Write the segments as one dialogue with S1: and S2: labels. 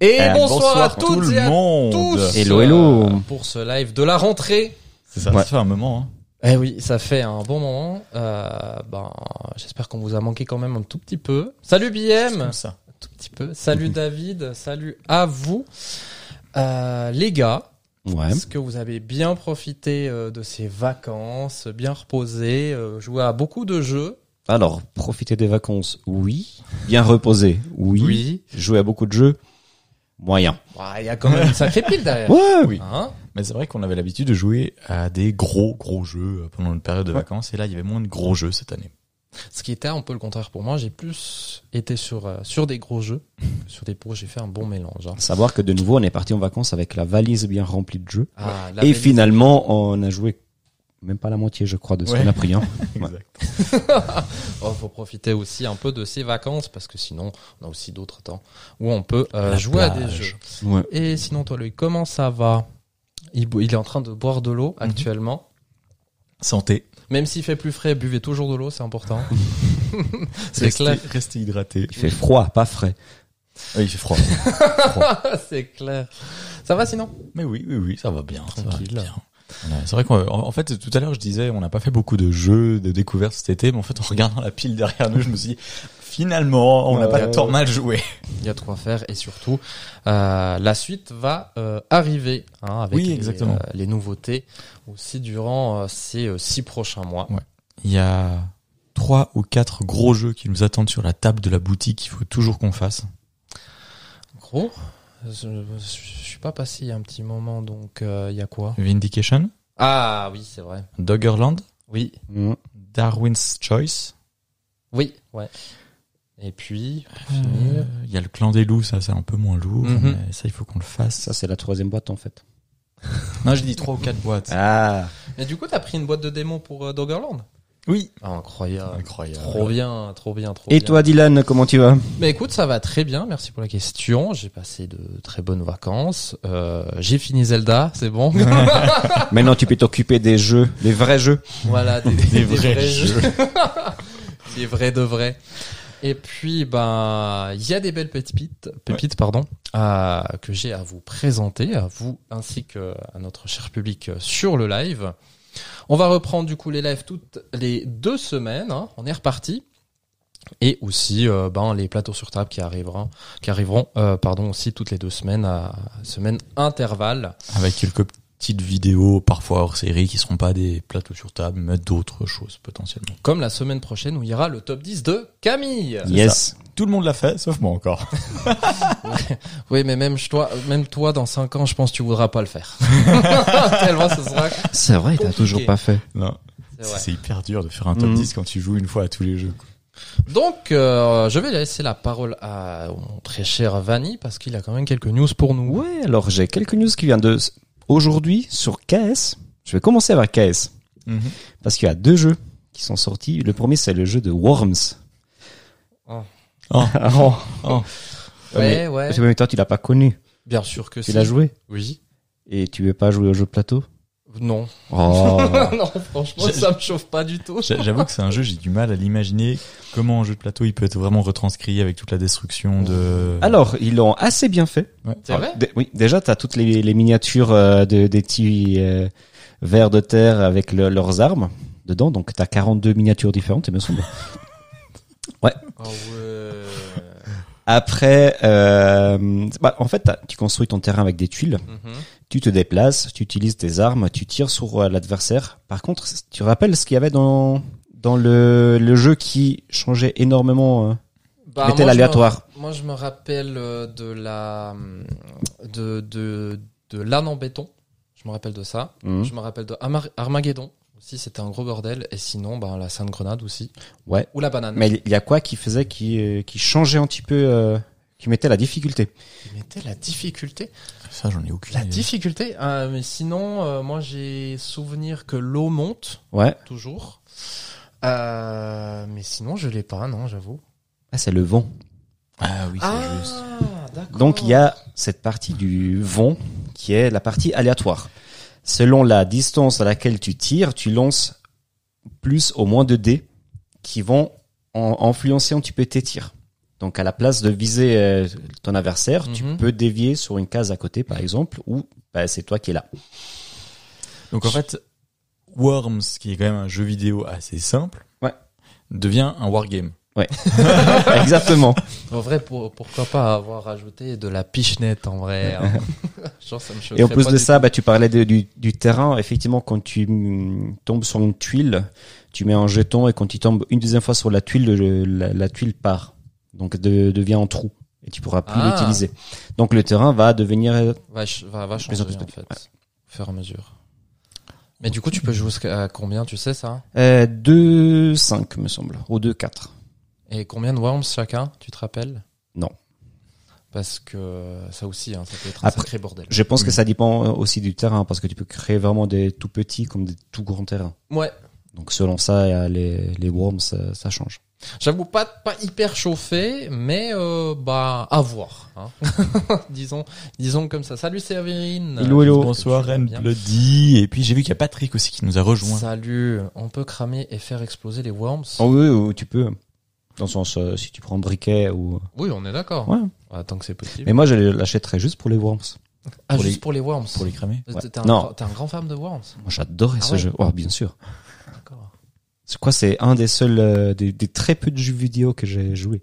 S1: Et
S2: Euh,
S1: bonsoir, à
S2: bonsoir tout
S1: toutes
S2: le
S1: et à
S2: monde.
S1: tous.
S2: Hello,
S1: euh,
S3: hello.
S1: Pour ce live de la rentrée.
S2: C'est ça,
S3: Ouais.
S2: ça fait un moment.
S1: Eh oui, ça fait un bon moment. Euh, ben, j'espère qu'on vous a manqué quand même un tout petit peu. Salut
S2: Hein.
S1: BM,
S2: Comme ça.
S1: un tout petit peu. Salut David, salut à vous, Euh, les gars.
S3: Ouais.
S1: Est-ce que vous avez bien profité euh, de ces vacances, bien reposé, euh, joué à beaucoup de jeux
S3: Alors, profiter des vacances, oui. Bien reposer, oui. Jouer à beaucoup de jeux, moyen.
S1: Ouais, Il y a quand même une sacrée pile derrière.
S3: Ouais, oui.
S1: Hein
S2: Mais c'est vrai qu'on avait l'habitude de jouer à des gros gros jeux euh, pendant une période de
S3: Ouais.
S2: vacances et là il y avait moins de gros jeux cette année.
S1: Ce qui était un peu le contraire pour moi, j'ai plus été sur, euh, sur des gros jeux. que Sur des pros, j'ai fait un bon mélange. hein.
S3: Savoir que de nouveau, on est parti en vacances avec la valise bien remplie de jeux.
S1: Ah, la
S3: Et
S1: belle-
S3: finalement, on a joué même pas la moitié, je crois, de ce
S2: Ouais.
S3: qu'on a pris. hein.
S2: Exact.
S1: Oh, faut profiter aussi un peu de ces vacances parce que sinon, on a aussi d'autres temps où on peut euh, jouer à des
S2: plage.
S1: jeux.
S3: Ouais.
S1: Et sinon, toi, Loïc, comment ça va il, bo- il est en train de boire de l'eau
S2: Mhm.
S1: actuellement.
S2: Santé.
S1: Même s'il fait plus frais, buvez toujours de l'eau, c'est important. c'est
S2: Restez,
S1: clair.
S2: restez hydraté.
S3: Il fait froid, pas frais.
S2: il fait froid.
S1: c'est clair. Ça va sinon
S2: Mais oui oui oui ça va bien. ça va
S1: Tranquille.
S2: bien. Voilà, C'est vrai qu'en en fait tout à l'heure je disais on n'a pas fait beaucoup de jeux de découvertes cet été mais en fait en regardant la pile derrière nous je me suis dit finalement on n'a
S3: Ouais,
S2: pas
S3: ouais,
S2: tant
S3: ouais.
S2: mal joué.
S1: Il y a trop à faire et surtout, euh, la suite va euh, arriver hein, avec
S2: Oui,
S1: les,
S2: exactement.
S1: euh, les nouveautés aussi durant euh, ces euh, six prochains mois.
S2: Il y a trois ou quatre gros jeux qui nous attendent sur la table de la boutique qu'il faut toujours qu'on fasse.
S1: Gros, je, je suis pas passé il y a un petit moment, donc euh, il y a quoi
S2: Vindication,
S1: Ah oui, c'est vrai.
S2: Doggerland,
S1: Oui,
S3: Mmh.
S2: Darwin's Choice.
S1: oui, ouais. Et puis, pour
S2: Euh,
S1: finir,
S2: Il y a le clan des loups, ça c'est un peu moins lourd,
S1: Mhm.
S2: mais ça il faut qu'on le fasse.
S3: Ça, c'est la troisième boîte, en fait.
S2: Non, j'ai dit trois ou quatre boîtes.
S3: Ah.
S1: Mais du coup, t'as pris une boîte de démons pour euh, Doggerland
S2: Oui.
S1: Ah, Incroyable.
S2: Incroyable.
S1: Trop bien, trop bien, trop
S3: Et
S1: bien.
S3: toi, Dylan, comment tu vas
S1: Mais écoute, ça va très bien. Merci pour la question. J'ai passé de très bonnes vacances. Euh, j'ai fini Zelda, c'est bon.
S3: Maintenant, tu peux t'occuper des jeux, des vrais jeux.
S1: voilà, des,
S2: Des vrais
S1: des vrais de vrais. Et puis, ben, il y a des belles pépites, pépites, pardon, euh, que j'ai à vous présenter, à vous ainsi que à notre cher public euh, sur le live. On va reprendre du coup les lives toutes les deux semaines. hein. On est reparti. Et aussi, euh, ben, les plateaux sur table qui arriveront, qui arriveront, euh, pardon, aussi toutes les deux semaines à semaine intervalle.
S2: Avec quelques petites vidéos parfois hors série qui seront pas des plateaux sur table, mais d'autres choses potentiellement.
S1: Comme la semaine prochaine où il y aura le top 10 de Camille.
S3: Yes.
S2: Tout le monde l'a fait, sauf moi encore.
S1: Oui, mais même toi, même toi, dans 5 ans, je pense que tu voudras pas le faire. Tellement ce sera.
S3: C'est vrai, t'as
S1: Compliqué.
S3: toujours pas fait.
S2: Non,
S1: C'est vrai.
S2: c'est hyper dur de faire un top
S3: Mhm.
S2: 10 quand tu joues une fois à tous les jeux. quoi.
S1: Donc, euh, je vais laisser la parole à mon très cher Vanny parce qu'il a quand même quelques news pour nous.
S3: Ouais, alors j'ai quelques news qui viennent de aujourd'hui sur KS. Je vais commencer avec KS
S2: Mhm.
S3: parce qu'il y a deux jeux qui sont sortis. Le premier, c'est le jeu de Worms.
S1: Oh.
S2: Oh.
S3: Ah, oh.
S1: Ouais, ouais.
S3: Parce que, mais toi, tu l'as pas connu.
S1: Bien sûr que
S3: Tu
S1: si.
S3: l'as joué
S1: Oui.
S3: et tu veux pas jouer au jeu de plateau
S1: Non.
S3: Oh.
S1: non, franchement,
S2: J'ai-
S1: ça me chauffe pas du tout.
S2: J'a- J'avoue que c'est un jeu, j'ai du mal à l'imaginer. Comment un jeu de plateau, il peut être vraiment retranscrit avec toute la destruction de...
S3: alors, ils l'ont assez bien fait.
S1: C'est
S3: Ah,
S1: vrai
S3: dé- Oui, déjà, t'as toutes les, les miniatures euh, de, des petits euh, vers de terre avec le- leurs armes dedans. Donc, t'as 42 miniatures différentes, il me semble.
S1: Ah ouais.
S3: Après, euh, bah, en fait, t'as- tu construis ton terrain avec des tuiles.
S1: Mhm.
S3: Tu te déplaces, tu utilises tes armes, tu tires sur euh, l'adversaire. Par contre, c- tu rappelles ce qu'il y avait dans dans le, le jeu qui changeait énormément, euh,
S1: Bah,
S3: qui mettait
S1: moi, je me-
S3: l'aléatoire.
S1: Moi, je me rappelle euh, de la hum, de de de l'âne en béton. Je me rappelle de ça.
S3: Mhm.
S1: Je me rappelle de Amar- Armageddon aussi. C'était un gros bordel. Et sinon, bah, la Sainte Grenade aussi.
S3: Ouais.
S1: Ou la banane.
S3: Mais il y a quoi qui faisait qui euh, qui changeait un petit peu, euh, qui mettait la difficulté.
S1: Il mettait la difficulté.
S2: Ça, j'en ai aucune
S1: La
S2: idée.
S1: difficulté. Ah, mais sinon, euh, moi, j'ai souvenir que l'eau monte
S3: Ouais.
S1: toujours. Euh, mais sinon, je l'ai pas. Non, j'avoue.
S3: Ah, c'est le vent.
S2: Ah oui, c'est
S1: Ah,
S2: juste.
S1: d'accord.
S3: Donc il y a cette partie du vent qui est la partie aléatoire. Selon la distance à laquelle tu tires, tu lances plus ou moins de dés qui vont en- influencer un petit peu tes tirs. Donc à la place de viser euh, ton adversaire, tu
S1: Mhm.
S3: peux dévier sur une case à côté, par exemple, où bah, c'est toi qui es là.
S2: Donc en fait, Worms, qui est quand même un jeu vidéo assez simple,
S3: Ouais.
S2: devient un wargame.
S3: Exactement.
S1: En vrai, pour- pourquoi pas avoir rajouté de la pichenette en vrai hein. Genre, ça me choquerait
S3: Et en plus
S1: pas
S3: de
S1: du
S3: ça, bah, tu parlais de- du, du terrain. Effectivement, quand tu mm, tombes sur une tuile, tu mets un jeton et quand tu tombes une deuxième fois sur la tuile, le- la, la tuile part. Donc de- devient un trou et tu pourras plus
S1: Ah.
S3: l'utiliser. Donc le terrain va devenir euh,
S1: tout. va, ch- va, va
S3: De
S1: changer
S3: plus en
S1: en,
S3: plus
S1: fait,
S3: petit,
S1: au fur et à mesure. Mais du coup, tu peux jouer jusqu'à combien, tu sais ça
S3: 2-5, euh, me semble, ou 2-4.
S1: Et combien de worms chacun, tu te rappelles
S3: Non.
S1: Parce que ça aussi, hein, ça peut être un
S3: Après-
S1: sacré bordel.
S3: Je pense que
S2: Oui.
S3: ça dépend euh, aussi du terrain parce que tu peux créer vraiment des tout petits comme des tout grands terrains.
S1: Ouais,
S3: Donc selon ça, euh, les, les worms, ça, ça change.
S1: j'avoue pas pas hyper chauffé, mais euh, bah à voir. hein. disons, disons comme ça. Salut Séverine.
S3: Hello, hello.
S2: Bonsoir
S1: J'espère que tu vas bien.
S2: Ren Bloody. Et puis j'ai vu qu'il y a Patrick aussi qui nous a rejoint.
S1: Salut. On peut cramer et faire exploser les worms.
S3: Oh oui, ou tu peux. Dans le sens, euh, si tu prends briquet ou...
S1: Oui, on est d'accord.
S3: Ouais.
S1: Ah, tant que c'est possible.
S3: Mais moi, je l'achèterais juste pour les Worms.
S1: ah,
S2: pour
S1: juste
S2: les-
S1: pour les worms.
S2: Pour les cramer.
S1: Euh,
S3: Ouais.
S1: T'es un,
S3: Non.
S1: grand- t'es un grand fan de worms.
S3: Moi, j'adorais
S1: Ah
S3: ce
S1: ouais
S3: jeu. Oh, bien sûr.
S1: D'accord.
S3: C'est quoi C'est un des seuls, euh, des, des très peu de jeux vidéo que j'ai joué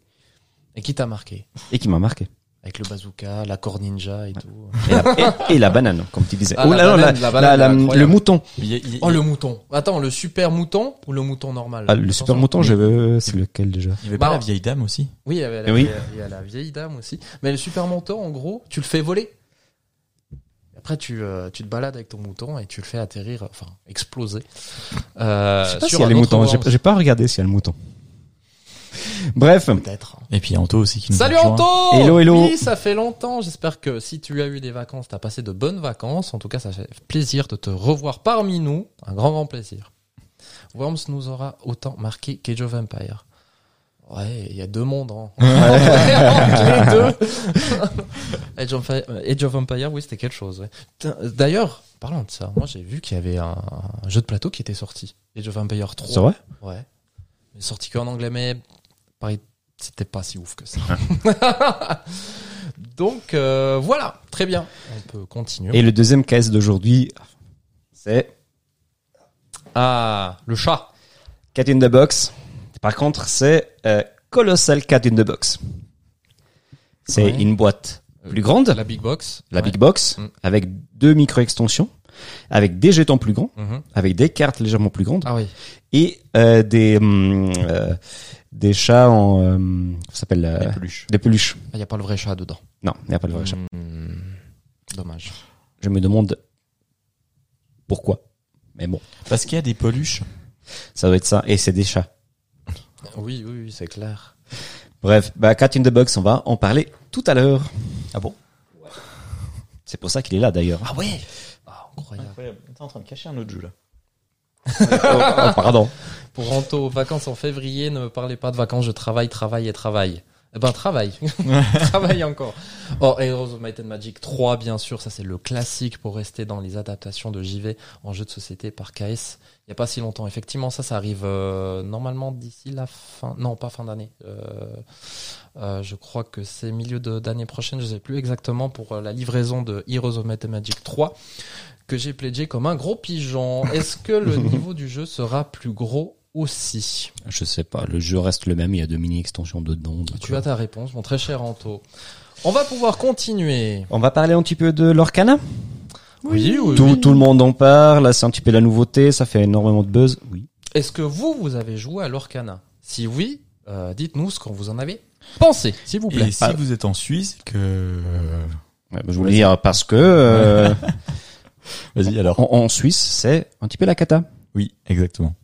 S1: Et qui t'a marqué
S3: et qui m'a marqué.
S1: Avec le bazooka, la corde ninja et tout.
S3: Et la, et- et la banane, comme tu disais.
S1: Ah,
S3: oh
S1: la
S3: là là,
S1: banane, la
S3: la- la-
S1: banane,
S3: la-
S1: incroyable.
S3: le mouton.
S2: Il y a- il y a-
S1: Oh le mouton. Attends, le super mouton ou le mouton normal
S3: Ah, le
S1: Attention.
S3: super mouton, je veux. C'est lequel déjà
S2: il y avait pas
S1: Bah,
S2: la vieille dame aussi
S1: Oui, il y, avait
S3: Eh
S1: la,
S3: oui.
S1: il y a- il y a la vieille dame aussi. Mais le super mouton, en gros, tu le fais voler. Après, tu, euh, tu te balades avec ton mouton et tu le fais atterrir, enfin, exploser. Euh,
S3: Je sais pas
S1: sur
S3: s'il y a
S1: un
S3: le
S1: autre
S3: mouton. J'ai
S1: worm.
S3: j'ai pas regardé s'il y a le mouton. Bref.
S1: Peut-être.
S2: Et puis il y a Anto aussi qui nous
S1: Salut
S2: a rejoint.
S1: Anto
S3: Hello, hello.
S1: Oui, ça fait longtemps. J'espère que si tu as eu des vacances, t'as passé de bonnes vacances. En tout cas, ça fait plaisir de te revoir parmi nous. Un grand, grand plaisir. Worms nous aura autant marqué qu'Age of Empire. Ouais, il y a deux mondes. Hein. Entre les deux. Age, of, Age of Empire, oui, c'était quelque chose. ouais. Putain, D'ailleurs, parlant de ça, moi j'ai vu qu'il y avait un, un jeu de plateau qui était sorti. Age of Empire 3.
S3: C'est vrai
S1: Ouais. Mais sorti qu'en anglais, mais pareil, c'était pas si ouf que ça. Donc euh, voilà, très bien. On peut continuer.
S3: Et le deuxième caisse d'aujourd'hui, c'est
S1: Ah, le chat.
S3: Cat in the Box. Par contre, c'est euh, Colossal Cat in the Box. C'est
S1: Ouais. Euh,
S3: une boîte plus grande.
S1: La big box.
S3: la
S1: Ouais.
S3: big box
S1: Mm.
S3: avec deux micro-extensions, avec des jetons plus grands,
S1: Mhm.
S3: avec des cartes légèrement plus grandes
S1: Ah oui.
S3: et euh, des hum, euh, des chats en euh, comment ça s'appelle euh,
S2: Des peluches.
S3: des peluches. Mm.
S1: Il n'y Ah, a pas le vrai chat dedans.
S3: Non, il n'y a pas de vrai chat.
S1: Hmm, Dommage.
S3: Je me demande pourquoi. Mais bon,
S2: Parce qu'il y a des peluches.
S3: ça doit être ça et c'est des chats.
S1: Oui, oui, oui, c'est clair.
S3: Bref, bah Cat in the Box, on va en parler tout à l'heure.
S2: Ah bon
S3: C'est pour ça qu'il est là d'ailleurs.
S1: Ah ouais Ah, incroyable.
S2: Incroyable. T'es en train de cacher un autre jeu là.
S3: Oh, oh, pardon.
S1: Pour Anto, vacances en février, ne me parlez pas de vacances, je travaille, travaille et travaille. Eh ben, travaille. travaille encore. Oh, Heroes of Might and Magic 3, bien sûr, ça c'est le classique pour rester dans les adaptations de JV en jeu de société par KS. Il n'y a pas si longtemps. Effectivement, ça, ça arrive euh, normalement d'ici la fin. Non, pas fin d'année. Euh, euh, je crois que c'est milieu de- d'année prochaine, je ne sais plus exactement, pour euh, la livraison de Heroes of Might and Magic 3, que j'ai pledgé comme un gros pigeon. Est-ce que le niveau du jeu sera plus gros aussi
S3: Je sais pas, le jeu reste le même, il y a deux mini extensions dedans. donc,
S1: Tu
S3: euh,
S1: as ta réponse, mon très cher Anto. On va pouvoir continuer.
S3: On va parler un petit peu de l'Orcana
S1: Oui, oui,
S3: Tout, tout le monde en parle, c'est un petit peu la nouveauté, ça fait énormément de buzz. Oui.
S1: Est-ce que vous, vous avez joué à l'Orcana Si oui, euh, dites-nous ce que vous en avez pensé, s'il vous plaît.
S2: Et si vous êtes en Suisse, que. euh,
S3: je voulais dire hein, parce que euh,
S2: Vas-y alors.
S3: en, en Suisse, c'est un petit peu la cata.
S2: Oui, exactement.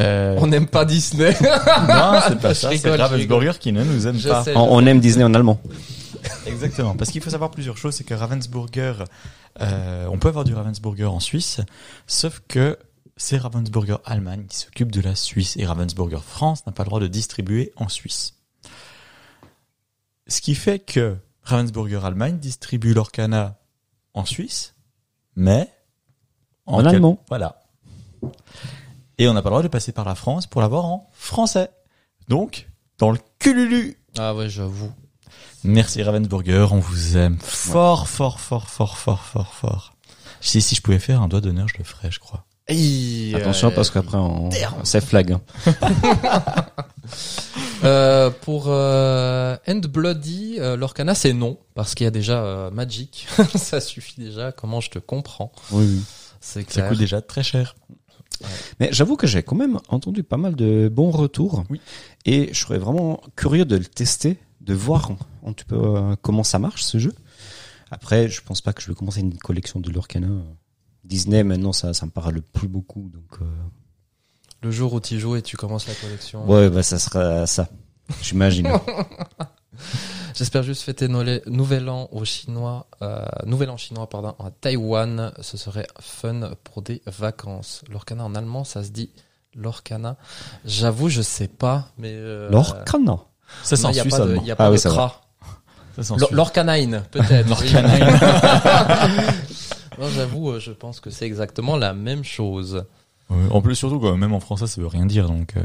S2: Euh...
S1: On n'aime pas Disney.
S2: Non, c'est pas
S1: Je
S2: ça.
S1: rigole,
S2: C'est
S1: je
S2: Ravensburger qui ne nous aime
S1: Je
S2: pas.
S1: sais, je
S3: On, on aime Disney en allemand.
S2: Exactement. Parce qu'il faut savoir plusieurs choses. C'est que Ravensburger, euh, on peut avoir du Ravensburger en Suisse, sauf que c'est Ravensburger Allemagne qui s'occupe de la Suisse et Ravensburger France n'a pas le droit de distribuer en Suisse. Ce qui fait que Ravensburger Allemagne distribue l'Orcana en Suisse, mais
S3: En allemand.
S2: Voilà. Et on n'a pas le droit de passer par la France pour l'avoir en français. Donc, dans le cululu
S1: Ah ouais, j'avoue.
S2: Merci Ravensburger, on vous aime fort, fort, fort, fort, fort, fort, fort. Si, si je pouvais faire un doigt d'honneur, je le ferais, je crois.
S3: Attention parce qu'après on, c'est flag. hein.
S1: Euh, pour euh, End Bloody, euh, Lorcana, c'est non, parce qu'il y a déjà euh, Magic. ça suffit déjà, comment je te comprends.
S3: Oui, oui.
S1: C'est
S2: Ça
S1: clair.
S2: coûte déjà très cher.
S3: Mais j'avoue que j'ai quand même entendu pas mal de bons retours.
S2: Oui.
S3: Et je serais vraiment curieux de le tester, de voir un petit peu euh, comment ça marche ce jeu. Après, je pense pas que je vais commencer une collection de Lorcana. Disney, maintenant, ça, ça me parle plus beaucoup. Donc, euh,
S1: Le jour où tu joues et tu commences la collection.
S3: ouais, bah, ça sera ça. J'imagine.
S1: J'espère juste fêter Noël- Nouvel An au Chinois, euh, Nouvel An chinois, pardon, à Taïwan. Ce serait fun pour des vacances. Lorcana en allemand, ça se dit Lorcana. J'avoue, je sais pas, mais. euh,
S3: Lorcana.
S2: Ça
S1: non,
S2: s'en
S1: y a
S2: suit,
S1: pas
S2: ça.
S1: de,
S2: demande.
S1: y a pas
S3: Ah
S1: de
S3: oui, ça va.
S1: cra.
S2: Ça s'en
S1: Lor-
S2: suit.
S1: Lorcanine, peut-être. oui.
S2: Lorcanine.
S1: Non, j'avoue, euh, je pense que c'est exactement la même chose.
S2: Ouais, En plus, surtout, quoi, même en français, ça veut rien dire. Donc, euh,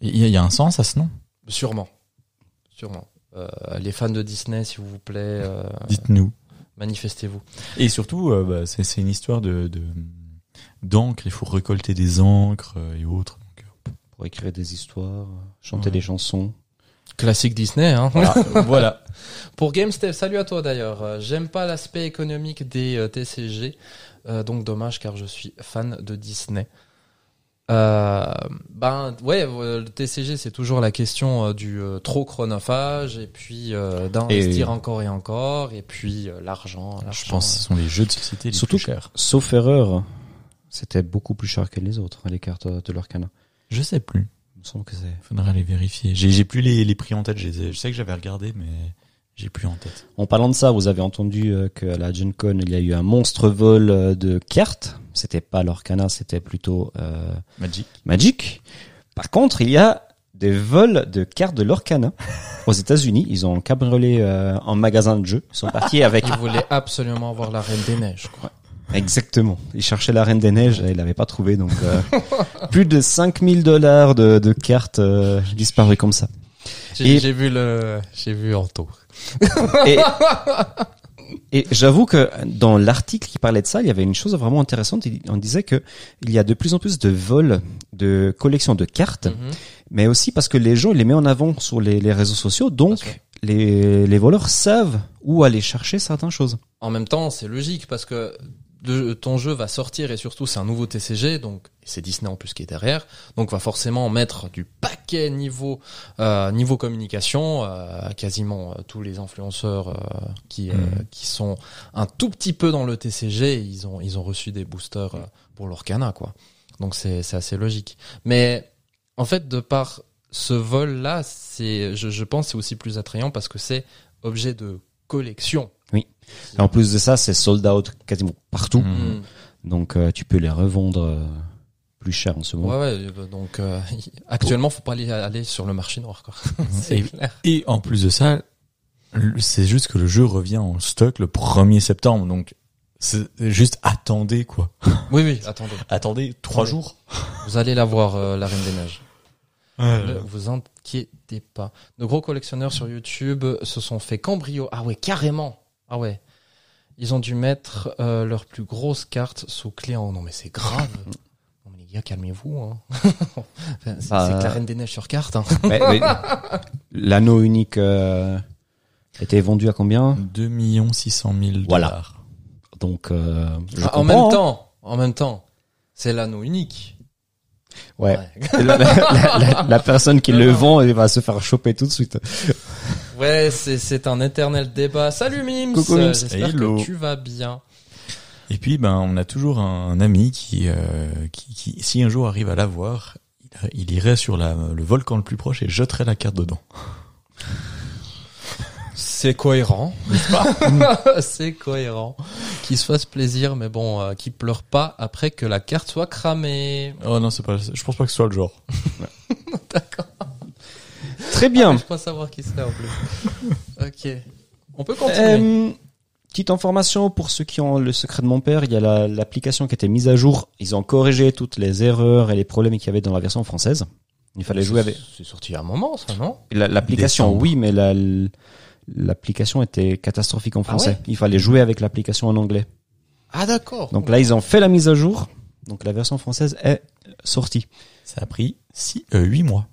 S2: il y, a- il y a un sens à ce nom.
S1: Sûrement. Sûrement. Euh, les fans de Disney, s'il vous plaît, euh,
S2: Dites-nous.
S1: manifestez-vous.
S2: Et surtout, euh, bah, c'est c'est une histoire de de- d'encre. il faut récolter des encres euh, et autres. Donc, euh,
S3: Pour écrire des histoires, chanter
S2: Ouais.
S3: des chansons.
S1: Classique Disney, hein.
S2: Voilà. Ah, Voilà.
S1: Pour GameStep, salut à toi d'ailleurs. Euh, J'aime pas l'aspect économique des euh, TCG, euh, donc dommage car je suis fan de Disney. Euh, ben ouais, euh, le TCG c'est toujours la question euh, du euh, trop chronophage et puis euh, d'investir
S3: Et-
S1: encore et encore et puis euh, l'argent.
S2: Je
S1: l'argent,
S2: pense que ce sont les jeux de société les
S3: Surtout
S2: plus chers.
S3: Sauf erreur, c'était beaucoup plus cher que les autres, hein, les cartes de Lorcana.
S2: Je sais plus.
S3: Il me semble que c'est.
S2: Faudra aller vérifier. J'ai j'ai plus les, les prix en tête. Je, les ai- je sais que j'avais regardé, mais j'ai plus en tête.
S3: En parlant de ça, vous avez entendu euh, qu'à la Gen Con, il y a eu un monstre vol euh, de cartes. C'était pas l'Orcana, c'était plutôt euh,
S2: Magic.
S3: Magic. Par contre, il y a des vols de cartes de l'Orcana aux États-Unis. Ils ont cabriolé euh, un magasin de jeux. Ils sont partis avec.
S1: Ils voulaient euh, absolument voir la Reine des Neiges. quoi.
S3: Exactement. Ils cherchaient la Reine des Neiges et ils l'avaient pas trouvée. Donc, euh, plus de 5000 dollars de, de cartes euh, disparues comme ça.
S1: J'ai
S3: Et-
S1: j'ai vu le, j'ai vu Anto.
S3: Et, et j'avoue que dans l'article qui parlait de ça, il y avait une chose vraiment intéressante. Il- On disait que il y a de plus en plus de vols de collections de cartes,
S1: Mhm.
S3: mais aussi parce que les gens ils les mettent en avant sur les, les réseaux sociaux,
S1: Bien sûr.
S3: donc les, les voleurs savent où aller chercher certaines choses.
S1: En même temps, c'est logique parce que le- ton jeu va sortir et surtout c'est un nouveau TCG, donc et c'est Disney en plus qui est derrière, donc va forcément mettre du paquet niveau euh, niveau communication, euh, quasiment euh, tous les influenceurs euh, qui euh,
S2: Mhm.
S1: qui sont un tout petit peu dans le TCG, ils ont ils ont reçu des boosters euh, pour leur cana quoi. Donc c'est c'est assez logique. Mais en fait, de par ce vol là, c'est je, je pense c'est aussi plus attrayant parce que c'est objet de collection.
S3: Et en plus de ça, c'est sold out quasiment partout,
S2: Mhm.
S1: Mhm.
S3: donc euh, tu peux les revendre euh, plus cher en ce moment.
S1: Ouais, ouais, euh, donc euh, actuellement, faut pas aller, aller sur le marché noir, quoi. C'est
S2: Mhm. Et-
S1: clair.
S2: Et en plus de ça, le- c'est juste que le jeu revient en stock le 1er septembre. Donc, c'est juste attendez, quoi.
S1: Oui, oui, attendez.
S2: Attendez trois jours.
S1: Vous allez la voir, euh, la Reine des Neiges.
S3: Euh.
S1: Ne vous inquiétez pas. De gros collectionneurs sur YouTube euh, se sont fait cambrio. Ah ouais, carrément. Ah ouais. Ils ont dû mettre euh, leurs plus grosses cartes sous clé en haut. Non, mais c'est grave. Non, mais les gars, calmez-vous. hein. Enfin, c'est
S3: Bah,
S1: c'est que la Reine des Neiges sur carte. hein.
S3: Mais- mais L'anneau unique euh, était vendu à combien
S2: 2 millions 600 000 dollars.
S3: Voilà. Donc euh, je
S1: Ah, en
S3: comprends,
S1: même
S3: hein.
S1: temps, en même temps, c'est l'anneau unique.
S3: Ouais.
S1: Ouais.
S3: la, la- la- la- la personne qui le vend, elle va se faire choper tout de suite.
S1: Ouais, c'est, c'est un éternel débat. Salut Mims,
S3: Coucou,
S1: Euh,
S3: Mims.
S1: j'espère
S2: Hello.
S1: que tu vas bien.
S2: Et puis, ben, on a toujours un, un ami qui, euh, qui, qui, si un jour arrive à l'avoir, il, il irait sur la, le volcan le plus proche et jetterait la carte dedans.
S1: C'est cohérent, C'est cohérent. Qu'il se fasse plaisir, mais bon, euh, qu'il pleure pas après que la carte soit cramée.
S2: Oh non, c'est pas, je pense pas que ce soit le genre.
S3: Très bien.
S1: Je crois savoir qui c'est en plus. ok, on peut continuer.
S3: Euh, petite information pour ceux qui ont le secret de mon père, il y a la- l'application qui a été mise à jour. Ils ont corrigé toutes les erreurs et les problèmes qu'il y avait dans la version française. Il fallait jouer avec.
S1: C'est sorti il y a un moment, ça, non
S3: La- L'application,
S2: Décembre.
S3: oui, mais la- l'application était catastrophique en français.
S1: Ah ouais
S3: Il fallait jouer avec l'application en anglais.
S1: Ah, d'accord.
S3: Donc là, ils ont fait la mise à jour. Donc la version française est sortie.
S2: Ça a pris 6, 8 mois.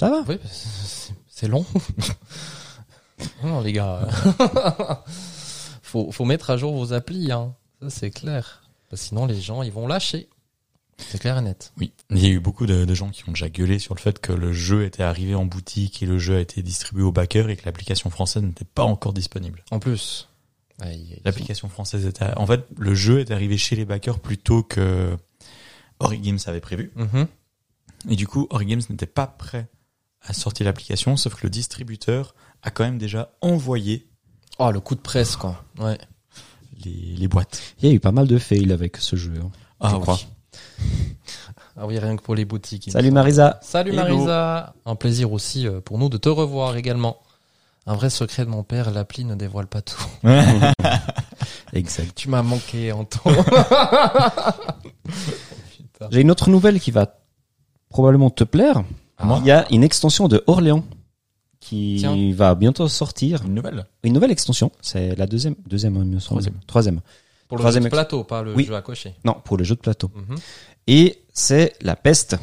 S3: Ça va
S1: Oui, bah, c'est- c'est- c'est long. non, non, les gars. euh, faut, faut mettre à jour vos applis, hein. Ça, c'est clair. Parce que sinon, les gens, ils vont lâcher. C'est clair et net.
S2: Oui. Il y a eu beaucoup de, de gens qui ont déjà gueulé sur le fait que le jeu était arrivé en boutique et le jeu a été distribué au backer et que l'application française n'était pas encore disponible.
S1: En plus. Aïe, aïe, aïe.
S2: L'application française était, en fait, le jeu est arrivé chez les backers plus tôt que Origames avait prévu.
S1: Mhm.
S2: Et du coup, Origames n'était pas prêt à sortir l'application, sauf que le distributeur a quand même déjà envoyé
S1: Oh, le coup de presse, quoi. Ouais.
S2: les, les boîtes.
S3: Il y a eu pas mal de fails avec ce jeu. hein.
S2: Ah
S3: crois.
S1: Ah oui, rien que pour les boutiques. il me
S3: Salut Marisa.
S1: Salut
S2: Hello.
S1: Marisa, un plaisir aussi euh, pour nous de te revoir également. Un vrai secret de mon père, l'appli ne dévoile pas tout.
S3: Exact.
S1: Tu m'as manqué en temps.
S3: J'ai une autre nouvelle qui va probablement te plaire.
S1: Ah,
S2: Moi
S3: Ah, Il y a une extension de Orléans qui
S1: Tiens.
S3: va bientôt sortir.
S2: Une nouvelle.
S3: Une nouvelle extension. C'est la deuxième, deuxième, il me semble.
S2: Troisième.
S3: Troisième.
S1: Pour le jeu
S3: Troisième
S1: de
S3: ex-
S1: plateau, pas le
S3: Oui.
S1: jeu à cocher.
S3: Non, pour le jeu de plateau.
S1: Mhm.
S3: Et c'est la peste.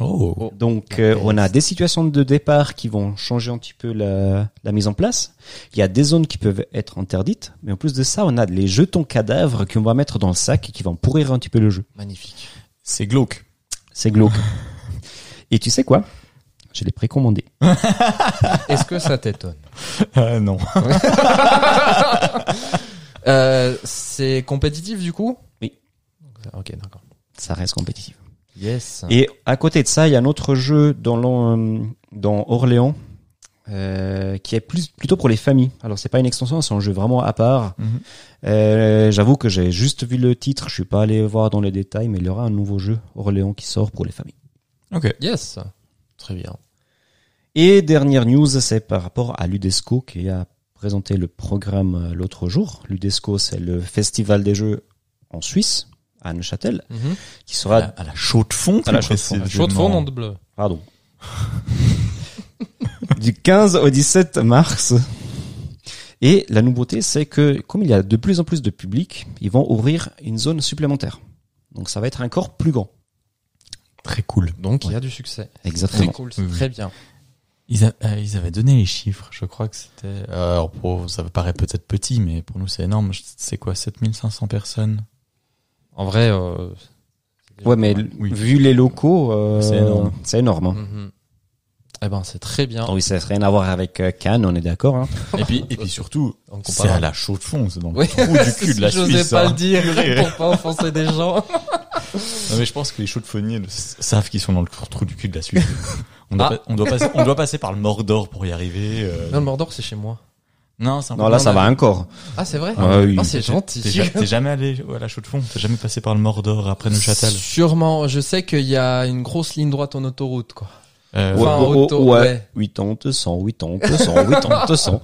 S2: Oh.
S1: Oh.
S3: Donc
S1: La
S3: euh,
S1: peste.
S3: on a des situations de départ qui vont changer un petit peu la, la mise en place. Il y a des zones qui peuvent être interdites, mais en plus de ça, on a les jetons cadavres qu'on va mettre dans le sac et qui vont pourrir un petit peu le jeu.
S1: Magnifique.
S2: C'est glauque.
S3: C'est glauque. et tu sais quoi Je l'ai précommandé.
S1: Est-ce que ça t'étonne
S2: Ah non.
S1: Euh, C'est compétitif du coup
S3: Oui.
S1: Ok, d'accord.
S3: Ça reste compétitif.
S1: Yes.
S3: Et à côté de ça, il y a un autre jeu dans, l'en- euh, dans Orléans euh, qui est plus, plutôt pour les familles. Alors c'est pas une extension, c'est un jeu vraiment à part.
S2: Mhm.
S3: Euh, J'avoue que j'ai juste vu le titre, je suis pas allé voir dans les détails, mais il y aura un nouveau jeu Orléans qui sort pour les familles.
S2: Ok.
S1: Yes. Très bien.
S3: Et dernière news, c'est par rapport à l'UDESCO qui a présenté le programme euh, l'autre jour. L'UDESCO, c'est le festival des jeux en Suisse, à Neuchâtel,
S1: Mhm.
S3: qui sera...
S2: à la chaude fonte.
S3: À la Chaux-de-Fonds.
S1: Chaud de fond, nom de bleu.
S3: Pardon. du 15 au 17 mars. Et la nouveauté, c'est que comme il y a de plus en plus de public, ils vont ouvrir une zone supplémentaire. Donc ça va être encore plus grand.
S2: Très cool.
S1: Donc il y a du succès. Très
S3: Exactement.
S1: cool,
S2: Oui,
S1: c'est
S2: oui.
S1: très bien.
S2: Ils, a- euh, ils avaient donné les chiffres, je crois que c'était... euh, Alors pour, ça paraît peut-être petit, mais pour nous c'est énorme. Je- C'est quoi, 7500 personnes
S1: En vrai. euh, c'est-
S3: Ouais, mais l-
S2: Oui.
S3: vu les locaux, euh,
S2: C'est énorme. Mm.
S3: C'est énorme. hein.
S1: Mhm. Eh ben, c'est très bien.
S3: Ah Oui, ça n'a rien à voir avec euh, Cannes, on est d'accord. hein.
S2: Et puis, et puis surtout,
S1: En
S2: c'est à
S1: comparant.
S2: la chaude fond, c'est dans le
S1: Oui,
S2: trou du cul de la
S1: je n'osais
S2: Suisse.
S1: pas
S2: hein.
S1: le dire pour pas offenser des gens.
S2: Non, mais je pense que les chauds de fonniers le- savent qu'ils sont dans le trou du cul de la Suisse. on, doit
S1: Ah.
S2: pas- on, doit passer, on doit passer par le Mordor pour y arriver. euh.
S1: Non, le Mordor, c'est chez moi.
S2: Non, c'est un peu-
S3: Non, là, ça
S2: mais-
S3: va encore.
S1: Ah, c'est vrai
S3: Ah oui.
S1: Oh, c'est
S2: T'es
S1: gentil.
S2: ja- t'es jamais allé à la chaude fond, t'es jamais passé par le Mordor après Neuchâtel.
S1: Sûrement, je sais qu'il y a une grosse ligne droite en autoroute, quoi.
S2: Euh,
S1: Ouais. Enfin,
S3: oh,
S1: auto- ouais.
S3: 80, 100, 80, 100, 80, 100.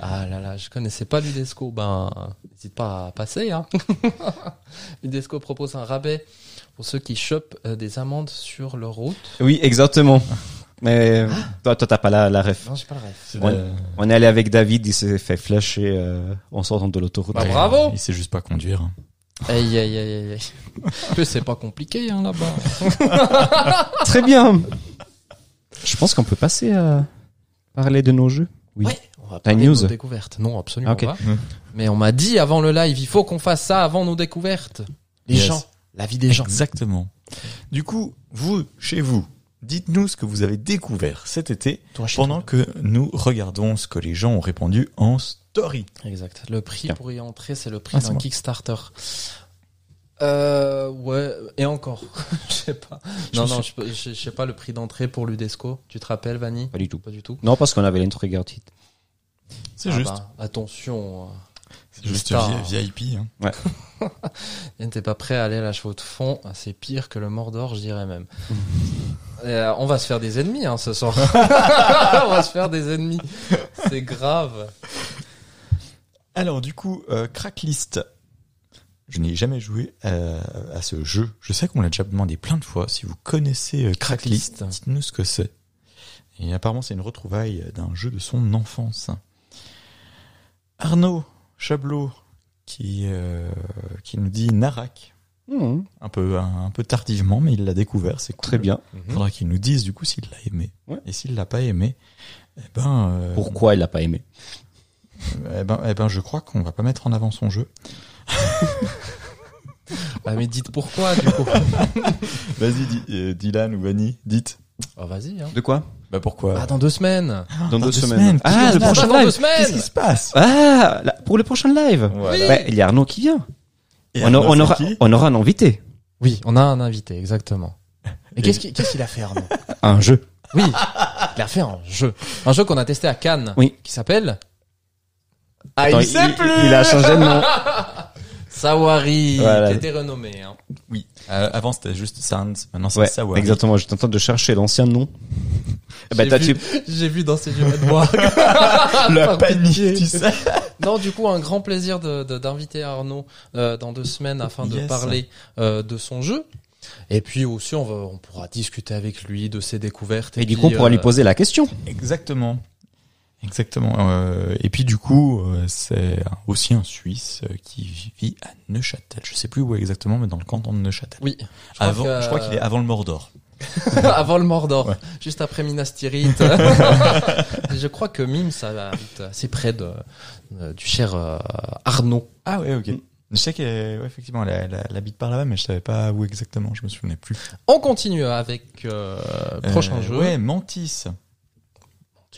S1: Ah là là, je connaissais pas l'UDESCO. Ben, n'hésite pas à passer. Hein. L'UDESCO propose un rabais pour ceux qui chopent euh, des amendes sur leur route.
S3: Oui, exactement. Mais
S2: Ah.
S3: toi, toi, t'as pas la, la ref.
S1: Non, j'ai pas le rêve.
S2: c'est
S3: Ouais.
S2: de-
S3: On est allé avec David, il s'est fait flasher euh, en sortant de l'autoroute.
S1: Bah, bravo.
S2: Il sait juste pas conduire. hein.
S1: Aïe, aïe, aïe, aïe, aïe. En plus, c'est pas compliqué, hein, là-bas.
S3: Très bien. Je pense qu'on peut passer à parler de nos jeux. Oui.
S1: Ouais, on va
S3: Ta
S1: parler de
S3: news.
S1: nos découvertes. Non, absolument
S3: Ah, ok.
S1: pas.
S2: Mmh.
S1: Mais on m'a dit avant le live, il faut qu'on fasse ça avant nos découvertes. Les
S2: Yes.
S1: gens, la vie des gens.
S2: Exactement. Du coup, vous, chez vous, dites-nous ce que vous avez découvert cet été
S1: Toi, chez
S2: pendant que nous regardons ce que les gens ont répondu en story.
S1: toi. Exact. Le prix
S3: Tiens.
S1: pour y entrer, c'est le prix
S2: Ah, c'est
S1: d'un
S2: moi.
S1: Kickstarter. Euh, ouais, et encore. Je sais pas.
S2: Je
S1: Non,
S2: me
S1: non, je peux- je je sais pas le prix d'entrée pour l'UDESCO. Tu te rappelles, Vanny
S3: Pas du tout.
S1: Pas du tout.
S3: Non, parce qu'on avait l'intro gratuite.
S2: C'est
S1: Ah
S2: juste.
S1: bah, attention. euh,
S2: C'est juste
S1: Putain.
S2: vi- VIP. hein.
S1: Yann, t'es pas prêt à aller à la chevaux de fond. Ah, C'est pire que le Mordor, je dirais même. Euh, on va se faire des ennemis hein, ce soir. on va se faire des ennemis. C'est grave.
S2: Alors, du coup, euh, Cracklist. Je n'ai jamais joué euh, à ce jeu. Je sais qu'on me l'a déjà demandé plein de fois. Si vous connaissez euh, Cracklist,
S1: Cracklist.
S2: dites-nous ce que c'est. Et apparemment, c'est une retrouvaille d'un jeu de son enfance. Arnaud Chablot, qui, euh, qui nous dit Narak,
S3: Mmh,
S2: un peu, un, un peu tardivement, mais il l'a découvert, c'est cool.
S3: très bien.
S2: Il
S1: Mhm.
S2: faudra qu'il nous dise du coup s'il l'a aimé.
S3: Ouais.
S2: Et s'il l'a pas aimé, eh ben, euh,
S3: Pourquoi il n'a pas aimé
S2: eh ben, eh ben, je crois qu'on va pas mettre en avant son jeu.
S1: Ah, mais dites pourquoi, du coup.
S2: Vas-y, di- euh, Dylan ou Vanny, dites.
S1: oh, vas-y. Hein.
S3: De quoi
S2: Bah pourquoi
S1: Ah, dans deux semaines.
S3: Dans deux semaines.
S2: Ah,
S3: Ah,
S2: le
S3: le
S1: Dans
S3: prochain
S1: deux
S3: live.
S2: Qu'est-ce qui
S1: semaines
S2: se passe
S3: Ah, là, pour le prochain live
S2: Voilà.
S1: Oui.
S3: Ouais, Il y a Arnaud qui vient.
S2: Et
S3: on, a-
S2: Arnaud,
S3: on
S2: c'est
S3: aura,
S2: qui
S3: on aura un invité.
S1: Oui, on a un invité, exactement. Et
S2: Et-
S1: qu'est-ce qui- qu'est-ce qu'il a fait, Arnaud
S3: Un jeu.
S1: Oui, il a fait un jeu. Un jeu qu'on a testé à Cannes.
S3: Oui.
S1: Qui s'appelle Ah,
S3: Attends, il a changé de nom.
S1: Sawari.
S3: Voilà.
S1: Qui était renommé. Hein.
S2: Euh, avant c'était juste Sounds, maintenant c'est
S3: Ouais,
S2: Sawari.
S3: exactement. J'étais en train de chercher l'ancien nom. Eh ben,
S1: J'ai
S3: t'as-
S1: vu- Ah,
S3: tu-
S1: J'ai vu dans ses yeux de moi.
S2: La
S1: Par
S2: panique,
S1: pitié.
S2: tu sais.
S1: Non, du coup, un grand plaisir de- de- d'inviter Arnaud euh, dans deux semaines afin de
S2: Yes.
S1: parler euh, de son jeu. Et puis aussi, on, va, on pourra discuter avec lui de ses découvertes.
S3: Et du
S1: puis,
S3: coup, on pourra
S1: euh,
S3: lui poser la question.
S2: Exactement. Exactement. Euh, et puis du coup, euh, c'est un- aussi un Suisse euh, qui vit à Neuchâtel. Je sais plus où exactement, mais dans le canton de Neuchâtel.
S1: Oui.
S2: Je
S1: crois
S2: avant,
S1: que-
S2: je crois qu'il est avant le Mordor.
S1: avant le Mordor,
S2: Ouais.
S1: juste après Minas Tirith. je crois que Mime, ça habite assez près de, euh, du cher euh, Arnaud.
S2: Ah ouais, ok. Je sais qu'elle est- ouais, effectivement, elle, elle- elle habite par là-bas, mais je savais pas où exactement. Je me souvenais plus.
S1: On continue avec euh, prochain
S2: Euh,
S1: jeu.
S2: Ouais, Mantis.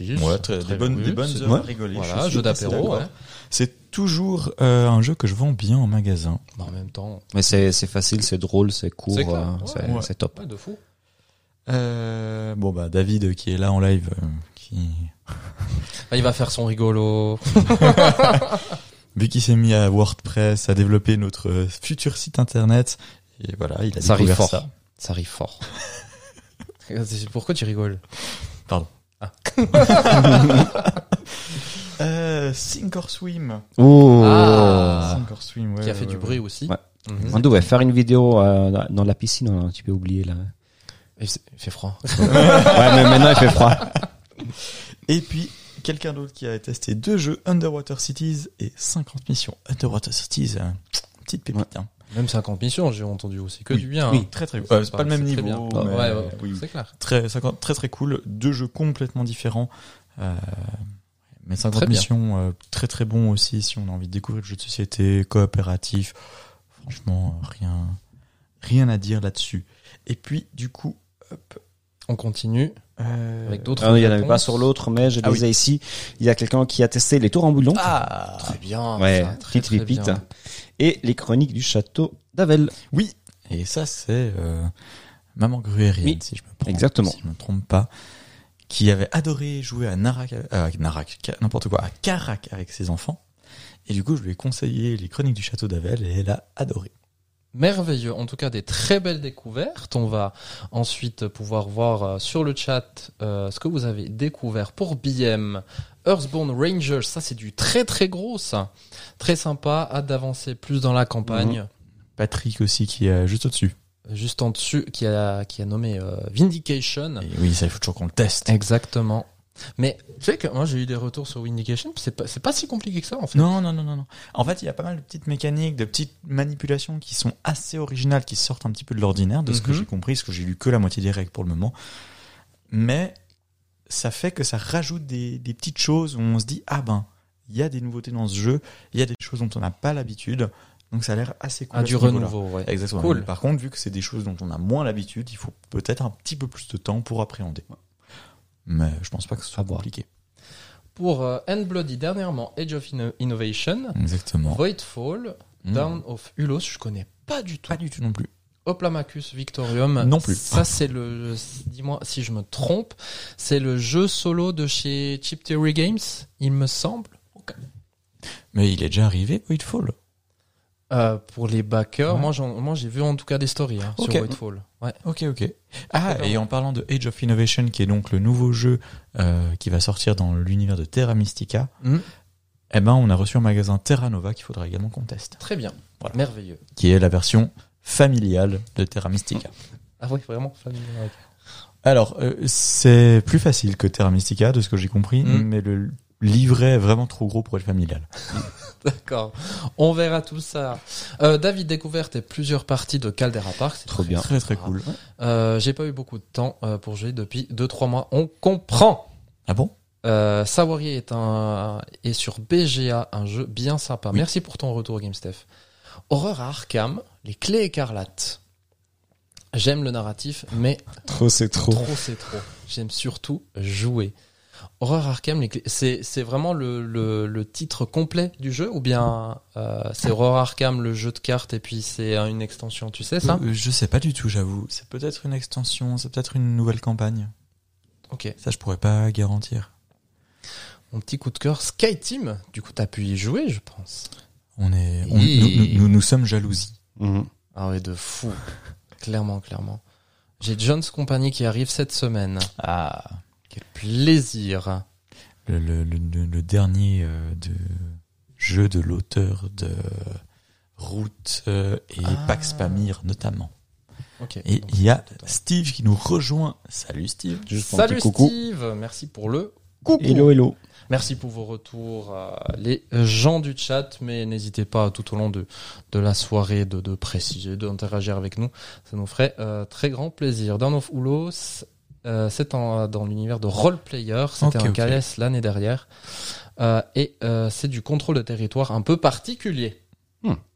S2: Ouais, très- des bonnes, euh, des bonnes œuvres à rigoler.
S1: Voilà,
S2: Je suis
S1: jeu
S2: assez
S1: d'apéro.
S2: d'accord.
S1: ouais.
S2: C'est toujours euh, un jeu que je vends bien en magasin.
S1: Mais En même temps,
S3: Mais c'est c'est facile, c'est drôle, c'est court,
S1: C'est clair,
S3: euh,
S1: ouais.
S3: c'est
S2: Ouais.
S3: c'est top.
S1: pas de fou.
S2: Euh, bon bah David euh, qui est là en live, euh, qui
S1: Ah, il va faire son rigolo.
S2: vu qu'il s'est mis à WordPress, à développer notre euh, futur site internet, et voilà, il a
S1: Ça arrive
S2: découvert
S1: fort.
S2: ça.
S1: Ça arrive fort. C'est- Pourquoi tu rigoles
S2: Euh, Sink or Swim.
S3: Oh.
S1: Ah.
S2: Sink or Swim, ouais,
S1: Qui a fait
S2: ouais,
S1: du
S2: ouais.
S1: bruit aussi.
S3: Ouais.
S1: Mhm.
S3: On devait faire une vidéo euh, dans la piscine, on a un petit peu oublié là.
S1: Il s- il fait froid.
S3: ouais, mais maintenant il fait froid.
S2: Et puis quelqu'un d'autre qui a testé deux jeux Underwater Cities et 50 missions. Underwater Cities, euh, petite pépite. hein.
S1: Même 50 missions, j'ai entendu aussi que
S2: Oui.
S1: du bien.
S2: Oui,
S1: hein.
S2: très très.
S1: Ça
S2: euh, c'est
S1: me
S2: pas le même
S1: paraissait
S2: niveau.
S1: très bien.
S2: mais,
S1: Ouais, ouais,
S2: oui, oui.
S1: C'est clair.
S2: très, 50 très très cool. Deux jeux complètement différents. Euh, mais 50
S1: Très bien.
S2: missions euh, très très bon aussi si on a envie de découvrir le jeu de société, coopératif. Franchement, euh, rien, rien à dire là-dessus. Et puis, du coup, hop,
S1: On continue
S2: euh,
S1: avec d'autres.
S3: Ah, il n'y en avait
S1: réponses.
S3: pas sur l'autre, mais je
S2: Ah
S3: les ai ici. Il y a quelqu'un qui a testé les tours en boulon.
S2: Ah
S1: Très bien.
S3: ouais,
S1: ça, très,
S3: petite
S1: très
S3: pépite.
S1: bien.
S3: Et les chroniques du château d'Avel.
S2: Oui Et ça, c'est euh, Maman Gruérienne,
S3: Oui,
S2: si je me trompe-
S3: exactement.
S2: si je me trompe pas. Qui avait adoré jouer à Narak, euh, à Narak, ca- n'importe quoi, à Carac avec ses enfants. Et du coup, je lui ai conseillé les chroniques du château d'Avel et elle a adoré.
S1: Merveilleux, en tout cas des très belles découvertes. On va ensuite pouvoir voir euh, sur le chat euh, ce que vous avez découvert pour BM. Earthbound Rangers, ça c'est du très très gros ça. Très sympa, hâte d'avancer plus dans la campagne.
S2: Patrick aussi qui est juste au-dessus.
S3: Mm.
S1: Juste en dessus, qui a, qui a nommé euh, Vindication.
S2: Et oui, ça, il faut toujours qu'on le teste.
S1: Exactement. Mais tu sais que moi j'ai eu des retours sur Vindication, c'est pas, c'est pas si compliqué que ça en fait.
S2: Non, non, non, non, non. En fait, il y a pas mal de petites mécaniques, de petites manipulations qui sont assez originales, qui sortent un petit peu de l'ordinaire, de ce que
S1: Mhm.
S2: j'ai compris, parce que j'ai lu que la moitié des règles pour le moment. Mais ça fait que ça rajoute des, des petites choses où on se dit, ah ben, il y a des nouveautés dans ce jeu, il y a des choses dont on n'a pas l'habitude, donc ça a l'air assez cool.
S1: Ah,
S2: à
S1: du
S2: ce niveau-là.
S1: renouveau, ouais.
S2: Exactement.
S1: Cool.
S2: Mais Par contre, vu que c'est des choses dont on a moins l'habitude, il faut peut-être un petit peu plus de temps pour appréhender. Mais je pense pas que ce soit
S3: À voir.
S2: compliqué.
S1: Pour euh, And Bloody dernièrement, Age of Inno- Innovation,
S2: Exactement.
S1: Voidfall,
S2: Mmh.
S1: Down of Ulos, je connais pas du tout.
S2: Pas du tout non plus.
S1: Oplamacus Victorium.
S2: Non plus.
S1: Ça, c'est le. Dis-moi si je me trompe. C'est le jeu solo de chez Chip Theory Games, il me semble.
S2: Mais il est déjà arrivé, Voidfall.
S1: Euh, pour les backers,
S2: Ouais.
S1: moi, j'en- moi, j'ai vu en tout cas des stories hein,
S2: Ok.
S1: sur Whitefall. Ouais.
S2: Ok, ok. Ah,
S1: D'accord.
S2: et en parlant de Age of
S1: Hmm.
S2: Innovation, qui est donc le nouveau jeu euh, qui va sortir dans l'univers de Terra Mystica, eh ben, on a reçu un magasin Terra Nova qu'il faudra également qu'on teste,
S1: Très bien.
S2: Voilà.
S1: Merveilleux.
S2: qui est la version familiale de Terra Mystica.
S1: Ah oui, vraiment familier.
S2: Alors, euh, c'est plus facile que Terra Mystica, de ce que j'ai compris,
S1: Mm.
S2: mais le livret est vraiment trop gros pour être familial.
S1: D'accord. On verra tout ça. Euh, David découverte et plusieurs parties de Caldera Park. C'est
S3: Trop bien.
S2: Très très cool.
S1: Euh, J'ai pas eu beaucoup de temps euh, pour jouer depuis 2-3 mois. On comprend.
S2: Ah bon
S1: Euh, Sawari est, un, est sur BGA, un jeu bien sympa. Merci pour ton retour, GameStef. Horreur à Arkham, les clés écarlates. J'aime le narratif, mais
S3: Trop, c'est trop.
S1: trop c'est trop. J'aime surtout jouer. Horreur Arkham, les clés- c'est c'est vraiment le, le, le titre complet du jeu ou bien euh, c'est Horreur Arkham, le jeu de cartes, et puis c'est euh, une extension, tu sais ça
S2: Euh, Je sais pas du tout, j'avoue. C'est peut-être une extension, c'est peut-être une nouvelle campagne.
S1: Ok.
S2: Ça, je pourrais pas garantir.
S1: Mon petit coup de cœur, Sky Team. Du coup, t'as pu y jouer, je pense.
S2: On est, on-
S1: Et-
S2: nous, nous- nous- nous sommes jalousie.
S3: Mhm.
S1: Ah ouais, de fou. clairement, clairement. J'ai Jones Company qui arrive cette semaine.
S2: Ah.
S1: Quel plaisir.
S2: Le, le- le- le- le dernier euh, de jeu de l'auteur de Route euh, et
S1: Ah.
S2: Pax Pamir notamment.
S1: Ok.
S2: Et
S1: donc-
S2: il y a Steve qui nous rejoint. Salut Steve.
S3: Juste un
S1: Salut
S3: petit coucou.
S1: Steve, merci pour le coucou.
S3: Hello, hello.
S1: Merci pour vos retours, euh, les gens du chat, mais n'hésitez pas tout au long de, de la soirée de, de préciser, d'interagir avec nous. Ça nous ferait euh, très grand plaisir. Dawn of Ulos, euh, c'est en- dans l'univers de Role Player. C'était
S2: Ok,
S1: un
S2: ok.
S1: KS l'année dernière. Euh, et euh, c'est du contrôle de territoire un peu particulier.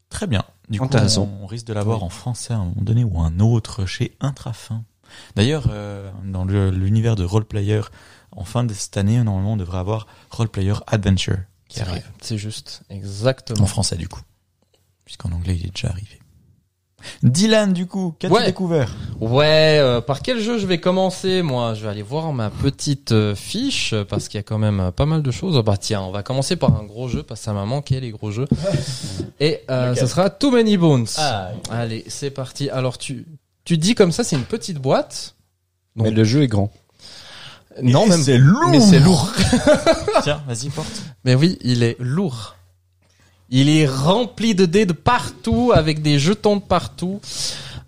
S2: Très bien. Du coup,
S3: Intéressant.
S2: on, on risque de l'avoir en français à un moment donné ou un autre chez Intrafin. D'ailleurs, euh, dans le- l'univers de Roleplayer, en fin de cette année, normalement, on devrait avoir Roleplayer Adventure qui
S1: C'est vrai,
S2: arrive.
S1: C'est juste,
S2: En
S1: exactement.
S2: français, du coup. Puisqu'en anglais, il est déjà arrivé. Dylan, du coup, qu'as-tu
S1: Ouais.
S2: découvert
S1: Ouais, euh, par quel jeu je vais commencer Moi, je vais aller voir ma petite euh, fiche euh, parce qu'il y a quand même euh, pas mal de choses. Ah Bah tiens, on va commencer par un gros jeu parce que ça m'a manqué les gros jeux. Et euh,
S2: Lequel
S1: ce sera Too Many Bones.
S2: Ah,
S1: Allez, c'est parti. Alors tu tu dis comme ça, c'est une petite boîte.
S3: Mais le jeu est grand.
S1: Non, même
S2: c'est lourd.
S1: mais c'est lourd.
S2: Tiens, vas-y, porte.
S1: Mais oui, il est lourd. Il est rempli de dés de partout, avec des jetons de partout.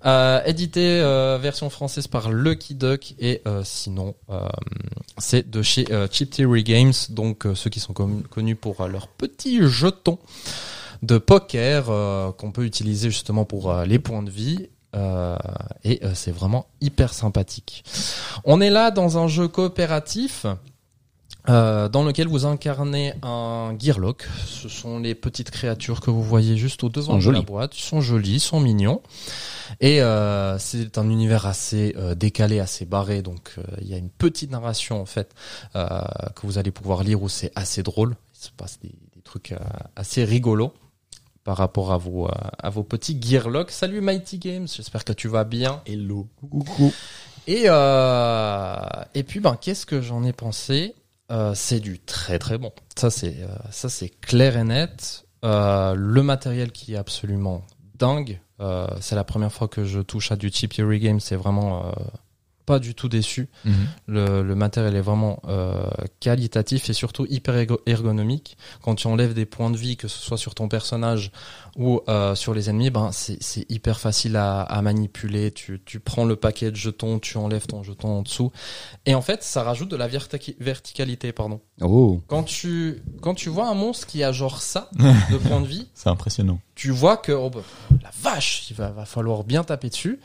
S1: Euh, édité euh, version française par Lucky Duck et euh, sinon euh, c'est de chez euh, Chip Theory Games, donc euh, ceux qui sont com- connus pour euh, leurs petits jetons de poker euh, qu'on peut utiliser justement pour euh, les points de vie. Euh, et euh, c'est vraiment hyper sympathique. On est là dans un jeu coopératif euh, dans lequel vous incarnez un Gearlock. Ce sont les petites créatures que vous voyez juste au devant
S3: Sont
S1: de la
S3: jolies.
S1: boîte. Ils sont jolis, ils sont mignons. Et euh, c'est un univers assez euh, décalé, assez barré. Donc euh, il y a une petite narration en fait euh, que vous allez pouvoir lire où c'est assez drôle. Il se passe des, des trucs euh, assez rigolos par rapport à vos, euh, à vos petits Gearlocks. Salut Mighty Games, j'espère que tu vas bien.
S2: Hello.
S3: Coucou.
S1: Et, euh, et puis, ben, qu'est-ce que j'en ai pensé Euh, C'est du très très bon. Ça, c'est euh, ça, c'est clair et net. Euh, le matériel qui est absolument dingue. Euh, c'est la première fois que je touche à du Chip Theory Game. C'est vraiment euh, pas du tout déçu.
S2: Mhm.
S1: Le, le matériel est vraiment euh, qualitatif et surtout hyper ergo- ergonomique. Quand tu enlèves des points de vie, que ce soit sur ton personnage ou euh, sur les ennemis, ben c'est c'est hyper facile à, à manipuler. Tu, tu prends le paquet de jetons, tu enlèves ton jeton en dessous, et en fait, ça rajoute de la verti- verticalité, pardon.
S3: Oh.
S1: Quand tu quand tu vois un monstre qui a genre ça de points de vie,
S2: C'est impressionnant.
S1: tu vois que oh bah, la vache, il va, va falloir bien taper dessus.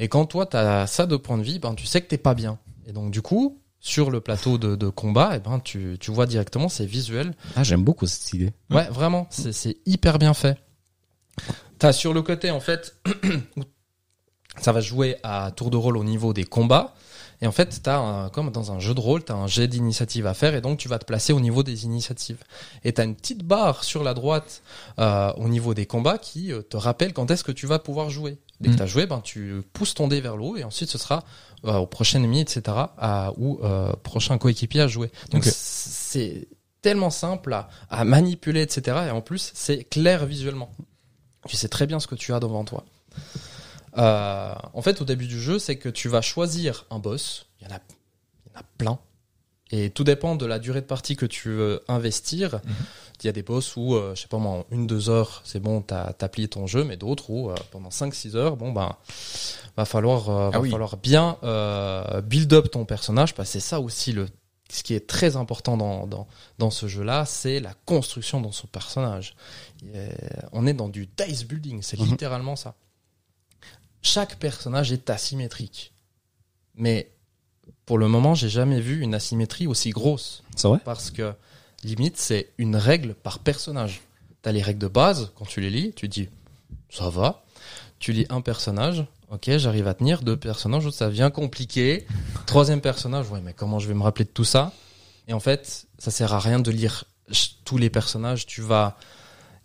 S1: Et quand toi, tu as ça de point de vie, ben, tu sais que t'es pas bien. Et donc, du coup, sur le plateau de, de combat, et ben, tu, tu vois directement, c'est visuel.
S3: Ah, j'aime beaucoup cette idée.
S1: Ouais, vraiment, c'est- c'est hyper bien fait. T'as sur le côté, en fait, où ça va jouer à tour de rôle au niveau des combats. Et en fait, t'as un- comme dans un jeu de rôle, t'as un jet d'initiative à faire et donc tu vas te placer au niveau des initiatives. Et t'as une petite barre sur la droite euh, au niveau des combats qui euh, te rappelle quand est-ce que tu vas pouvoir jouer. Dès que
S2: Mm.
S1: t'as joué, ben tu pousses ton dé vers le haut et ensuite ce sera euh, au prochain ennemi, etc. à- ou euh, prochain coéquipier à jouer. Donc
S2: Ok.
S1: c'est tellement simple à, à manipuler, etc. Et en plus, c'est clair visuellement. Tu sais très bien ce que tu as devant toi. Euh, en fait, au début du jeu, c'est que tu vas choisir un boss. Il y en a, il y en a plein. Et tout dépend de la durée de partie que tu veux investir.
S2: Mhm.
S1: Il y a des boss où, euh, je sais pas moi, en une, deux heures, c'est bon, t'as as plié ton jeu, mais d'autres où, euh, pendant 5-6 heures, bon, ben, va falloir, euh,
S2: Ah
S1: va
S2: oui.
S1: falloir bien euh, build up ton personnage, parce que c'est ça aussi le. Ce qui est très important dans, dans, dans ce jeu-là, c'est la construction dans son personnage. Et, euh, on est dans du dice building, c'est
S3: Mhm.
S1: littéralement ça. Chaque personnage est asymétrique. Mais pour le moment, j'ai jamais vu une asymétrie aussi grosse
S3: C'est vrai
S1: parce que limite, c'est une règle par personnage. T'as les règles de base, quand tu les lis, tu dis ça va. Tu lis un personnage, ok, j'arrive à tenir. Deux personnages, ça devient compliqué. Troisième personnage, ouais, mais comment je vais me rappeler de tout ça Et en fait, ça sert à rien de lire ch- tous les personnages. Tu vas.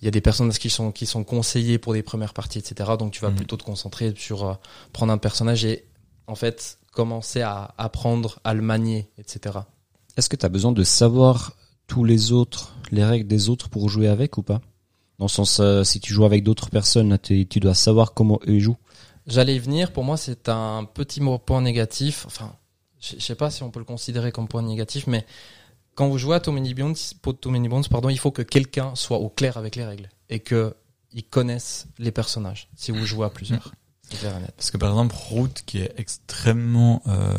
S1: Il y a des personnages qui sont, qui sont conseillés pour des premières parties, etc. Donc tu vas
S2: Mhm.
S1: plutôt te concentrer sur euh, prendre un personnage et en fait commencer à apprendre à le manier, etc.
S3: Est-ce que tu as besoin de savoir tous les autres, les règles des autres pour jouer avec ou pas Dans le sens, euh, si tu joues avec d'autres personnes, tu, tu dois savoir comment eux jouent.
S1: J'allais y venir. Pour moi, c'est un petit mot- point négatif. Enfin, je je sais pas si on peut le considérer comme point négatif, mais quand vous jouez à Too Many Bones, pour Too Many Bones, pardon, il faut que quelqu'un soit au clair avec les règles et que ils connaissent les personnages. Si vous jouez à plusieurs, c'est clair et net.
S2: Parce que par exemple, Route qui est extrêmement euh,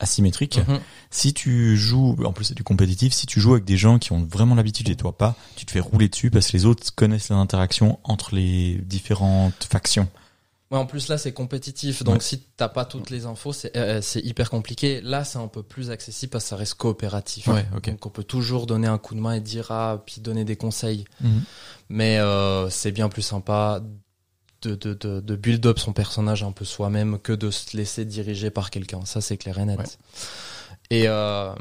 S2: asymétrique,
S1: Mhm.
S2: si tu joues, en plus c'est du compétitif, si tu joues avec des gens qui ont vraiment l'habitude et toi pas, tu te fais rouler dessus parce que les autres connaissent les interactions entre les différentes factions.
S1: Ouais, en plus là c'est compétitif, donc
S2: Ouais.
S1: si t'as pas toutes les infos, c'est euh, c'est hyper compliqué. Là c'est un peu plus accessible parce que ça reste coopératif.
S2: ok.
S1: Donc on peut toujours donner un coup de main et dire ah puis donner des conseils.
S2: Mhm.
S1: Mais euh, c'est bien plus sympa de, de, de, de build up son personnage un peu soi-même que de se laisser diriger par quelqu'un. Ça, c'est clair et net.
S2: Ouais.
S1: Et, euh,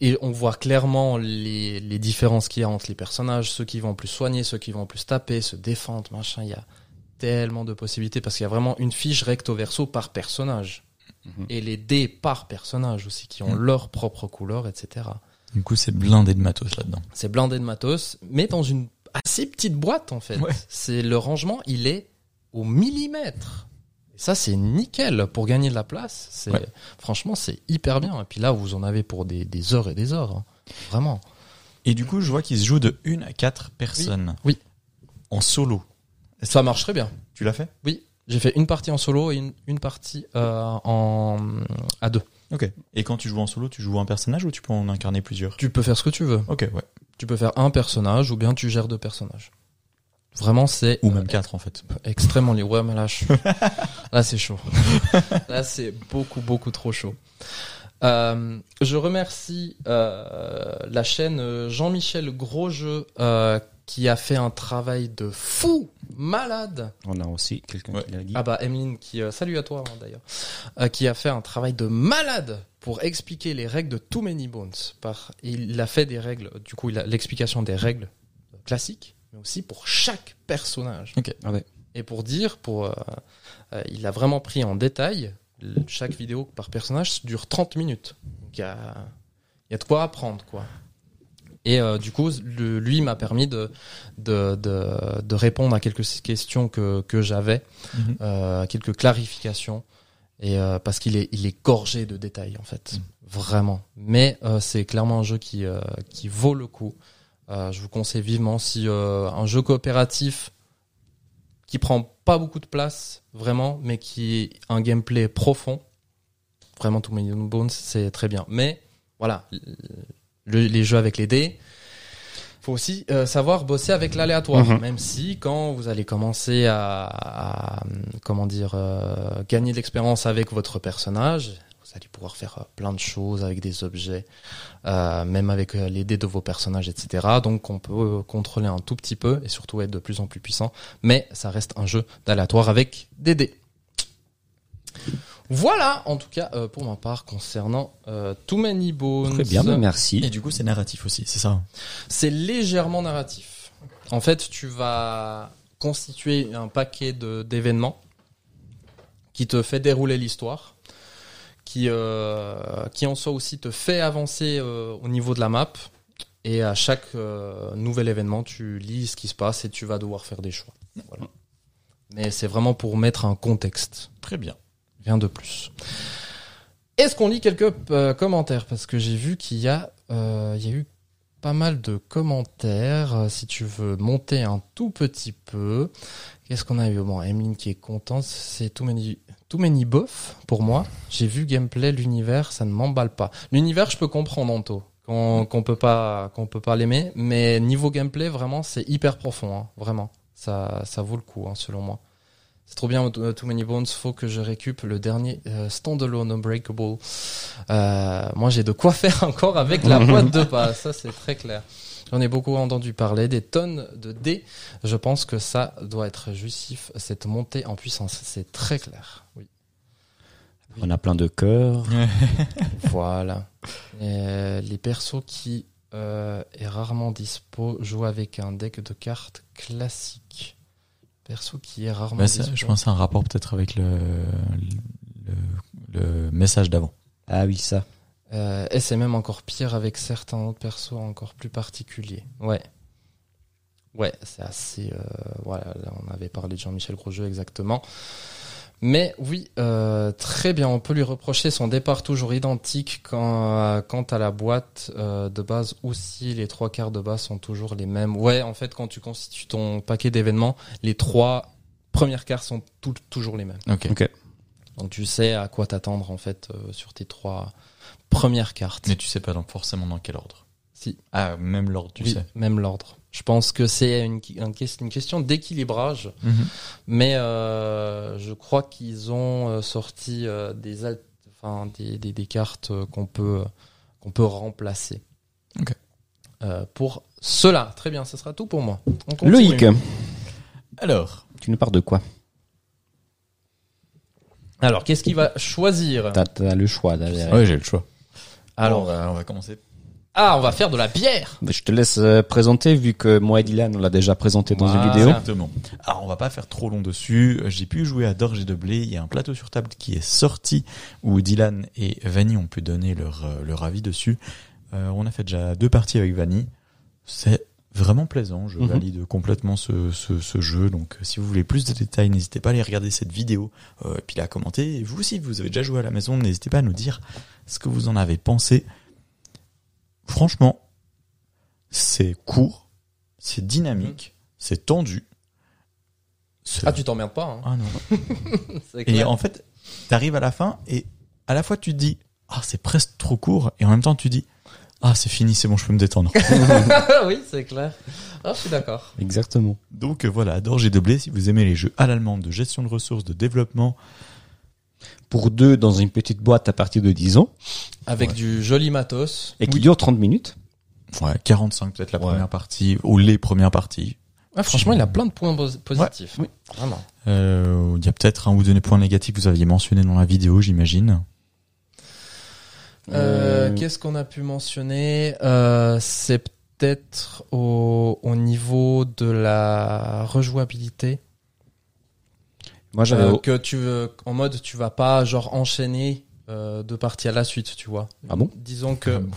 S1: et on voit clairement les, les différences qu'il y a entre les personnages, ceux qui vont plus soigner, ceux qui vont plus taper, se défendre, machin. Il y a tellement de possibilités parce qu'il y a vraiment une fiche recto verso par personnage.
S3: Mhm.
S1: Et les dés par personnage aussi, qui ont
S2: Mhm.
S1: leur propre couleur, etc.
S2: Du coup, c'est blindé de matos là-dedans.
S1: C'est blindé de matos, mais dans une assez petite boîte en fait.
S2: Ouais.
S1: C'est le rangement, il est au millimètre. Et ça c'est nickel pour gagner de la place. C'est
S2: Ouais.
S1: franchement c'est hyper bien. Et puis là vous en avez pour des, des heures et des heures, hein. vraiment.
S2: Et du coup, je vois qu'il se joue de 1 à 4 personnes.
S1: Oui.
S2: En solo.
S1: Ça marche très bien.
S2: Tu l'as fait
S1: Oui, j'ai fait une partie en solo et une, une partie euh, en à deux.
S2: Ok. Et quand tu joues en solo, tu joues un personnage ou tu peux en incarner plusieurs
S1: Tu peux faire ce que tu veux.
S2: Ok, ouais.
S1: Tu peux faire un personnage ou bien tu gères deux personnages. Vraiment c'est
S2: Ou même 4 en fait.
S1: extrêmement libre. Ouais, mais là, je- là c'est chaud. Là, c'est beaucoup, beaucoup trop chaud. Euh, je remercie euh, la chaîne euh, Jean-Michel Grosjeu euh, qui a fait un travail de fou, malade.
S3: On a aussi quelqu'un
S2: Ouais.
S3: qui l'a dit.
S1: Ah bah Emeline, qui euh, salut à toi hein, d'ailleurs, euh, qui a fait un travail de malade pour expliquer les règles de Too Many Bones. Par, il a fait des règles, du coup, il a l'explication des règles classiques, mais aussi pour chaque personnage.
S2: Ok.
S3: Ah ouais.
S1: Et pour dire, pour, euh, euh, il a vraiment pris en détail le- chaque vidéo par personnage ça dure 30 minutes. Donc il y a, il y a de quoi apprendre quoi. Et euh, du coup, le- lui m'a permis de, de, de, de répondre à quelques questions que, que j'avais euh, quelques clarifications et euh, parce qu'il est il est gorgé de détails en fait vraiment mais euh, c'est clairement un jeu qui euh, qui vaut le coup Euh, je vous conseille vivement si euh, un jeu coopératif qui prend pas beaucoup de place vraiment mais qui est un gameplay profond vraiment Too Many Bones c'est très bien mais voilà le- les jeux avec les dés faut aussi euh, savoir bosser avec l'aléatoire,
S3: Mhm.
S1: même si quand vous allez commencer à, à, hum, comment dire euh, gagner de l'expérience avec votre personnage, vous allez pouvoir faire euh, plein de choses avec des objets, euh, même avec euh, les dés de vos personnages, etc. Donc on peut euh, contrôler un tout petit peu et surtout être de plus en plus puissant, mais ça reste un jeu d'aléatoire avec des dés. Voilà, en tout cas euh, pour ma part concernant euh, Too Many Bones.
S3: Très bien, bah, merci.
S2: Et du coup, c'est narratif aussi, c'est ça
S1: C'est légèrement narratif. En fait, tu vas constituer un paquet de- d'événements qui te fait dérouler l'histoire, qui, euh, qui en soi aussi te fait avancer euh, au niveau de la map. Et à chaque euh, nouvel événement, tu lis ce qui se passe et tu vas devoir faire des choix. Voilà. Mais c'est vraiment pour mettre un contexte,
S2: Très bien.
S1: rien de plus. Est-ce qu'on lit quelques euh, commentaires Parce que j'ai vu qu'il y, a, euh, il y a eu pas mal de commentaires. Euh, Si tu veux monter un tout petit peu, qu'est-ce qu'on a eu Bon, Emeline qui est contente, c'est Too Many, too many Bof pour moi. J'ai vu gameplay, l'univers, ça ne m'emballe pas. L'univers, je peux comprendre, Anto. Qu'on qu'on peut pas, qu'on peut pas l'aimer, mais niveau gameplay, vraiment, c'est hyper profond, hein, vraiment. Ça, ça vaut le coup, hein, selon moi. C'est trop bien, Too Too Many Bones. Faut que je récup le dernier euh, standalone Unbreakable. Euh, moi, j'ai de quoi faire encore avec la boîte de pas. Ça, c'est très clair. J'en ai beaucoup entendu parler, des tonnes de dés. Je pense que ça doit être justif, cette montée en puissance. C'est très clair. Oui.
S3: On a plein de cœurs.
S1: Voilà. Et les persos qui euh, est rarement dispo jouent avec un deck de cartes classique. Perso qui est rarement
S2: Bah, ça,
S1: dispo.
S2: je pense que c'est un rapport peut-être avec le, le, le message d'avant.
S3: Ah oui, ça.
S1: Euh, et c'est même encore pire avec certains autres persos encore plus particuliers. Ouais. Ouais, c'est assez. euh, voilà, là on avait parlé de Jean-Michel Grosjeu exactement. Mais oui, euh, très bien. On peut lui reprocher son départ toujours identique quand, euh, quant à la boîte euh, de base aussi. Les trois quarts de base sont toujours les mêmes. Ouais, en fait, quand tu constitues ton paquet d'événements, les trois premières cartes sont tout- toujours les mêmes.
S2: Ok.
S1: Donc tu sais à quoi t'attendre en fait euh, sur tes trois premières cartes.
S2: Mais tu sais pas donc forcément dans quel ordre.
S1: Si.
S2: Ah, même l'ordre, tu
S1: Oui,
S2: sais.
S1: même l'ordre. Je pense que c'est une, un ques- une question d'équilibrage, mais euh, je crois qu'ils ont euh, sorti euh, des, al- enfin, des, des, des cartes euh, qu'on peut, euh, qu'on peut remplacer.
S2: Ok.
S1: Euh, pour cela, très bien, ce sera tout pour moi. On continue.
S3: Loïc,
S2: Alors,
S3: tu nous parles de quoi
S1: Alors, qu'est-ce qu'il va choisir
S3: T'as t'as le choix. derrière.
S2: ouais, j'ai le choix.
S1: Alors,
S2: on va, euh, on va commencer.
S1: ah, on va faire de la bière.
S3: Je te laisse euh, présenter vu que moi et Dylan, on l'a déjà présenté dans
S2: Voilà,
S3: une vidéo.
S2: Exactement. Alors, on va pas faire trop long dessus. Euh, J'ai pu jouer à Dorge et de Blé. Il y a un plateau sur table qui est sorti où Dylan et Vanny ont pu donner leur, euh, leur avis dessus. Euh, on a fait déjà deux parties avec Vanny. C'est vraiment plaisant. Je
S3: Mhm.
S2: valide complètement ce, ce, ce jeu. Donc, euh, si vous voulez plus de détails, n'hésitez pas à aller regarder cette vidéo, euh, et puis la commenter. Et vous aussi, vous avez déjà joué à la maison, n'hésitez pas à nous dire ce que vous en avez pensé. Franchement, c'est court, c'est dynamique, c'est tendu. C'est-
S1: Ah, tu t'emmerdes pas. hein.
S2: Ah non.
S1: C'est
S2: Et
S1: clair.
S2: en fait, t'arrives à la fin et à la fois tu te dis ah c'est presque trop court et en même temps tu dis ah c'est fini c'est bon je peux me détendre.
S1: oui, c'est clair. Ah, je suis d'accord.
S3: Exactement.
S2: Donc euh, voilà Dorge et de blé si vous aimez les jeux à l'allemande de gestion de ressources de développement
S3: Pour deux, dans une petite boîte à partir de 10 ans
S1: Avec
S2: Ouais.
S1: du joli matos.
S3: et qui dure 30 minutes.
S2: ouais 45 peut-être la
S3: Ouais.
S2: première partie ou les premières parties.
S1: Ah, franchement, il a plein de points pos- positifs.
S3: oui.
S1: Vraiment.
S2: Euh, Il y a peut-être un ou deux points négatifs que vous aviez mentionnés dans la vidéo j'imagine.
S1: Euh,
S3: Euh,
S1: Qu'est-ce qu'on a pu mentionner Euh, C'est peut-être au, au niveau de la rejouabilité
S3: Moi, j'avais.
S1: euh, que tu veux, en mode tu vas pas genre enchaîner euh, deux parties à la suite, tu vois.
S3: Ah bon
S1: Disons que
S2: Ah bon.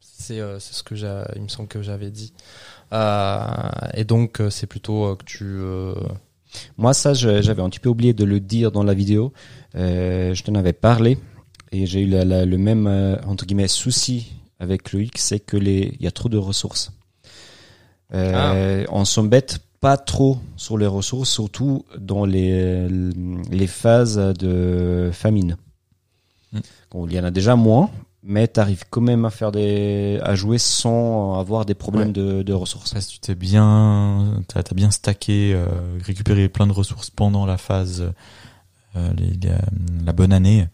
S1: c'est euh, c'est ce que j'a- il me semble que j'avais dit. Euh, et donc euh, c'est plutôt euh, que tu euh,
S3: Moi, ça, je- j'avais un petit peu oublié de le dire dans la vidéo. Euh, je t'en avais parlé et j'ai eu la- la- le même euh, entre guillemets souci avec Loïc, c'est que les il y a trop de ressources. Euh,
S2: Ah.
S3: On s'embête pas trop sur les ressources, surtout dans les les phases de famine.
S2: Mm.
S3: Bon, il y en a déjà moins, mais t'arrives quand même à faire des à jouer sans avoir des problèmes
S2: Ouais.
S3: de, de ressources.
S2: Parce que tu t'es bien, t'as as bien stacké, euh, récupéré plein de ressources pendant la phase, euh, les- les, euh, la bonne année.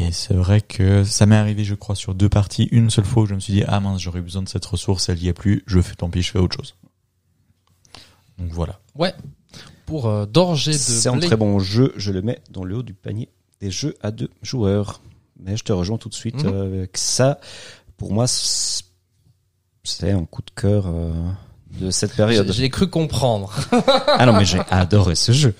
S2: Et c'est vrai que ça m'est arrivé, je crois, sur deux parties. Une seule fois où je me suis dit, ah mince, j'aurais eu besoin de cette ressource, elle y est plus, je fais, tant pis, je fais autre chose. Donc voilà.
S1: pour euh, d'orger de
S3: C'est un
S1: blé.
S3: très bon jeu, je le mets dans le haut du panier des jeux à deux joueurs. Mais je te rejoins tout de suite
S1: Mhm.
S3: euh, avec ça. Pour moi, c'est c'est un coup de cœur euh, de cette période.
S1: J'ai j'ai cru comprendre.
S3: ah non, mais j'ai adoré ce jeu.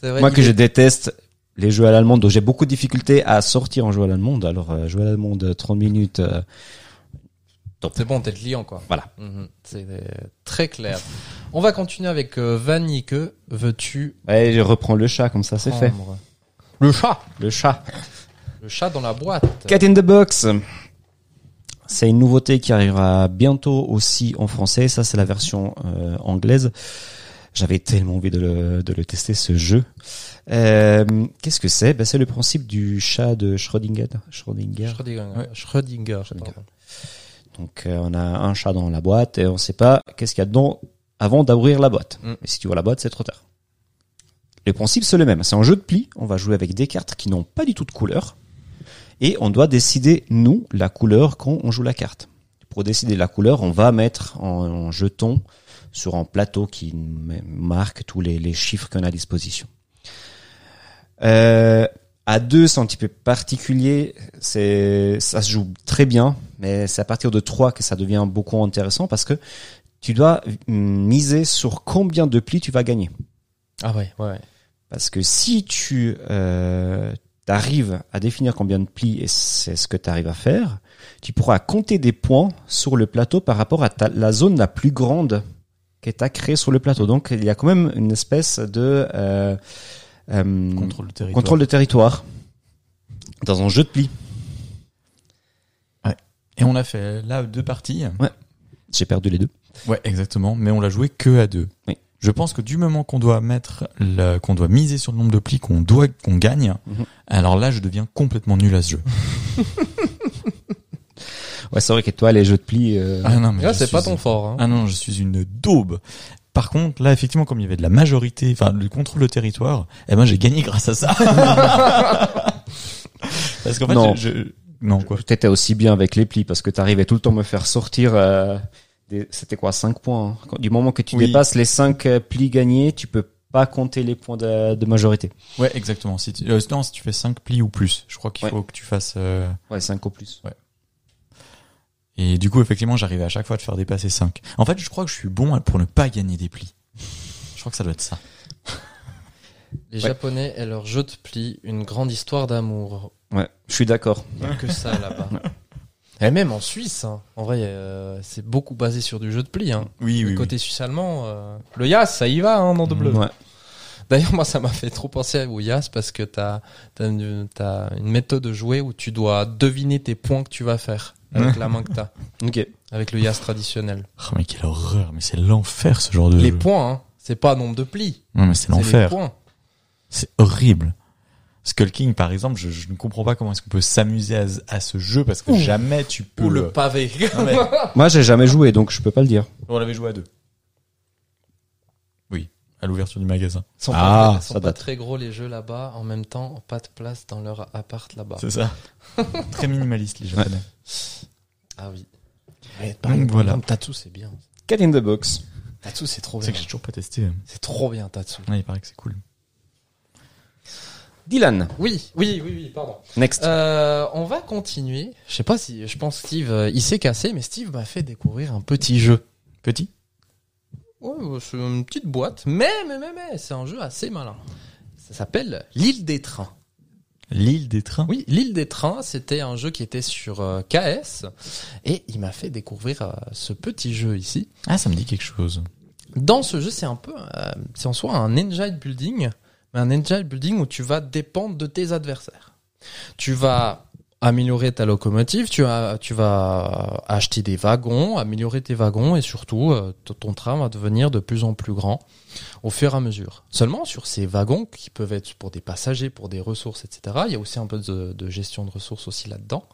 S1: C'est vrai,
S3: moi
S1: il
S3: que
S1: est-
S3: je déteste les jeux à l'allemande, donc j'ai beaucoup de difficultés à sortir en jeu à l'allemande. Alors, euh, jeu à l'allemande, euh, 30 minutes. euh,
S1: C'est bon, t'es le client, quoi.
S3: Voilà.
S1: Mhm. C'est euh, très clair. On va continuer avec euh, Vanny. Que veux-tu Oh.
S3: Ouais, je reprends le chat, comme ça c'est fait.
S1: prendre Le chat.
S3: Le chat.
S1: Le chat dans la boîte.
S3: Cat in the Box. C'est une nouveauté qui arrivera bientôt aussi en français. Ça, c'est la version euh, anglaise. J'avais tellement envie de le, de le tester, ce jeu. Euh, Qu'est-ce que c'est ben, C'est le principe du chat de Schrödinger. Schrödinger.
S1: Schrödinger.
S2: Ouais.
S1: Schrödinger.
S3: Schrödinger.
S1: pardon.
S3: Donc, euh, on a un chat dans la boîte et on ne sait pas qu'est-ce qu'il y a dedans avant d'ouvrir la boîte.
S1: Mm.
S3: Et si tu vois la boîte, c'est trop tard. Le principe, c'est le même. C'est un jeu de plis. On va jouer avec des cartes qui n'ont pas du tout de couleur. Et on doit décider, nous, la couleur quand on joue la carte. Pour décider la couleur, on va mettre en, en jeton sur un plateau qui m- marque tous les, les chiffres qu'on a à disposition. Euh, à deux, c'est un petit peu particulier. C'est, ça se joue très bien, mais c'est à partir de trois que ça devient beaucoup intéressant parce que tu dois mm, miser sur combien de plis tu vas gagner.
S1: Ah ouais, ouais, ouais.
S3: Parce que si tu euh, arrives à définir combien de plis, et c'est ce que tu arrives à faire, tu pourras compter des points sur le plateau par rapport à ta- la zone la plus grande que tu as créée sur le plateau. Donc il y a quand même une espèce de euh, euh,
S2: Contrôle de territoire.
S3: contrôle de territoire dans un jeu de plis.
S2: Et on a fait là deux parties.
S3: J'ai perdu les deux.
S2: Ouais, exactement. Mais on l'a joué que à deux.
S3: Oui.
S2: Je pense que du moment qu'on doit mettre, le- qu'on doit miser sur le nombre de plis qu'on doit, qu'on gagne,
S3: Mhm.
S2: alors là, je deviens complètement nul à ce jeu.
S3: Ouais, c'est vrai que toi, les jeux de plis, euh,
S2: Ah non, mais
S1: Là,
S2: je
S1: c'est
S2: suis-
S1: pas ton fort. hein.
S2: Ah non, je suis une daube. Par contre, là, effectivement, comme il y avait de la majorité, enfin, le contrôle de territoire, eh ben, j'ai gagné grâce à ça. Parce qu'en fait,
S3: Non.
S2: je, je- non, quoi.
S3: t'étais aussi bien avec les plis parce que t'arrivais tout le temps à me faire sortir. euh, des- C'était quoi, 5 points hein. Quand- Du moment que tu
S2: Oui.
S3: dépasses les 5 plis gagnés, tu peux pas compter les points de, de majorité.
S2: Ouais, exactement. Si tu, euh, non, si tu fais 5 plis ou plus, je crois qu'il
S3: Ouais.
S2: faut que tu fasses, euh,
S3: Ouais, 5 au plus.
S2: et du coup, effectivement, j'arrivais à chaque fois de faire dépasser 5. En fait, je crois que je suis bon pour ne pas gagner des plis. Je crois que ça doit être ça.
S1: Les
S3: Ouais.
S1: Japonais et leur jeu de plis, une grande histoire d'amour.
S3: Ouais, je suis d'accord.
S1: Pas que ça là-bas. Et même en Suisse, hein. en vrai, euh, c'est beaucoup basé sur du jeu de pli. Hein.
S2: Oui,
S1: Le côté suisse allemand, euh, le Yas, ça y va hein, dans double.
S3: Ouais.
S1: D'ailleurs, moi, ça m'a fait trop penser au Yas parce que t'as as une, t'as une méthode de jouer où tu dois deviner tes points que tu vas faire avec la main que t'as,
S3: Ok.
S1: avec le Yas traditionnel.
S2: Oh, mais quelle horreur. Mais c'est l'enfer, ce genre de
S1: Les
S2: jeu.
S1: points, hein, c'est pas nombre de plis,
S2: Non, mais c'est
S1: c'est les
S2: l'enfer.
S1: points.
S2: C'est horrible. Skull King, par exemple, je, je ne comprends pas comment est-ce qu'on peut s'amuser à, à ce jeu parce que
S1: Ouh.
S2: jamais tu peux.
S1: Ou le pavé.
S2: Non, mais-
S3: Moi, j'ai jamais joué, donc je peux pas le dire.
S2: on l'avait joué à deux. Oui, à l'ouverture du magasin.
S1: sont
S2: Ah,
S1: pas, très- sont
S3: ça
S1: pas
S3: date.
S1: très gros les jeux là-bas. En même temps, pas de place dans leur appart là-bas.
S2: C'est ça. Très minimaliste les japonais.
S1: Ah oui.
S2: Donc, voilà.
S1: Tatsu, c'est bien.
S3: Cat in the Box.
S1: Tatsu, c'est trop bien.
S2: C'est que j'ai toujours pas testé.
S1: C'est trop bien, Tatsu.
S2: Ouais, il paraît que c'est cool.
S3: Dylan,
S1: Oui, oui, oui, oui, pardon.
S3: next.
S1: Euh, on va continuer. Je sais pas si, je pense que Steve, euh, il s'est cassé, mais Steve m'a fait découvrir un petit jeu.
S2: Petit.
S1: Ouais, c'est une petite boîte, mais, mais, mais, mais, c'est un jeu assez malin. Ça s'appelle L'île des trains.
S2: L'île des trains.
S1: Oui, L'île des trains, c'était un jeu qui était sur euh, KS, et il m'a fait découvrir euh, ce petit jeu ici.
S2: Ah, ça me dit quelque chose.
S1: Dans ce jeu, c'est un peu, euh, c'est en soi un engine building, mais un engine building où tu vas dépendre de tes adversaires. Tu vas améliorer ta locomotive, tu, as, tu vas acheter des wagons, améliorer tes wagons et surtout euh, t- ton train va devenir de plus en plus grand au fur et à mesure. Seulement sur ces wagons qui peuvent être pour des passagers, pour des ressources, etc. Il y a aussi un peu de, de gestion de ressources aussi là-dedans.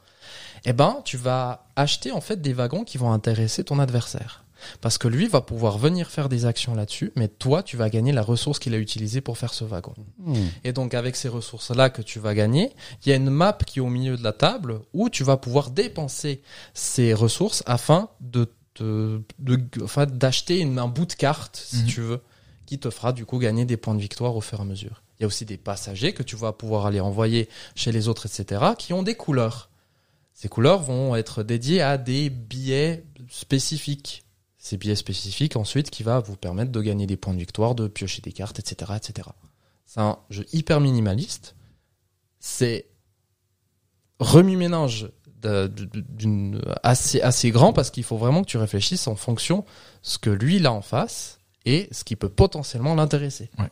S1: Eh ben, tu vas acheter en fait des wagons qui vont intéresser ton adversaire parce que lui va pouvoir venir faire des actions là-dessus, mais toi, tu vas gagner la ressource qu'il a utilisée pour faire ce wagon.
S3: Ah.
S1: Et donc, avec ces ressources-là que tu vas gagner, il y a une map qui est au milieu de la table où tu vas pouvoir dépenser ces ressources afin de te- de, enfin, d'acheter une- un bout de carte, si
S2: Mhm.
S1: tu veux, qui te fera du coup gagner des points de victoire au fur et à mesure. Il y a aussi des passagers que tu vas pouvoir aller envoyer chez les autres, etc., qui ont des couleurs. Ces couleurs vont être dédiées à des billets spécifiques. Ces billets spécifiques, ensuite, qui va vous permettre de gagner des points de victoire, de piocher des cartes, etc., etc. C'est un jeu hyper minimaliste. C'est remue-ménage de- de- de- d'une assez assez grand parce qu'il faut vraiment que tu réfléchisses en fonction ce que lui il a en face et ce qui peut potentiellement l'intéresser.
S2: Ouais.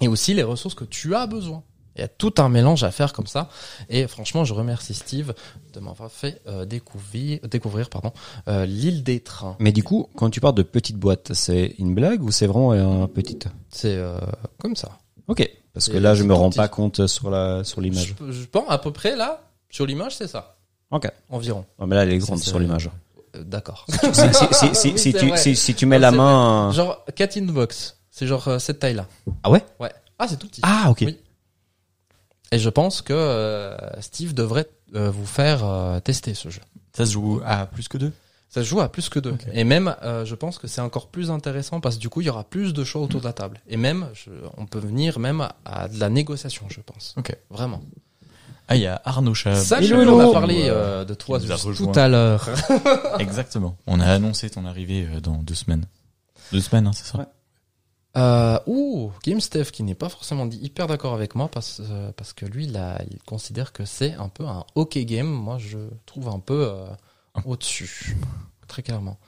S1: Et aussi les ressources que tu as besoin. Il y a tout un mélange à faire comme ça. Et franchement, je remercie Steve de m'avoir fait euh, découvrir, découvrir pardon, euh, l'île des trains.
S3: Mais du coup, quand tu parles de petite boîte, c'est une blague ou c'est vraiment euh, petite
S1: C'est euh, comme ça.
S3: Ok. Parce que
S1: C'est-
S3: là, je
S1: c'est
S3: me
S1: tout
S3: rends
S1: petit.
S3: pas compte euh, sur la sur
S1: Je,
S3: l'image.
S1: je pense à peu près là, sur l'image, c'est ça,
S3: Ok.
S1: environ.
S3: Non, Oh, mais là, elle est grande
S1: C'est-
S3: sur l'image.
S1: Euh, D'accord.
S3: Si- si- si- si-
S1: Oui,
S3: Si
S1: c'est
S3: tu-
S1: vrai.
S3: si- si tu mets
S1: Non,
S3: la
S1: c'est
S3: main. euh,
S1: Genre cat in the box. C'est genre euh, cette taille-là.
S3: Ah ouais
S1: Ouais. Ah, c'est tout petit.
S3: Ah, ok.
S1: Oui. Et je pense que euh, Steve devrait euh, vous faire euh, tester ce jeu.
S2: Ça se joue à plus que deux
S1: Ça se joue à plus que deux. Et même, euh, je pense que c'est encore plus intéressant parce que du coup, il y aura plus de choix autour de la table. Et même, je- on peut venir même à, à de la négociation, je pense.
S2: Ok.
S1: Vraiment.
S2: Ah, il y a Arnaud Chab.
S1: Ça,
S3: Euh, hello,
S1: on
S3: hello.
S1: a parlé euh, de toi
S2: Il nous a
S1: tout
S2: rejoint.
S1: à l'heure.
S2: Exactement. On a annoncé ton arrivée euh, dans deux semaines. Deux semaines, hein, c'est ça
S3: Ouais.
S1: Euh, ouh, GameStef qui n'est pas forcément dit hyper d'accord avec moi parce, euh, parce que lui, là, il considère que c'est un peu un hockey game. Moi, je trouve un peu euh, au-dessus, très clairement.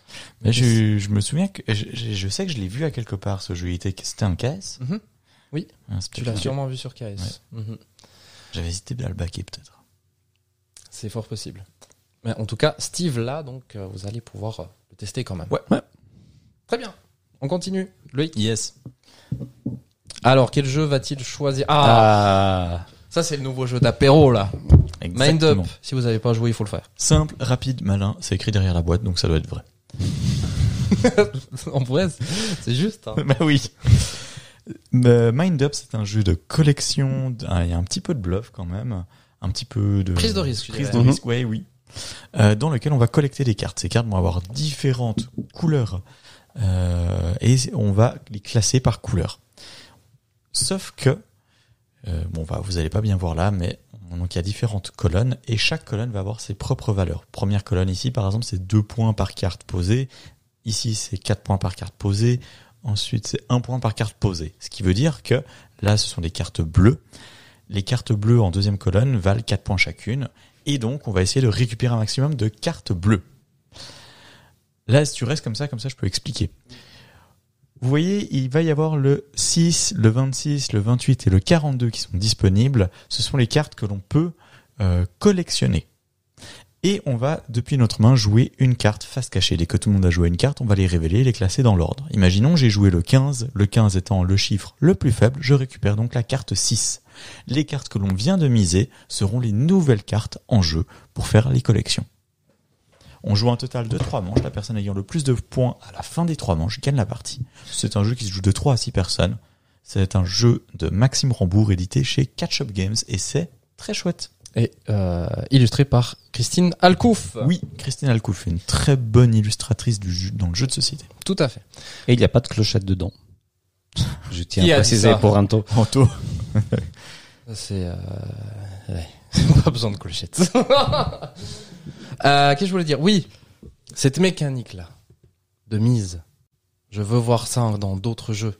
S2: Mais je, je me souviens que je, je- je sais que je l'ai vu à quelque part ce jeu. Il était- C'était un KS.
S1: Mhm. Oui.
S2: Ah, c'est
S1: Tu
S2: peut-être
S1: l'as
S2: un-
S1: sûrement vu sur KS.
S2: Ouais.
S1: Mhm.
S2: J'avais hésité à le baquer peut-être.
S1: C'est fort possible. Mais en tout cas, Steve là, donc euh, vous allez pouvoir euh, le tester quand même.
S2: Ouais.
S1: Très bien. On continue. Loïc.
S2: Yes.
S1: Alors, quel jeu va-t-il choisir Ah,
S3: Ah.
S1: ça c'est le nouveau jeu d'apéro là. Mind
S2: Exactement.
S1: Up. Si vous n'avez pas joué, il faut le faire.
S2: Simple, rapide, malin. C'est écrit derrière la boîte, donc ça doit être vrai.
S1: en vrai, c'est- c'est juste. hein.
S2: bah oui. Euh, Mind Up, c'est un jeu de collection. d- ah, Il y a un petit peu de bluff quand même. Un petit peu de.
S1: Mmh. Prise de risque, je
S2: Prise de
S1: dirais.
S2: risque, ouais, oui. Euh, dans lequel on va collecter des cartes. Ces cartes vont avoir différentes couleurs. euh, et on va les classer par couleur. Sauf que. euh, bon, bah, vous allez pas bien voir là, mais donc il y a différentes colonnes et chaque colonne va avoir ses propres valeurs. Première colonne ici, par exemple, c'est deux points par carte posée. Ici, c'est quatre points par carte posée. Ensuite, c'est un point par carte posée. Ce qui veut dire que là, ce sont des cartes bleues. Les cartes bleues en deuxième colonne valent 4 points chacune. Et donc, on va essayer de récupérer un maximum de cartes bleues. Là, si tu restes comme ça, comme ça, je peux expliquer. Vous voyez, il va y avoir le 6, le 26, le 28 et le 42 qui sont disponibles. Ce sont les cartes que l'on peut euh, collectionner. Et on va, depuis notre main, jouer une carte face cachée. Dès que tout le monde a joué une carte, on va les révéler et les classer dans l'ordre. Imaginons, j'ai joué le 15, le 15 étant le chiffre le plus faible, je récupère donc la carte 6. Les cartes que l'on vient de miser seront les nouvelles cartes en jeu pour faire les collections. On joue un total de 3 manches, la personne ayant le plus de points à la fin des 3 manches gagne la partie. C'est un jeu qui se joue de 3 à 6 personnes. C'est un jeu de Maxime Rambourg édité chez Catch Up Games et c'est très chouette.
S1: Et euh, illustré par Christine Alcouf.
S2: Oui, Christine Alcouf est une très bonne illustratrice du jeu- dans le jeu de société.
S1: Tout à fait.
S3: Et il n'y a pas de clochette dedans. Je tiens
S1: Qui
S3: à
S1: a dit
S3: préciser
S1: ça
S3: pour un taux.
S2: Anto.
S1: C'est euh... ouais. pas besoin de clochette. euh, Qu'est-ce que je voulais dire Oui, cette mécanique là de mise, je veux voir ça dans d'autres jeux.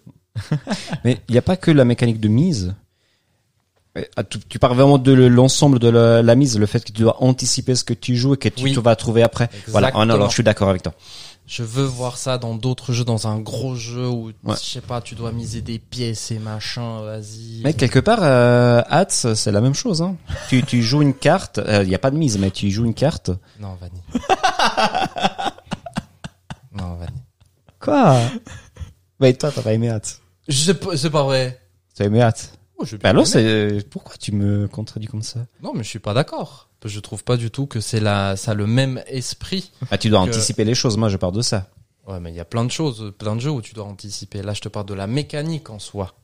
S3: Mais il n'y a pas que la mécanique de mise. Mais, ah, Tu, tu parles vraiment de le- l'ensemble de la, la mise, le fait que tu dois anticiper ce que tu joues et que tu
S1: Oui.
S3: te vas trouver après. Voilà. Ah non, alors je suis d'accord avec toi.
S1: Je veux voir ça dans d'autres jeux, dans un gros jeu où
S3: Ouais.
S1: je sais pas, tu dois miser des pièces et machin, vas-y.
S3: Mais quelque part, euh, Hats, c'est la même chose. Hein. tu, tu joues une carte. euh, Il n'y a pas de mise, mais tu joues une carte.
S1: Non, Vanny. non, Vanny.
S3: Quoi Mais Bah, toi, t'as pas aimé Hats.
S1: Je sais pas- C'est pas vrai.
S3: T'as aimé Hats.
S1: Oh, je vais bien
S3: Bah alors,
S1: aimer.
S3: c'est euh, pourquoi tu me contredis comme ça
S1: Non, mais je suis pas d'accord. Je trouve pas du tout que c'est la, ça a le même esprit.
S3: Ah, tu dois
S1: Que-
S3: anticiper les choses. Moi, je pars de ça.
S1: Ouais, mais il y a plein de choses, plein de jeux où tu dois anticiper. Là, je te parle de la mécanique en soi.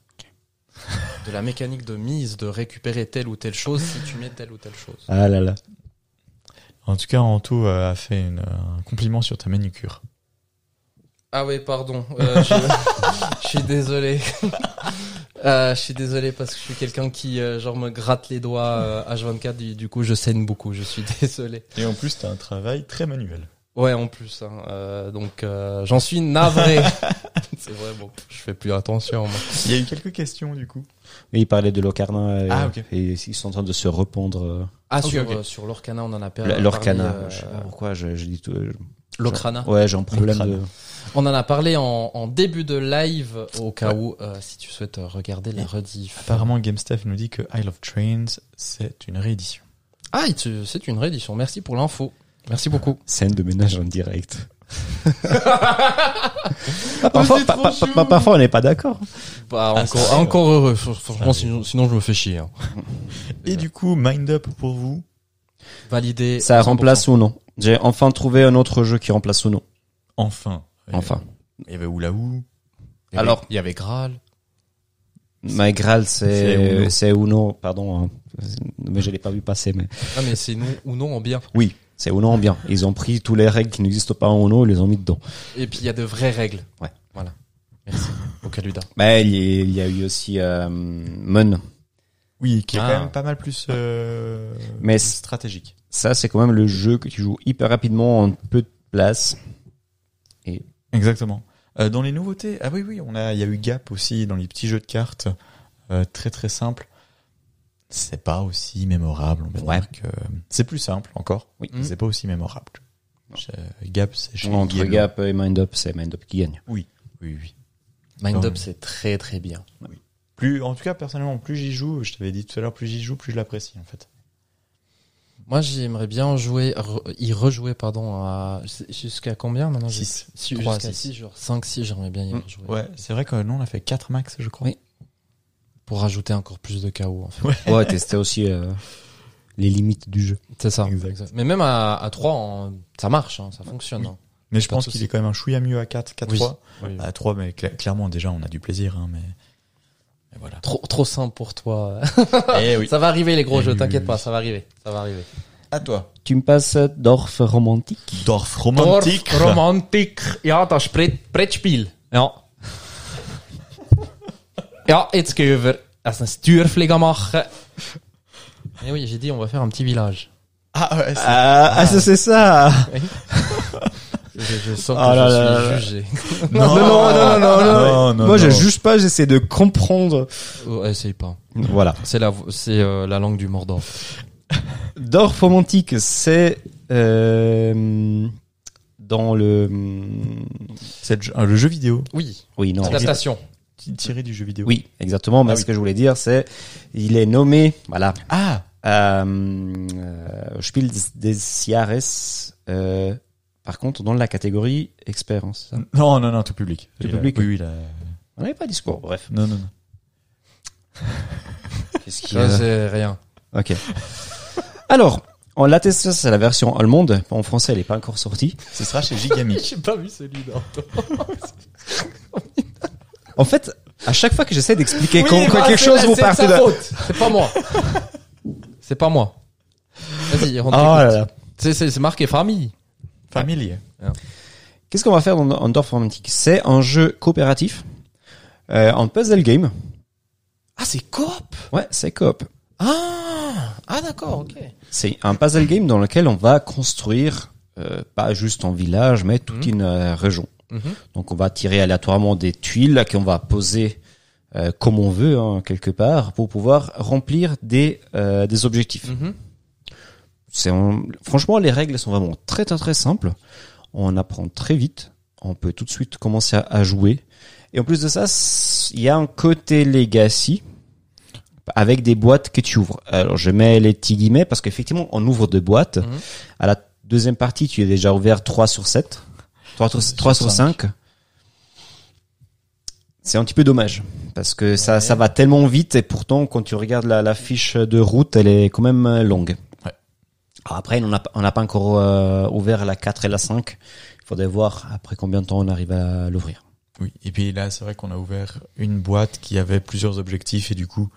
S1: De la mécanique de mise, de récupérer telle ou telle chose si tu mets telle ou telle chose.
S3: Ah là là.
S2: En tout cas, Anto euh, a fait une, euh, un compliment sur ta manucure.
S1: Ah oui, pardon. Euh, je... je suis désolé. Euh, je suis désolé parce que je suis quelqu'un qui euh, genre me gratte les doigts euh, H24 du, du coup je saigne beaucoup je suis désolé
S2: Et en plus, t'as un travail très manuel.
S1: ouais en plus hein, euh, donc euh, j'en suis navré c'est vrai bon je fais plus attention moi.
S2: Il y a eu quelques questions, du coup.
S3: Et il parlait de Locarna. Et,
S2: Ah, ok.
S3: et ils sont en train de se repondre. euh,
S1: ah
S2: Ok,
S1: sur
S2: ok.
S1: euh, sur l'Orcana on en a per-
S3: L-
S1: parlé
S3: L'Orcana.
S1: euh,
S3: Je sais pas pourquoi je, je dis tout. je-
S1: l'Orcana
S3: Ouais, j'ai un problème
S2: L'Orcana.
S3: de.
S1: On en a parlé en, en début de live, au cas où, euh, si tu souhaites euh, regarder la
S2: Et
S1: rediff.
S2: Apparemment, GameStef nous dit que I Love Trains, c'est une réédition.
S1: Ah, et tu- c'est une réédition. Merci pour l'info. Merci beaucoup.
S3: Scène de ménage en direct. Ah,
S1: parfois-
S3: parfois,
S1: c'est trop pa- pa- chou.
S3: on n'est pas d'accord.
S1: Bah,
S2: Ah,
S1: encore,
S2: c'est-
S1: encore heureux. Franchement,
S2: Ah,
S1: sinon, sinon, je me fais chier. hein.
S2: Et du coup, Mind Up pour vous
S1: Validé.
S3: Ça
S1: 100%.
S3: remplace ou non J'ai enfin trouvé un autre jeu qui remplace ou non.
S2: Enfin.
S3: Enfin,
S2: Il y avait Oula Ou.
S1: Il y avait-
S3: Alors-
S1: il y avait Graal.
S3: My Graal,
S2: C'est Uno.
S3: c'est c'est Uno. Pardon, hein. mais je l'ai pas vu passer. Mais
S1: Ah, mais c'est nous ou non en bien.
S3: oui, c'est Uno en bien. Ils ont pris tous les règles qui n'existent pas en Uno, ils les ont mis dedans.
S1: Et puis, il y a de vraies règles.
S3: Ouais.
S1: Voilà. Merci. Au Caluda.
S3: Mais il y, il y a eu aussi euh, Mun.
S2: Oui, qui est
S1: Ah.
S2: quand même pas mal plus euh,
S3: Mais c'est-
S2: stratégique.
S3: Ça, c'est quand même le jeu que tu joues hyper rapidement en peu de place.
S2: Exactement. Euh, dans les nouveautés, ah oui, oui, on a, il y a eu Gap aussi dans les petits jeux de cartes, euh, très très simple. C'est pas aussi mémorable, on peut
S3: Ouais.
S2: dire que c'est plus simple encore.
S3: Oui.
S2: mais C'est pas aussi mémorable. Chez- Gap, c'est chez
S3: Entre
S2: Yellow.
S3: Gap et Mind Up, c'est Mind Up qui gagne.
S2: Oui, oui.
S1: Mind
S2: Ouais.
S1: Up, c'est très très bien.
S2: Plus, en tout cas, personnellement, plus j'y joue, je t'avais dit tout à l'heure, plus j'y joue, plus je l'apprécie en fait.
S1: Moi, j'aimerais bien jouer, re- y rejouer, pardon, à, jusqu'à combien maintenant? j'ai-
S2: Six.
S1: Si-
S2: Trois à
S1: Jusqu'à
S2: six. Mmh,
S1: 6, genre 5, 6, j'aimerais bien y
S3: Mm.
S1: rejouer.
S2: Ouais, c'est vrai que nous on a fait 4 max, je crois.
S3: Oui.
S1: Pour rajouter encore plus de chaos, en fait.
S3: Ouais, tester aussi euh, les limites du jeu.
S1: C'est ça.
S2: Exact.
S1: Mais même à, à 3, ça marche, hein, ça fonctionne.
S2: Oui.
S1: hein.
S2: Mais je
S1: Pas de
S2: pense qu'il
S1: souci.
S2: est quand même un chouïa mieux à 4, 4
S1: Oui.
S2: fois.
S1: Oui.
S2: À 3, mais cla- clairement, déjà, on a du plaisir, hein, mais. mais voilà.
S1: Trop, trop simple pour toi.
S2: Eh oui.
S1: ça va arriver, les gros
S2: Eh
S1: jeux,
S2: oui,
S1: t'inquiète
S2: oui,
S1: pas,
S2: oui.
S1: ça va arriver. Ça va arriver.
S2: À toi.
S3: Tu me passes Dorf romantique
S2: Dorf romantique.
S1: romantique. Ja, das Brettspiel. Ja. ja, jetzt gehen wir ein Stürfliger machen. Eh oui, j'ai dit, on va faire un petit village.
S2: Ah ouais, c'est-
S3: Ah, ah, ça, c'est ça
S1: Je, je sens que
S3: Ah là
S1: je
S3: là là.
S1: suis jugé.
S3: non, non, non, non, non,
S2: Non, non,
S3: Moi, je
S2: non.
S3: juge pas, j'essaie de comprendre.
S1: Oh, essaye pas.
S3: Voilà.
S1: C'est la, vo- c'est euh, la langue du Mordor.
S3: Dorf romantique, c'est euh, dans le...
S2: C'est le jeu- euh, le jeu vidéo.
S1: Oui.
S3: Oui, non.
S1: Adaptation.
S2: Ti- Tiré du jeu vidéo.
S3: Oui, exactement. Mais
S2: Ah
S3: ce
S2: oui.
S3: que je voulais dire, c'est il est nommé, voilà,
S2: Ah
S3: euh, euh, Spiel des Jahres. euh, par contre, dans la catégorie expérience.
S2: Non, non, non, tout public.
S3: Tout
S2: Il a-
S3: public.
S2: Oui, oui, il a-
S3: On n'avait pas discours, bref.
S2: Non, non, non.
S3: Qu'est-ce
S1: Ça, c'est rien.
S3: Euh, Ok. Alors, on l'a testé, ça, c'est la version allemande. En français, elle n'est pas encore sortie.
S2: Ce sera chez Gigamic.
S1: J'ai pas vu celui-là.
S3: En fait, à chaque fois que j'essaie d'expliquer quand-
S1: ah,
S3: quand quelque chose, vous partez de...
S1: bah, C'est pas moi. C'est pas moi. Vas-y, rentre.
S3: Ah là là.
S1: C'est, c'est, c'est marqué famille.
S2: Familier.
S3: Qu'est-ce qu'on va faire dans, dans Dorf Romantique C'est un jeu coopératif, euh, un puzzle game.
S1: Ah, c'est coop.
S3: Ouais, c'est coop.
S1: Ah, ah d'accord, ok.
S3: C'est un puzzle game dans lequel on va construire euh, pas juste un village, mais toute
S1: Mhm.
S3: une euh, région.
S1: Mhm.
S3: Donc on va tirer aléatoirement des tuiles qu'on va poser euh, comme on veut hein, quelque part pour pouvoir remplir des euh, des objectifs.
S1: Mhm.
S3: C'est un- franchement les règles sont vraiment très très très simples. On apprend très vite. On peut tout de suite commencer à, à jouer. Et en plus de ça, c- il y a un côté legacy avec des boîtes que tu ouvres. Alors je mets les petits guillemets parce qu'effectivement on ouvre deux boîtes.
S1: Mhm.
S3: À la deuxième partie, tu es déjà ouvert 3 sur 7. 3,
S2: Sur
S3: 3 sur 5. C'est un petit peu dommage parce que ça, ça va tellement vite et pourtant quand tu regardes la, la fiche de route, elle est quand même euh, longue.
S2: Ouais.
S3: Alors après, on n'a pas- on n'a pas encore euh, ouvert la 4 et la 5. Il faudrait voir après combien de temps on arrive à l'ouvrir.
S2: Oui. Et puis là, c'est vrai qu'on a ouvert une boîte qui avait plusieurs objectifs et du coup,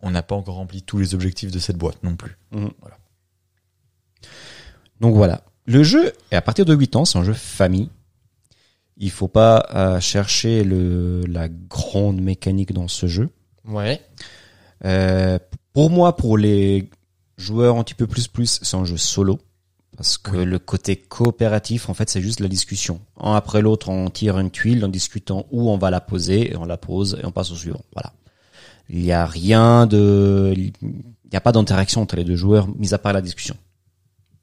S2: on n'a pas encore rempli tous les objectifs de cette boîte non plus.
S3: Donc voilà. Le jeu est à partir de 8 ans, c'est un jeu famille. Il faut pas euh, chercher le, la grande mécanique dans ce jeu.
S1: Ouais.
S3: Euh, pour moi, pour les joueurs un petit peu plus plus, c'est un jeu solo. Parce que
S2: Oui.
S3: le côté coopératif, en fait, c'est juste la discussion. Un après l'autre, on tire une tuile en discutant où on va la poser, et on la pose, et on passe au suivant. Voilà. Il n'y a rien de... Il n'y a pas d'interaction entre les deux joueurs, mis à part la discussion.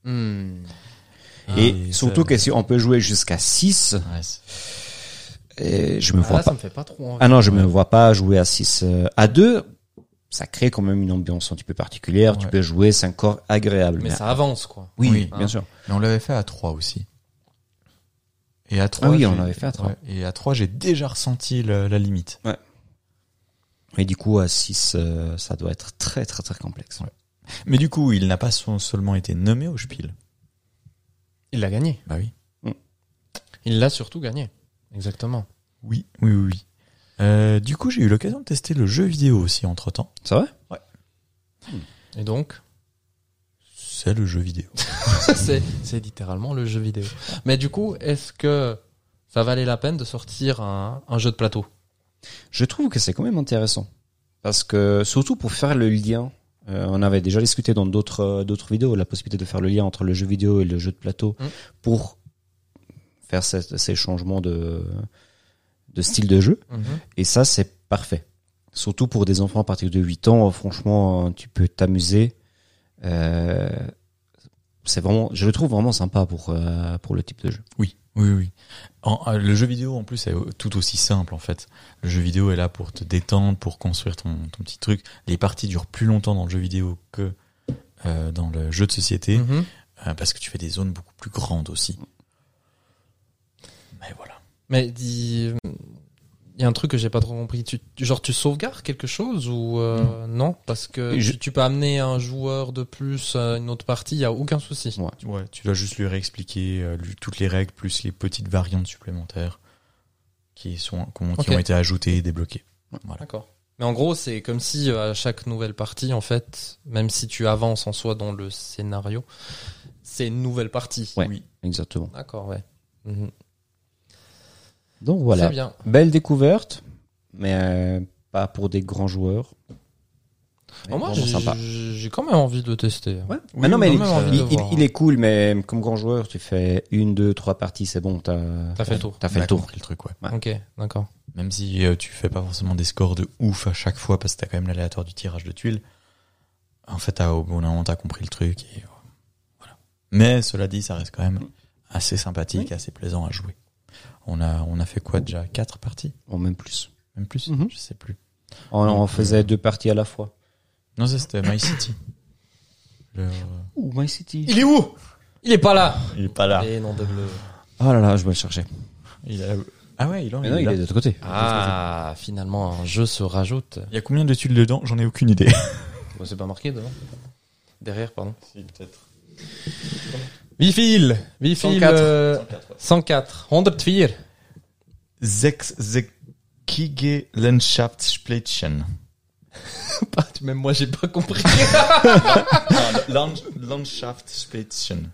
S1: Hmm.
S3: Hmm. Ah.
S1: Ah,
S3: et surtout que si on peut jouer jusqu'à 6,
S2: Ouais, c'est-
S3: Et je me
S1: Ah,
S3: vois
S1: là,
S3: pas.
S1: ça me fait pas trop envie.
S3: Ah non, je me vois pas jouer à 6 à 2. Ça crée quand même une ambiance un petit peu particulière. Tu
S2: Ouais.
S3: peux jouer, c'est encore agréable.
S1: Mais
S3: Mais-
S1: ça avance, quoi.
S3: Oui, ah.
S2: Oui.
S3: bien sûr.
S2: Mais on l'avait fait à 3 aussi. Et à 3,
S3: Ah oui,
S2: j'ai-
S3: on l'avait fait à trois.
S2: ouais. Et à 3, j'ai déjà ressenti le- la limite.
S3: Et du coup, à 6, euh, ça doit être très très très complexe.
S2: Ouais. Mais du coup, il n'a pas son- seulement été nommé au Spiel.
S1: Il l'a gagné.
S2: Bah oui.
S1: Il l'a surtout gagné. Exactement.
S2: Oui, oui, oui. oui. Euh, du coup, j'ai eu l'occasion de tester le jeu vidéo aussi entre temps.
S3: Ça va
S1: Et donc,
S2: C'est le jeu vidéo.
S1: c'est c'est littéralement le jeu vidéo. Mais du coup, est-ce que ça valait la peine de sortir un, un jeu de plateau
S3: Je trouve que c'est quand même intéressant. Parce que, surtout pour faire le lien, euh, on avait déjà discuté dans d'autres euh, d'autres vidéos, la possibilité de faire le lien entre le jeu vidéo et le jeu de plateau
S1: Mm.
S3: pour faire cette- ces changements de, de style de jeu. Et ça, c'est parfait. Surtout pour des enfants à partir de 8 ans, euh, franchement, euh, tu peux t'amuser. Euh, c'est vraiment, je le trouve vraiment sympa pour, euh, pour le type de jeu.
S2: Oui, oui, oui. En- euh, le jeu vidéo, en plus, est euh, tout aussi simple, en fait. Le jeu vidéo est là pour te détendre, pour construire ton, ton petit truc. Les parties durent plus longtemps dans le jeu vidéo que euh, dans le jeu de société,
S1: Mhm.
S2: euh, parce que tu fais des zones beaucoup plus grandes aussi. Mais voilà.
S1: Mais il il y a un truc que j'ai pas trop compris. Tu, tu- genre, tu sauvegardes quelque chose ou euh, non Parce que
S3: Je-
S1: tu, tu peux amener un joueur de plus à une autre partie, il n'y a aucun souci.
S3: Ouais.
S2: Ouais, tu dois juste lui réexpliquer euh, lui- toutes les règles, plus les petites variantes supplémentaires qui, sont, qui ont- qui
S1: Ok.
S2: ont été ajoutées et débloquées. Voilà.
S1: D'accord. Mais en gros, c'est comme si euh, à chaque nouvelle partie, en fait, même si tu avances en soi dans le scénario, c'est une nouvelle partie.
S3: Ouais.
S2: Oui.
S3: Exactement.
S1: D'accord, ouais. Mhm.
S3: Donc voilà.
S1: C'est bien.
S3: Belle découverte, mais euh, pas pour des grands joueurs. Mais
S1: Bon, Oh, moi,
S3: vraiment
S1: j'ai j'ai quand même envie de tester.
S3: Ouais.
S2: Oui,
S3: Ah non, mais
S1: oui,
S3: il,
S1: quand même,
S3: il-
S1: envie de
S3: il-
S1: voir,
S3: il
S1: hein.
S3: est cool, mais comme grand joueur, tu fais une, deux, trois parties, c'est bon, t'as
S1: T'as fait le tour.
S3: T'as fait
S2: On
S3: le
S2: a
S3: tour.
S2: compris le truc, ouais.
S1: Ok, d'accord.
S2: Même si euh, tu fais pas forcément des scores de ouf à chaque fois parce que t'as quand même l'aléatoire du tirage de tuiles, en fait, t'as- au bon moment, t'as compris le truc. Et, euh, voilà. Mais cela dit, ça reste quand même assez sympathique, assez plaisant à jouer. On a, on a fait quoi déjà Quatre parties
S3: Bon, même plus.
S2: Même plus
S3: Mhm.
S2: Je sais plus.
S3: On, on
S1: Mm.
S2: Donc,
S3: faisait
S2: euh,
S3: deux parties à la fois.
S2: Non, ça c'était My City. Le- euh,
S3: Ouh, My City.
S1: Il Ah. est où Il est pas là
S2: Il est pas là.
S1: Et non, de bleu.
S3: Oh là là, je vais le chercher.
S2: Il a- Ah ouais, il en
S3: Mais
S2: est,
S3: non, il
S2: là.
S3: est de l'autre côté.
S1: Ah, finalement, un jeu se rajoute.
S2: Il y a combien de tuiles dedans J'en ai aucune idée.
S1: Bon, c'est pas marqué devant Derrière, pardon.
S2: si, peut-être.
S1: Bifil Bifil
S3: 104.
S1: euh, 104. 104.
S2: Zex, Zekige Landschaftssplätchen.
S1: Même moi, j'ai pas compris.
S2: Ah, Land- Landschaftsplätzchen.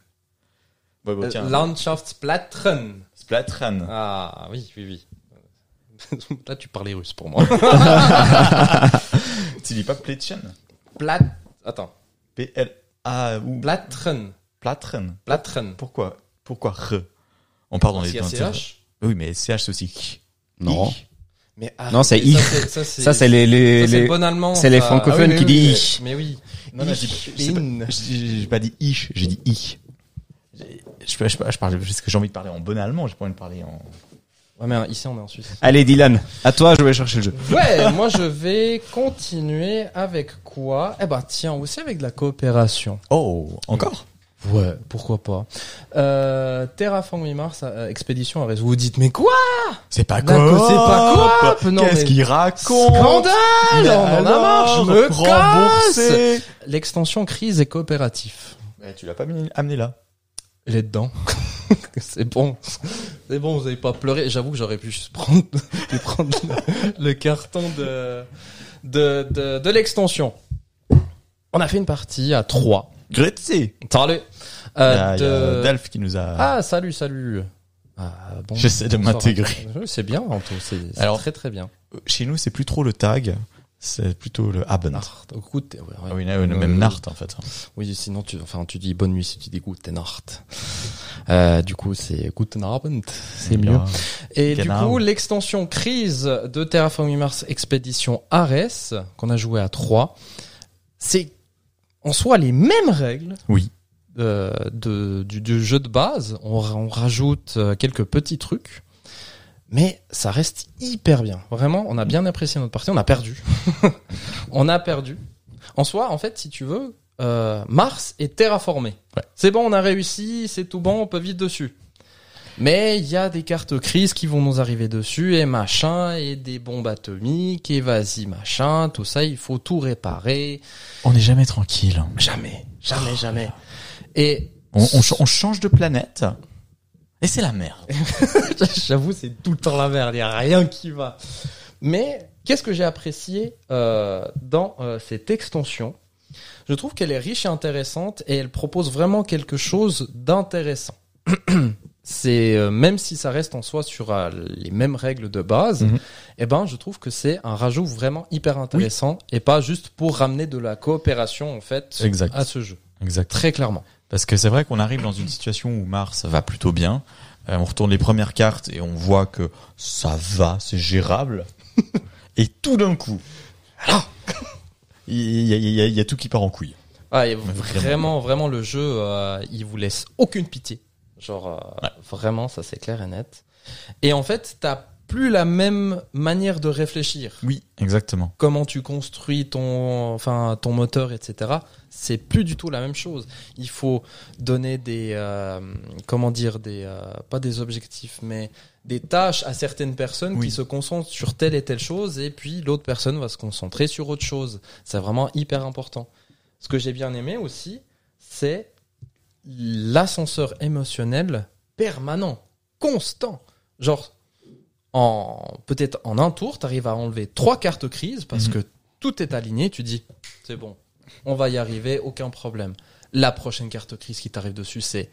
S2: Bon, bon,
S1: Äh,
S2: tiens.
S1: Landschaftsplatten.
S2: Splatran.
S1: Ah, oui, oui, oui. Là, tu parlais russe pour moi.
S2: Tu dis pas Plätzchen
S1: Plat... Attends.
S2: P-L-A-U.
S1: Platren.
S2: Platran.
S1: Platren.
S2: Pourquoi Pourquoi R On part dans les temps.
S1: CH
S2: Oui, mais CH, c'est aussi
S3: Non.
S2: Ich.
S1: Mais arrête,
S3: Non, c'est
S1: mais
S3: ich.
S1: Ça, c'est
S3: Ça, c'est les, les,
S1: ça, c'est
S3: les-
S1: le bon allemand.
S3: c'est les
S1: ça.
S3: francophones
S1: Ah oui,
S3: qui
S1: oui, oui,
S3: disent
S1: Mais oui.
S2: Non, non, je dis- je sais pas-
S1: Ich.
S2: J'ai j'ai pas dit Ich, j'ai dit Ich. J'ai- Je, je, je parle parce que j'ai envie de parler en bon allemand, j'ai pas envie de parler en.
S1: Ouais, mais Ah, ici, on est en Suisse.
S3: Allez, Dylan, à toi, je vais chercher le jeu.
S1: Ouais, moi, je vais continuer avec quoi Eh ben, tiens, aussi avec de la coopération.
S2: Oh, encore
S1: Ouais, pourquoi pas. Euh, Terraforming Mars, euh, expédition à réseau. Vous dites, mais quoi
S2: C'est pas
S1: D'accord,
S2: quoi
S1: c'est pas coop, non,
S2: Qu'est-ce
S1: mais-
S2: qu'il raconte
S1: Scandale On
S2: Mais
S1: en a marre, je me
S2: alors,
S1: casse
S2: remboursé.
S1: L'extension crise et coopératif.
S2: Mais tu l'as pas mis- amené là.
S1: Elle est dedans. c'est bon. C'est bon, vous avez pas pleuré. J'avoue que j'aurais pu juste prendre, pu prendre le, le carton de, de, de, de l'extension. On a fait une partie à 3.
S2: Gretzi
S1: Salut.
S2: Il y a-
S1: Euh,
S2: il y a
S1: de-
S2: Delph qui nous a.
S1: Ah, salut, salut. Ah, bon.
S2: J'essaie de
S1: Bonsoir.
S2: m'intégrer.
S1: Euh, C'est bien, Anto. C'est c'est
S2: Alors-
S1: très très bien.
S2: Chez nous, c'est plus trop le tag, c'est plutôt le Abend.
S1: Nart. Au coup, t'es- ouais, ouais.
S2: Ah oui, là, le même
S1: Euh,
S2: Nart en fait.
S1: Oui, sinon tu, enfin, tu dis bonne nuit si tu dis Guten Nacht. Euh, du coup, c'est Guten Abend, c'est
S2: Il y
S1: mieux.
S2: a-
S1: Et du
S2: Canard.
S1: coup, l'extension crise de Terraforming Mars Expédition Ares, qu'on a joué à 3, c'est en soi les mêmes règles.
S2: Oui.
S1: euh, de, du, du jeu de base. On, ra- on rajoute euh, quelques petits trucs. Mais ça reste hyper bien. Vraiment, on a bien apprécié notre partie. On a perdu. on a perdu. En soi, en fait, si tu veux, euh, Mars est terraformé. C'est bon, on a réussi, c'est tout bon, on peut vite dessus. Mais il y a des cartes crises qui vont nous arriver dessus et machin, et des bombes atomiques, et vas-y machin, tout ça, il faut tout réparer.
S2: On n'est jamais tranquille.
S1: Jamais, jamais, jamais. Et
S2: On, on ch- on change de planète et c'est la merde.
S1: J'avoue, c'est tout le temps la merde, il n'y a rien qui va. Mais qu'est-ce que j'ai apprécié euh, dans euh, cette extension Je trouve qu'elle est riche et intéressante et elle propose vraiment quelque chose d'intéressant. C'est euh, même si ça reste en soi sur euh, les mêmes règles de base,
S2: Mhm.
S1: eh ben je trouve que c'est un rajout vraiment hyper intéressant et pas juste pour ramener de la coopération en fait
S2: Exact.
S1: à ce jeu
S2: Exact.
S1: très clairement.
S2: Parce que c'est vrai qu'on arrive dans une situation où Mars va plutôt bien. Euh, on retourne les premières cartes et on voit que ça va, c'est gérable. et tout d'un coup, il y, a- il y a- il y a tout qui part en couille.
S1: Ah, et
S2: Mais vraiment.
S1: vraiment, vraiment, le jeu, euh, il vous laisse aucune pitié. Genre, euh, vraiment, ça c'est clair et net. Et en fait, t'as plus la même manière de réfléchir.
S2: Oui, exactement.
S1: Comment tu construis ton, enfin, ton moteur, etc. C'est plus du tout la même chose. Il faut donner des, euh, comment dire, des, euh, pas des objectifs, mais des tâches à certaines personnes
S2: Oui.
S1: qui se concentrent sur telle et telle chose, et puis l'autre personne va se concentrer sur autre chose. C'est vraiment hyper important. Ce que j'ai bien aimé aussi, c'est l'ascenseur émotionnel permanent, constant. Genre, en peut-être en un tour, tu arrives à enlever trois cartes crises parce
S2: Mhm.
S1: que tout est aligné. Tu dis, c'est bon, on va y arriver, aucun problème. La prochaine carte crise qui t'arrive dessus, c'est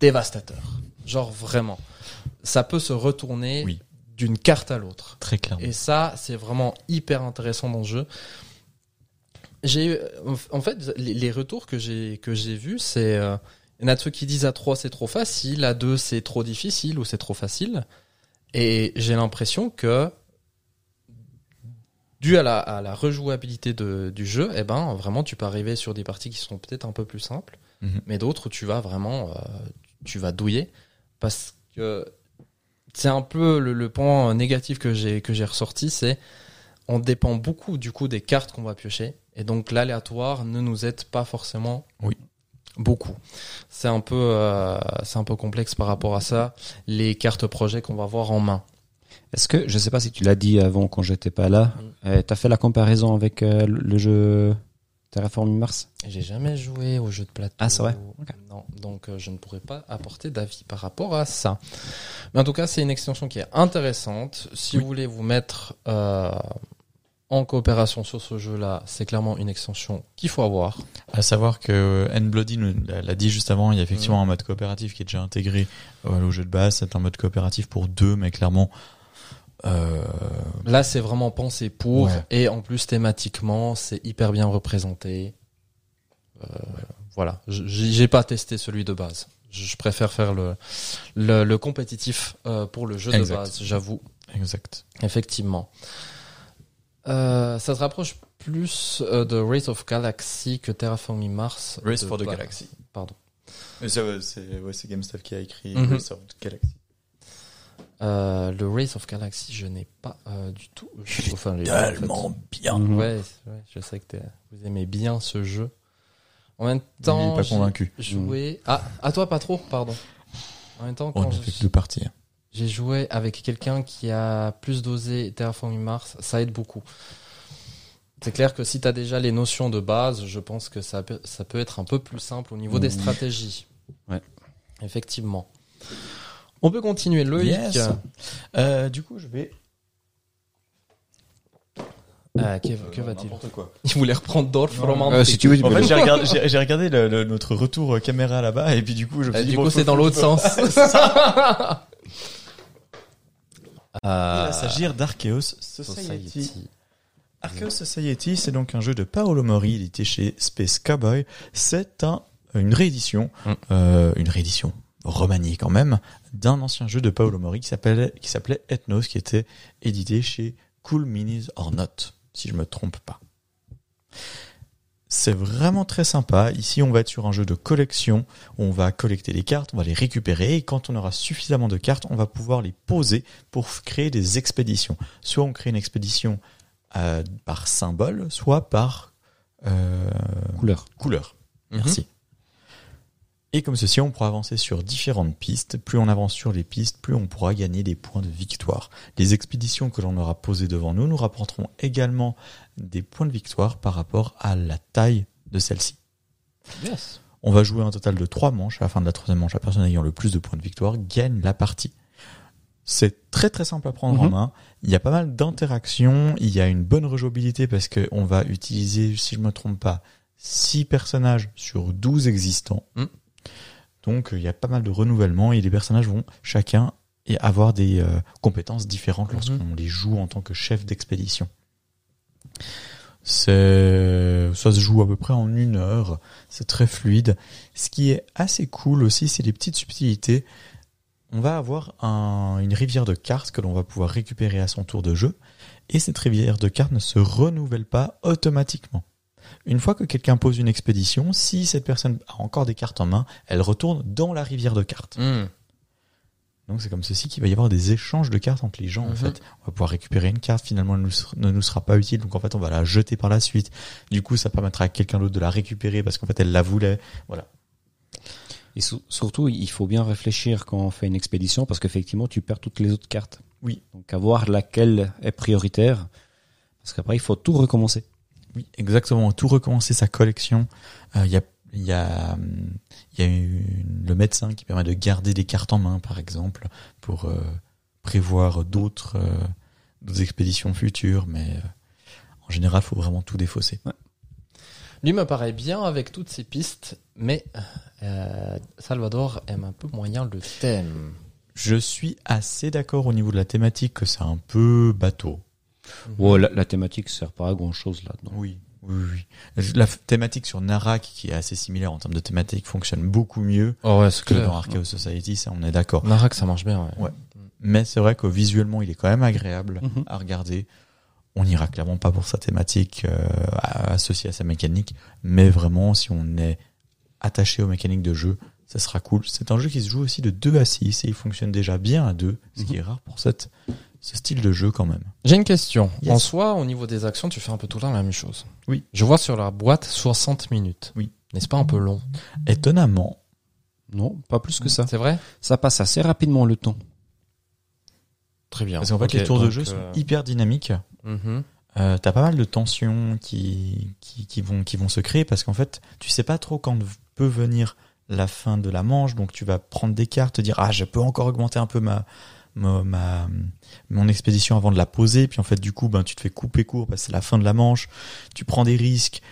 S1: dévastateur. Genre vraiment, ça peut se retourner
S2: Oui.
S1: d'une carte à l'autre.
S2: Très clairement.
S1: Et ça, c'est vraiment hyper intéressant dans le jeu. J'ai eu- en fait les, les retours que j'ai que j'ai vus, c'est euh, il y en a de ceux qui disent à 3 c'est trop facile, à 2 c'est trop difficile ou c'est trop facile. Et j'ai l'impression que dû à la, à la rejouabilité de- du jeu, eh ben vraiment tu peux arriver sur des parties qui sont peut-être un peu plus simples,
S2: Mhm.
S1: mais d'autres où tu vas vraiment euh, tu vas douiller parce que c'est un peu le, le point négatif que j'ai que j'ai ressorti, c'est on dépend beaucoup du coup des cartes qu'on va piocher et donc l'aléatoire ne nous aide pas forcément.
S2: Oui.
S1: Beaucoup. C'est un peu euh, c'est un peu complexe par rapport à ça. Les cartes projets qu'on va avoir en main.
S3: Est-ce que, je sais pas si tu l'as dit avant quand j'étais pas là,
S1: Mm.
S3: euh, t'as fait la comparaison avec euh, le- le jeu Terraforming Mars
S1: J'ai jamais joué au jeu de plateau.
S3: Ah, c'est vrai Ok.
S1: Non, donc euh, je ne pourrais pas apporter d'avis par rapport à ça. Mais en tout cas, c'est une extension qui est intéressante. Si vous voulez vous mettre euh, en coopération sur ce jeu-là, c'est clairement une extension qu'il faut avoir.
S2: À savoir que euh, N Bloody nous l'a l'a dit juste avant, il y a effectivement un mode coopératif qui est déjà intégré euh, au jeu de base. C'est un mode coopératif pour deux, mais clairement, euh,
S1: Là, c'est vraiment pensé pour,
S2: Ouais.
S1: et en plus thématiquement, c'est hyper bien représenté. Euh, Voilà, J- j'ai pas testé celui de base. Je préfère faire le le, le compétitif euh, pour le jeu de
S2: Exact.
S1: base, j'avoue.
S2: exact.
S1: Effectivement. Euh, ça se rapproche plus euh, de Race of Galaxy que Terraforming Mars.
S2: Race
S1: de
S2: for the
S1: base.
S2: Galaxy.
S1: Pardon.
S2: C'est GameStop qui a écrit
S1: Mhm.
S2: Race of Galaxy.
S1: Euh, le Race of Galaxy, je n'ai pas euh, du tout. Enfin, j'ai-
S2: Tellement bien.
S3: Mhm.
S1: Ouais, c'est- ouais, je sais que t'es- vous aimez bien ce jeu. En même
S2: Tant
S1: temps,
S2: pas
S1: j'ai
S2: convaincu.
S1: joué. Ah, à toi pas trop, pardon. En même temps,
S2: On
S1: quand
S2: a
S1: je-
S2: fait que deux parties.
S1: j'ai joué avec quelqu'un qui a plus dosé Terraforming Mars, ça aide beaucoup. C'est clair que si t'as déjà les notions de base, je pense que ça peut, ça peut être un peu plus simple au niveau des
S3: Mmh.
S1: stratégies.
S3: Ouais.
S1: Effectivement. On peut continuer, Loïc.
S2: Yes. Euh, du coup, je vais.
S1: Ah, que que va-t-il
S2: N'importe quoi.
S1: Il voulait reprendre Dorf Romantic.
S3: Euh, Si tu veux, tu
S2: En
S3: peux
S2: fait,
S3: le-
S2: j'ai regardé, j'ai- j'ai regardé le- le- notre retour euh, caméra là-bas, et puis du coup, je me
S1: Euh,
S2: suis dit,
S1: du
S2: bon,
S1: coup,
S2: faut-
S1: c'est dans l'autre sens.
S2: Il
S3: Ah,
S1: Euh,
S2: va s'agir d'Archeos Society.
S1: Society.
S2: Archeos Society, c'est donc un jeu de Paolo Mori, édité chez Space Cowboy. C'est un, une réédition,
S1: Mm.
S2: euh, une réédition remaniée quand même, d'un ancien jeu de Paolo Mori qui s'appelait, qui s'appelait Ethnos, qui était édité chez Cool Minis or Not, si je me trompe pas. C'est vraiment très sympa. Ici, on va être sur un jeu de collection. On va collecter des cartes, on va les récupérer et quand on aura suffisamment de cartes, on va pouvoir les poser pour f- créer des expéditions. Soit on crée une expédition euh, par symbole, soit par euh,
S3: Couleur.
S2: couleur. Merci. Et comme ceci, on pourra avancer sur différentes pistes. Plus on avance sur les pistes, plus on pourra gagner des points de victoire. Les expéditions que l'on aura posées devant nous nous rapporteront également des points de victoire par rapport à la taille de celle-ci.
S1: Yes.
S2: On va jouer un total de trois manches. À la fin de la troisième manche, la personne ayant le plus de points de victoire gagne la partie. C'est très très simple à prendre en
S3: Mhm.
S2: main. Il y a pas mal d'interactions. Il y a une bonne rejouabilité parce que on va utiliser, si je me trompe pas, six personnages sur 12 existants.
S1: Mhm.
S2: Donc euh, il y a pas mal de renouvellement et les personnages vont chacun et avoir des euh, compétences différentes lorsqu'on les joue en tant que chef d'expédition. C'est, ça se joue à peu près en une heure. C'est très fluide. Ce qui est assez cool aussi, c'est les petites subtilités. On va avoir un- une rivière de cartes que l'on va pouvoir récupérer à son tour de jeu. Et cette rivière de cartes ne se renouvelle pas automatiquement. Une fois que quelqu'un pose une expédition, si cette personne a encore des cartes en main, elle retourne dans la rivière de cartes.
S1: Mm.
S2: Donc c'est comme ceci qu'il va y avoir des échanges de cartes entre les gens en
S1: Mhm.
S2: fait. On va pouvoir récupérer une carte, finalement elle nous ser- ne nous sera pas utile, donc en fait on va la jeter par la suite. Du coup ça permettra à quelqu'un d'autre de la récupérer parce qu'en fait elle la voulait.
S3: Et sou- surtout, il faut bien réfléchir quand on fait une expédition parce qu'effectivement, tu perds toutes les autres cartes.
S2: Oui.
S3: Donc, à voir laquelle est prioritaire. Parce qu'après, il faut tout recommencer.
S2: Oui, exactement. Tout recommencer sa collection. Euh, Il y a, il y a, hum, il y a une- le médecin qui permet de garder des cartes en main, par exemple, pour euh, prévoir d'autres euh, d'autres expéditions futures. Mais euh, en général, faut vraiment tout défausser.
S1: Lui me paraît bien avec toutes ces pistes, mais euh, Salvador aime un peu moyen le thème.
S2: Je suis assez d'accord au niveau de la thématique que c'est un peu bateau.
S3: Oh, la, la thématique sert pas à grand chose là-dedans.
S2: Oui, oui, oui. La f- thématique sur Narak, qui est assez similaire en termes de thématique, fonctionne beaucoup mieux
S1: Oh ouais, c'est
S2: que dans Archaeo Society. Ça, on est d'accord.
S1: Narak, ça marche bien.
S2: Ouais. Mais c'est vrai que visuellement, il est quand même agréable
S3: Mhm.
S2: à regarder. On n'ira clairement pas pour sa thématique euh, à- associée à sa mécanique, mais vraiment, si on est attaché aux mécaniques de jeu, ça sera cool. C'est un jeu qui se joue aussi de 2 à 6 et il fonctionne déjà bien à 2, ce
S1: Mhm.
S2: qui est rare pour cette, ce style de jeu quand même.
S1: J'ai une question.
S2: Yes.
S1: En soi, au niveau des actions, tu fais un peu tout le temps la même chose.
S2: Oui.
S1: Je vois sur la boîte 60 minutes.
S2: Oui.
S1: N'est-ce pas un peu long
S2: Étonnamment,
S3: Non, pas plus que ça.
S1: C'est vrai
S3: Ça passe assez rapidement le temps.
S1: Très bien.
S2: parce qu'en fait,
S1: Ok,
S2: les tours de
S1: donc,
S2: jeu
S1: euh,
S2: sont hyper dynamiques.
S1: mhm.
S2: Euh, t'as pas mal de tensions qui, qui, qui vont, qui vont se créer parce qu'en fait, tu sais pas trop quand peut venir la fin de la manche, donc tu vas prendre des cartes, te dire ah je peux encore augmenter un peu ma, ma, ma- mon expédition avant de la poser, puis en fait du coup ben tu te fais couper court parce que c'est la fin de la manche, tu prends des risques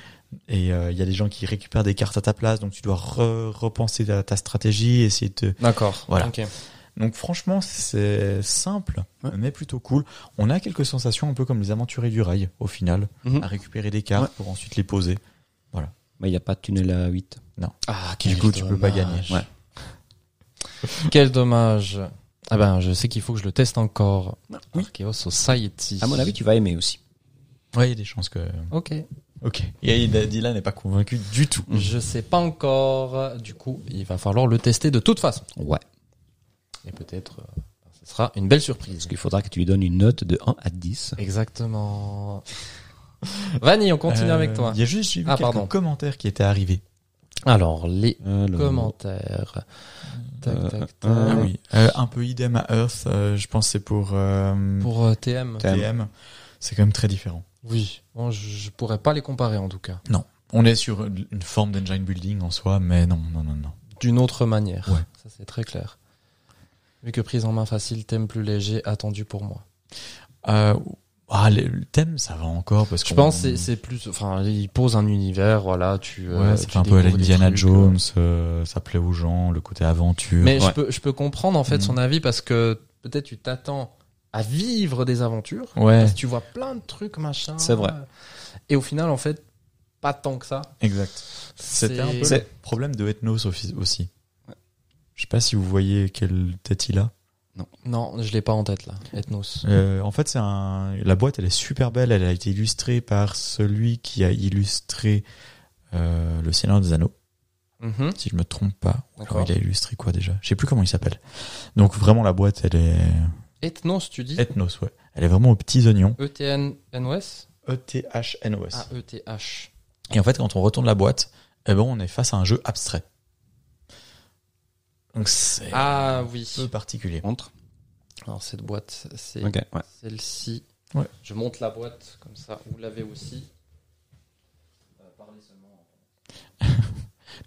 S2: et euh, il y a des gens qui récupèrent des cartes à ta place, donc tu dois re- repenser ta, ta stratégie, essayer de te-
S1: D'accord.
S2: Voilà.
S1: Ok.
S2: donc franchement, c'est simple,
S3: Ouais.
S2: mais plutôt cool. On a quelques sensations un peu comme les aventuriers du rail, au final,
S3: Mhm.
S2: à récupérer des cartes pour ensuite les poser.
S3: Mais il n'y a pas de tunnel à 8.
S1: Ah,
S2: Du
S1: quel
S2: coup, tu peux pas
S1: dommage.
S2: gagner.
S1: Quel dommage. Ah ben, je sais qu'il faut que je le teste encore.
S3: Oui.
S1: Archaeo Society.
S3: À mon avis, tu vas aimer aussi.
S2: Ouais, il y a des chances que.
S1: Ok.
S2: Ok. Et Dylan n'est pas convaincu du tout.
S1: Je sais pas encore. Du coup, il va falloir le tester de toute façon.
S3: Ouais.
S1: Et peut-être, euh, ce sera une belle surprise.
S3: Parce qu'il faudra que tu lui donnes une note de 1 à 10.
S1: Exactement. Vanny, on continue avec toi.
S2: Euh, Il y a juste j'ai vu
S1: Ah,
S2: quelques
S1: pardon.
S2: commentaires qui étaient arrivés.
S1: Alors, les
S3: Alors,
S1: commentaires. Tac,
S3: Euh,
S1: tac, tac.
S3: euh, Ah
S2: oui. Euh, un peu idem à Earth. euh, je pense que c'est pour, euh,
S1: Pour euh, TM.
S2: TM. C'est quand même très différent.
S1: Oui. Bon, je, je pourrais pas les comparer en tout cas.
S2: On est sur une forme d'engine building en soi, mais non, non, non, non.
S1: D'une autre manière.
S2: Ouais.
S1: Ça, c'est très clair. Vu que prise en main facile, thème plus léger, attendu pour moi.
S2: Euh, ah, le, le thème, ça va encore parce
S1: Je
S2: qu'on-
S1: pense que c'est- c'est plus. Enfin, il pose un univers, voilà, tu.
S2: Ouais,
S1: euh,
S2: ça
S1: tu
S2: fait un peu à la
S1: découvres des
S2: Indiana
S1: trucs, euh,
S2: Jones, euh, ça plaît aux gens, le côté aventure.
S1: Mais
S2: Ouais.
S1: je, peux, je peux comprendre en fait
S2: Mm.
S1: son avis parce que peut-être tu t'attends à vivre des aventures.
S2: Ouais,
S1: Parce que tu vois plein de trucs, machin.
S3: C'est vrai.
S1: Et au final, en fait, pas tant que ça.
S2: exact. C'était un peu le
S3: C'est-
S2: problème de Ethnos au- aussi. Je sais pas si vous voyez quelle tête il a.
S1: Non, je l'ai pas en tête là. Ethnos.
S2: Euh, en fait, c'est un... la boîte, elle est super belle. Elle a été illustrée par celui qui a illustré euh, Le Seigneur des Anneaux,
S1: Mhm.
S2: si je me trompe pas. Ou alors
S1: D'accord.
S2: il a illustré quoi déjà Je sais plus comment il s'appelle. Donc vraiment la boîte, elle est
S1: Ethnos, tu dis E
S2: ethnos, ouais. Elle est vraiment aux petits oignons.
S1: E-T-N-N-O-S
S2: E T H N O S.
S1: Ah, E-T-H.
S2: Et en fait, quand on retourne la boîte, eh ben on est face à un jeu abstrait. Donc c'est
S1: Ah
S2: un peu
S1: oui.
S2: particulier.
S3: Contre.
S1: Alors cette boîte, c'est
S3: Ok, ouais.
S1: celle-ci.
S2: Ouais.
S1: Je monte la boîte comme ça. Vous l'avez aussi.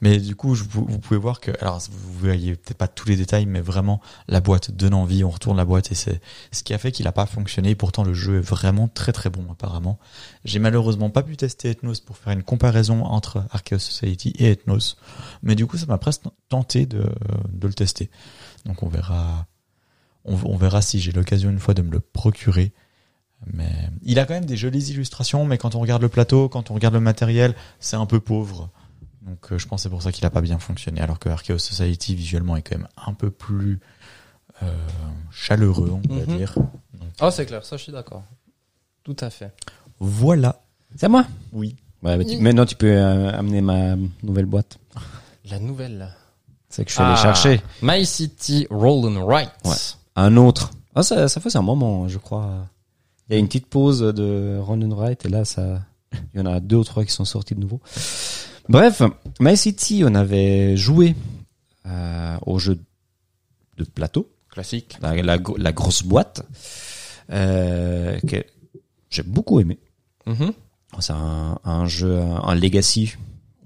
S2: Mais du coup, je, vous, vous pouvez voir que, alors vous voyez peut-être pas tous les détails, mais vraiment la boîte donne envie. On retourne la boîte et c'est ce qui a fait qu'il a pas fonctionné. Pourtant, le jeu est vraiment très très bon apparemment. J'ai malheureusement pas pu tester Ethnos pour faire une comparaison entre Archaeos Society et Ethnos, mais du coup, ça m'a presque tenté de, de le tester. Donc on verra, on, on verra si j'ai l'occasion une fois de me le procurer. Mais il a quand même des jolies illustrations, mais quand on regarde le plateau, quand on regarde le matériel, c'est un peu pauvre. Donc euh, je pense que c'est pour ça qu'il a pas bien fonctionné, alors que Archaeos Society visuellement est quand même un peu plus euh, chaleureux, on va
S1: Mhm.
S2: dire.
S1: Ah, c'est clair, ça je suis d'accord. Tout à fait.
S2: Voilà.
S3: C'est à moi
S2: Oui.
S3: Ouais, bah, tu- maintenant, tu peux euh, amener ma nouvelle boîte.
S1: La nouvelle.
S3: C'est que je suis allé chercher
S1: My City Roll and Write.
S3: Ouais. un autre. Ah, ça, ça faisait un moment, je crois. Il y a une petite pause de Run and Write et là, ça, il y en a deux ou trois qui sont sortis de nouveau. Bref, My City, on avait joué euh, au jeu de plateau.
S1: Classique.
S3: la, la gro- la grosse boîte euh, que j'ai beaucoup aimé.
S1: Mhm.
S3: C'est un, un jeu, un, un legacy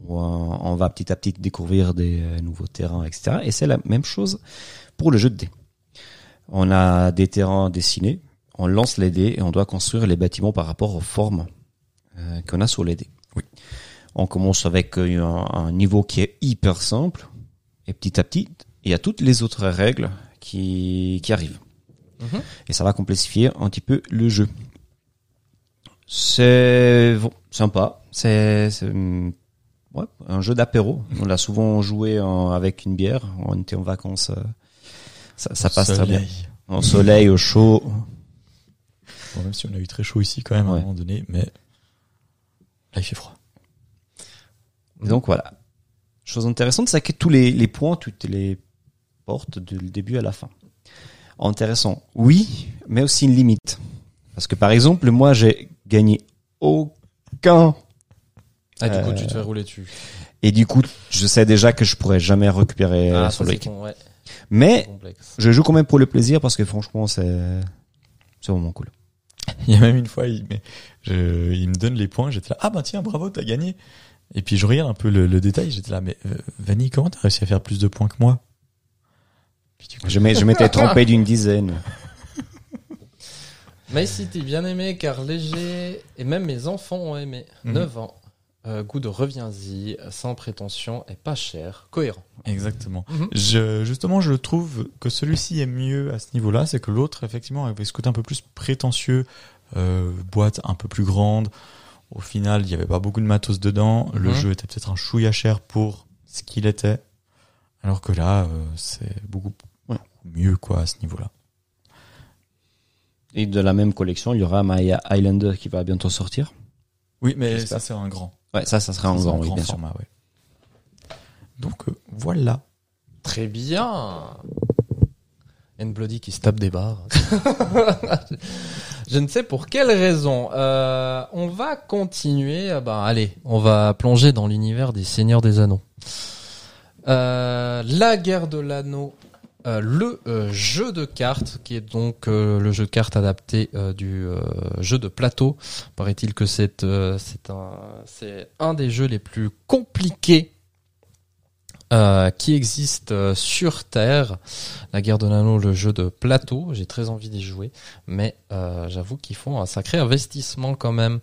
S3: où on, on va petit à petit découvrir des euh, nouveaux terrains, etc. Et c'est la même chose pour le jeu de dés. On a des terrains dessinés, on lance les dés et on doit construire les bâtiments par rapport aux formes euh, qu'on a sur les dés. Oui. On commence avec euh, un, un niveau qui est hyper simple et petit à petit, il y a toutes les autres règles qui, qui arrivent.
S1: Mhm.
S3: Et ça va complexifier un petit peu le jeu. C'est bon, sympa. C'est c'est, hum, ouais, un jeu d'apéro. On l'a souvent joué en- avec une bière. On était en vacances. euh, Ça, ça passe très bien. Au soleil, au chaud.
S2: Bon, même si on a eu très chaud ici quand même à
S3: Ouais.
S2: un moment donné, mais là il fait froid.
S3: Et donc voilà. Chose intéressante, c'est que tous les, les points, tu te les portes du début à la fin. Intéressant, oui, mais aussi une limite. Parce que par exemple, moi, j'ai gagné aucun.
S1: Ah, du coup,
S3: Euh,
S1: tu te fais rouler dessus.
S3: Et du coup, je sais déjà que je pourrais jamais récupérer euh,
S1: ah,
S3: sur
S1: ça,
S3: le
S1: c'est
S3: week.
S1: con, ouais, c'est
S3: Mais
S1: complexe.
S3: je joue quand même pour le plaisir parce que franchement, c'est c'est vraiment cool.
S2: Il y a même une fois, il, mais je- il me donne les points, j'étais là, ah bah tiens, bravo, t'as gagné. Et puis je regarde un peu le, le détail, j'étais là, mais euh, Vanny, comment t'as réussi à faire plus de points que moi Puis du coup,
S3: Je m'ai- je m'étais trompé d'une dizaine.
S1: My City, bien aimé, car léger, et même mes enfants ont aimé.
S2: Mhm.
S1: 9 ans. Euh, goût de reviens-y, sans prétention et pas cher. Cohérent.
S2: Exactement.
S1: Mhm.
S2: Je, justement, je trouve que celui-ci est mieux à ce niveau-là, c'est que l'autre, effectivement, avait ce côté un peu plus prétentieux, euh, boîte un peu plus grande. Au final, il n'y avait pas beaucoup de matos dedans. Le
S1: Mhm.
S2: jeu était peut-être un chouïa cher pour ce qu'il était. Alors que là, euh, c'est beaucoup
S3: Ouais.
S2: mieux, quoi, à ce niveau-là.
S3: Et de la même collection, il y aura Maya Highlander qui va bientôt sortir.
S2: Oui, mais
S3: J'espère.
S2: ça, c'est un grand.
S3: Ouais, ça, ça sera en
S2: C'est
S3: grand, oui, bien sûr.
S2: format, ouais. Donc, euh, voilà.
S1: Très bien. And Bloody qui se tape des barres. Je ne sais pour quelle raison. Euh, on va continuer. Ah Bah, allez, on va plonger dans l'univers des Seigneurs des Anneaux. Euh, la guerre de l'anneau. euh, le euh, jeu de cartes, qui est donc euh, le jeu de cartes adapté euh, du euh, jeu de plateau. Paraît-il que c'est euh, c'est un, c'est un des jeux les plus compliqués euh, qui existe euh, sur Terre. La guerre de l'anneau, le jeu de plateau, j'ai très envie d'y jouer, mais euh, j'avoue qu'ils font un sacré investissement quand même.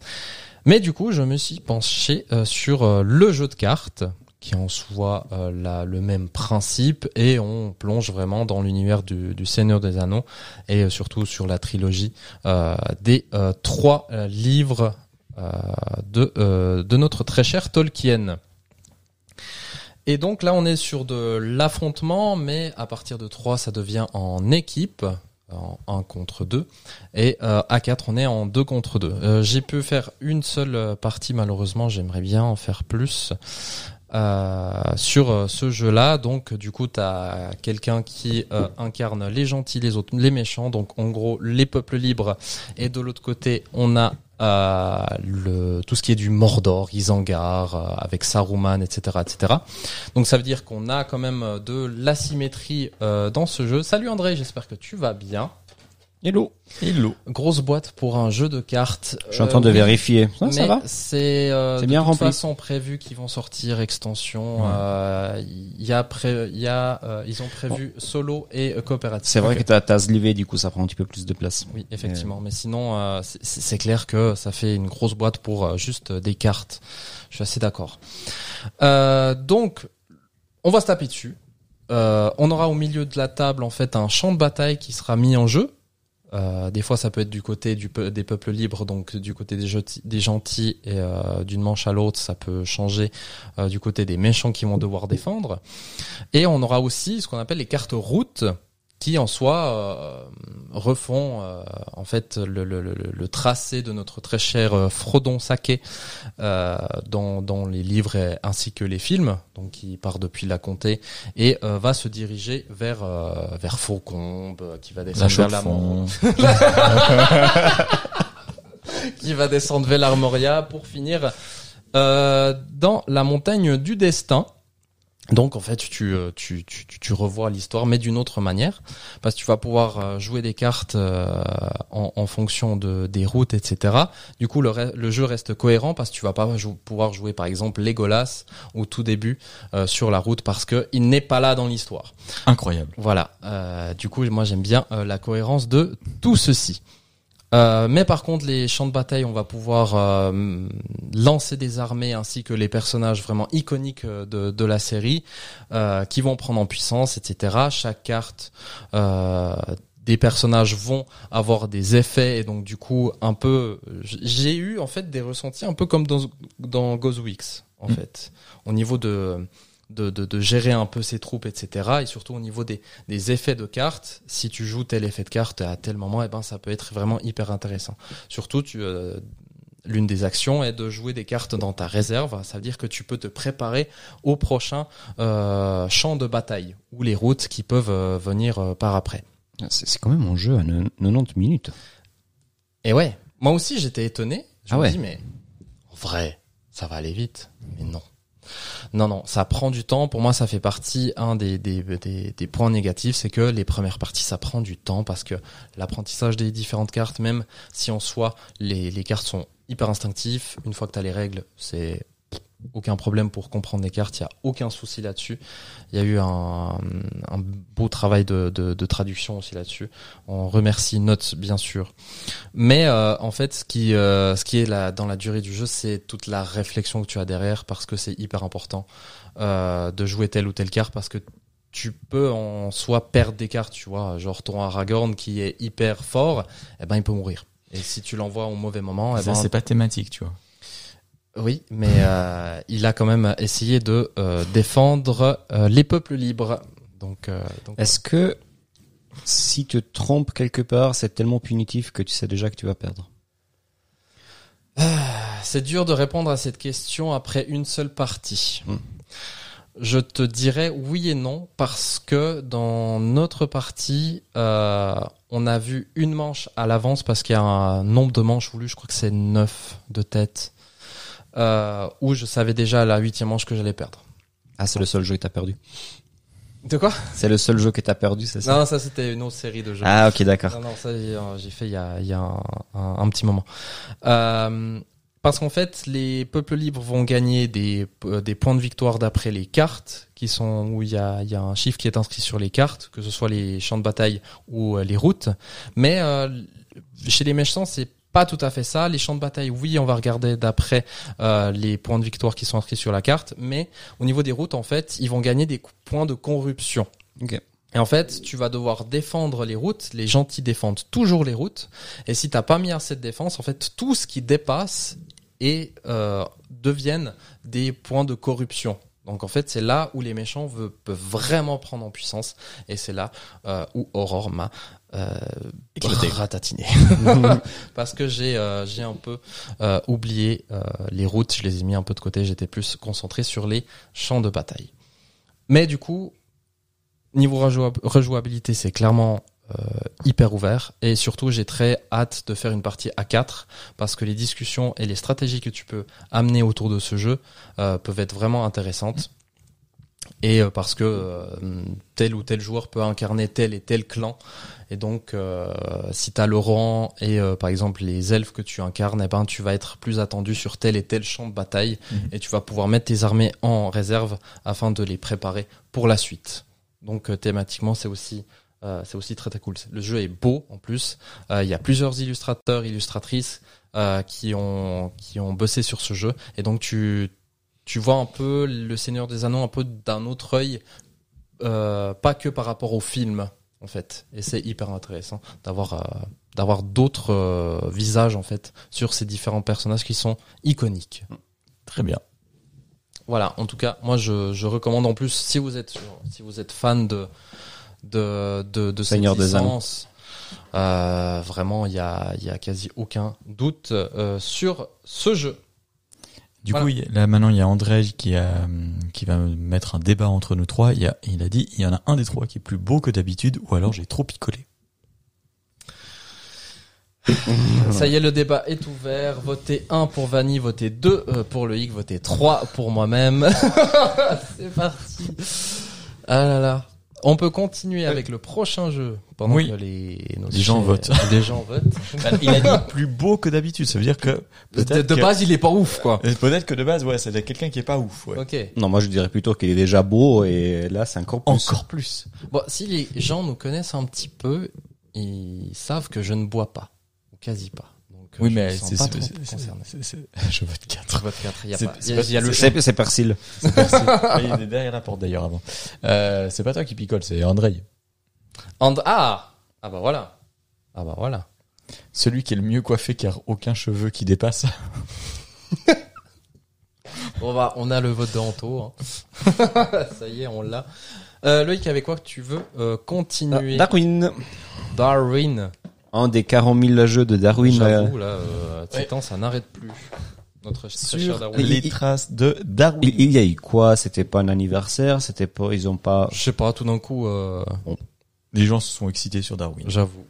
S1: Mais du coup, je me suis penché euh, sur euh, le jeu de cartes qui en soit euh, la- le même principe et on plonge vraiment dans l'univers du, du Seigneur des Anneaux et euh, surtout sur la trilogie euh, des euh, trois euh, livres euh, de, euh, de notre très cher Tolkien. Et donc là, on est sur de l'affrontement, mais à partir de 3, ça devient en équipe. en 1 contre 2. Et euh, à 4, on est en 2 contre 2. Euh, j'ai pu faire une seule euh, partie, malheureusement, j'aimerais bien en faire plus. Euh, sur euh, ce jeu-là, donc du coup, tu as quelqu'un qui euh, incarne les gentils, les autres, les méchants, donc en gros les peuples libres. Et de l'autre côté, on a euh, le, tout ce qui est du Mordor, Isengard, euh, avec Saruman, etc., etc. Donc ça veut dire qu'on a quand même euh, de l'asymétrie euh, dans ce jeu. Salut André, j'espère que tu vas bien.
S3: Hello.
S2: Hello.
S1: Grosse boîte pour un jeu de cartes.
S3: Je suis en train de
S1: Euh, oui,
S3: vérifier. Non, ça
S1: mais
S3: va
S1: C'est euh,
S3: C'est
S1: de
S3: bien
S1: toute
S3: rempli.
S1: façon prévu qu'ils vont sortir extension.
S2: Ouais.
S1: euh, Il y a, pré- il y a euh, ils ont prévu solo et euh, coopératif.
S3: C'est vrai
S1: Ok.
S3: que t'as t'as slivé, du coup, ça prend un petit peu plus de place.
S1: Oui, effectivement. Mais sinon, euh, c'est- c'est clair que ça fait une grosse boîte pour euh, juste euh, des cartes. Je suis assez d'accord. Euh, donc, on va se taper dessus. Euh, on aura au milieu de la table en fait un champ de bataille qui sera mis en jeu. Euh, des fois, ça peut être du côté du peu- des peuples libres, donc du côté des, jeti- des gentils, et euh, d'une manche à l'autre, ça peut changer euh, du côté des méchants qui vont devoir défendre. Et on aura aussi ce qu'on appelle les cartes routes, qui en soi euh, refont euh, en fait le, le- le- le tracé de notre très cher euh, Frodon Saké euh, dans, dans les livres et- ainsi que les films, donc qui part depuis la comté et euh, va se diriger vers euh, vers Faucombe, euh, qui va descendre vers la Mont- qui va descendre vers l'Armoria pour finir euh, dans la montagne du destin. Donc en fait tu euh, tu tu, tu- tu revois l'histoire mais d'une autre manière parce que tu vas pouvoir euh, jouer des cartes euh, en, en fonction de des routes etc. Du coup le, re- le jeu reste cohérent parce que tu vas pas jou- pouvoir jouer par exemple Legolas au tout début euh, sur la route parce que il n'est pas là dans l'histoire.
S2: Incroyable.
S1: Voilà. Euh, du coup, moi, j'aime bien euh, la cohérence de tout ceci. Euh, mais par contre, les champs de bataille, on va pouvoir euh, lancer des armées ainsi que les personnages vraiment iconiques euh, de, de la série euh, qui vont prendre en puissance, etc. Chaque carte euh, des personnages vont avoir des effets et donc du coup un peu, j'ai eu en fait des ressentis un peu comme dans dans Gozwix en
S2: Mm.
S1: fait au niveau de de, de, de gérer un peu ses troupes, etc. Et surtout au niveau des, des effets de cartes, si tu joues tel effet de carte à tel moment, et ben ça peut être vraiment hyper intéressant. Surtout, tu, euh, l'une des actions est de jouer des cartes dans ta réserve. Ça veut dire que tu peux te préparer au prochain euh, champ de bataille ou les routes qui peuvent euh, venir euh, par après.
S3: C'est c'est quand même un jeu à ne- 90 minutes.
S1: Et ouais, moi aussi j'étais étonné. Je
S3: Ah
S1: me
S3: ouais.
S1: dis mais en vrai, ça va aller vite. Mais non. Non, non, ça prend du temps. Pour moi, ça fait partie un des, des, des, des points négatifs, c'est que les premières parties, ça prend du temps parce que l'apprentissage des différentes cartes, même si en soi les, les cartes sont hyper instinctives, une fois que tu as les règles, c'est aucun problème pour comprendre les cartes, il n'y a aucun souci là-dessus. Il y a eu un, un beau travail de, de, de traduction aussi là-dessus. On remercie Notes, bien sûr, mais euh, en fait, ce qui, euh, ce qui est là, dans la durée du jeu, c'est toute la réflexion que tu as derrière parce que c'est hyper important euh, de jouer telle ou telle carte parce que tu peux en soi perdre des cartes, tu vois. Genre ton Aragorn qui est hyper fort, eh ben il peut mourir. Et si tu l'envoies au mauvais moment, eh
S2: Ça,
S1: ben,
S2: c'est pas thématique, tu vois.
S1: oui, mais euh, il a quand même essayé de euh, défendre euh, les peuples libres. Donc, euh, donc
S3: Est-ce que si tu te trompes quelque part, c'est tellement punitif que tu sais déjà que tu vas perdre
S1: C'est dur de répondre à cette question après une seule partie.
S3: Hmm.
S1: Je te dirais oui et non parce que dans notre partie, euh, on a vu une manche à l'avance parce qu'il y a un nombre de manches voulu, je crois que c'est neuf de tête, euh, où je savais déjà à la huitième manche que j'allais perdre.
S3: Ah, c'est le seul jeu que t'as perdu.
S1: De quoi
S3: C'est le seul jeu que t'as perdu, c'est ça
S1: Non, ça c'était une autre série de jeux.
S3: Ah, ok, d'accord.
S1: Non, non, ça, j'ai euh, j'ai fait il y a, il y a un, un- un petit moment. Euh, parce qu'en fait, les peuples libres vont gagner des, euh, des points de victoire d'après les cartes, qui sont où il y a, il y a un chiffre qui est inscrit sur les cartes, que ce soit les champs de bataille ou euh, les routes. Mais euh, chez les méchants, c'est pas tout à fait ça. Les champs de bataille, oui, on va regarder d'après euh, les points de victoire qui sont inscrits sur la carte, mais au niveau des routes, en fait, ils vont gagner des cou- points de corruption.
S3: Ok.
S1: Et en fait, tu vas devoir défendre les routes. Les gentils défendent toujours les routes. Et si t'as pas mis assez de défense, en fait, tout ce qui dépasse et euh, deviennent des points de corruption. Donc en fait, c'est là où les méchants ve- peuvent vraiment prendre en puissance. Et c'est là euh, où Aurore m'a euh,
S2: Éclaté.
S1: ratatiner. Parce que j'ai euh, j'ai un peu euh, oublié euh, les routes, je les ai mis un peu de côté, j'étais plus concentré sur les champs de bataille. Mais du coup, niveau rejoua- rejouabilité, c'est clairement euh, hyper ouvert. Et surtout, j'ai très hâte de faire une partie à 4 parce que les discussions et les stratégies que tu peux amener autour de ce jeu euh, peuvent être vraiment intéressantes. Et euh, parce que euh, tel ou tel joueur peut incarner tel et tel clan. Et donc, euh, si t'as le rang et euh, par exemple les elfes que tu incarnes, eh ben, tu vas être plus attendu sur tel et tel champ de bataille.
S2: Mhm.
S1: Et tu vas pouvoir mettre tes armées en réserve afin de les préparer pour la suite. Donc euh, thématiquement, c'est aussi, euh, c'est aussi très très cool. Le jeu est beau en plus. Euh, Il y a plusieurs illustrateurs, illustratrices euh, qui ont qui ont bossé sur ce jeu. Et donc tu tu vois un peu le Seigneur des Anneaux un peu d'un autre œil, euh, pas que par rapport au film en fait. Et c'est hyper intéressant d'avoir euh, d'avoir d'autres euh, visages en fait sur ces différents personnages qui sont iconiques.
S2: Très bien.
S1: Voilà, en tout cas, moi je, je recommande en plus si vous êtes si vous êtes fan de de de, de cette
S3: Seigneur des Anneaux.
S1: licence, euh, vraiment il y a il y a quasi aucun doute euh, sur ce jeu.
S2: Du
S1: Voilà.
S2: coup, il y a- là maintenant, il y a André qui, a, hum, qui va mettre un débat entre nous trois. Il, y a, il a dit, il y en a un des trois qui est plus beau que d'habitude, ou alors j'ai trop picolé.
S3: Mhm.
S1: Ça y est, le débat est ouvert. Votez 1 pour Vanny, votez 2 euh, pour Loïc, votez 3 pour moi-même. C'est parti. Ah là là. On peut continuer avec le prochain jeu pendant
S2: Oui.
S1: que les, nos
S2: Les gens
S1: chers-
S2: votent.
S1: Les gens votent.
S2: Il a dit plus beau que d'habitude, ça veut dire que
S1: De,
S2: peut-être
S1: de
S2: que-
S1: base, il est pas ouf quoi.
S2: euh, peut-être que de base, ouais, c'est quelqu'un qui est pas ouf. ouais.
S1: Ok.
S3: Non, moi je dirais plutôt qu'il est déjà beau et là c'est encore plus.
S2: Encore plus.
S1: Bon, si les gens nous connaissent un petit peu, ils savent que je ne bois pas, ou quasi pas. Donc, euh, je me sens pas trop concerné.
S2: c'est- c'est- Je vote 4.
S1: Votre quatre, il y a
S2: c'est-
S1: pas- il
S2: c'est
S1: y a-
S2: pas-
S1: il y a le
S3: C'est- C'est c'est Persil.
S2: Ah, il est derrière la porte d'ailleurs avant. Euh, c'est pas toi qui picole, c'est Andrei.
S1: And- Ah Ah bah voilà. Ah bah voilà.
S2: Celui qui est le mieux coiffé car aucun cheveu qui dépasse.
S1: On, va, bah, on a le vote de Anto. hein. Ça y est, on l'a. Euh, Loïc, avec quoi que tu veux euh,
S2: Ah,
S1: continuer
S3: Darwin.
S1: Darwin.
S3: Un des 40 000 jeux de Darwin. euh,
S1: J'avoue, là, euh, ces
S2: Ouais.
S1: temps, ça n'arrête plus. Notre ch- très cher
S2: Sur
S1: Darwin.
S2: les traces de Darwin.
S3: Il, il y a eu quoi C'était pas un anniversaire C'était pas. Ils ont pas.
S1: Je sais pas, tout d'un coup, euh,
S2: Les gens se sont excités sur Darwin.
S1: j'avoue.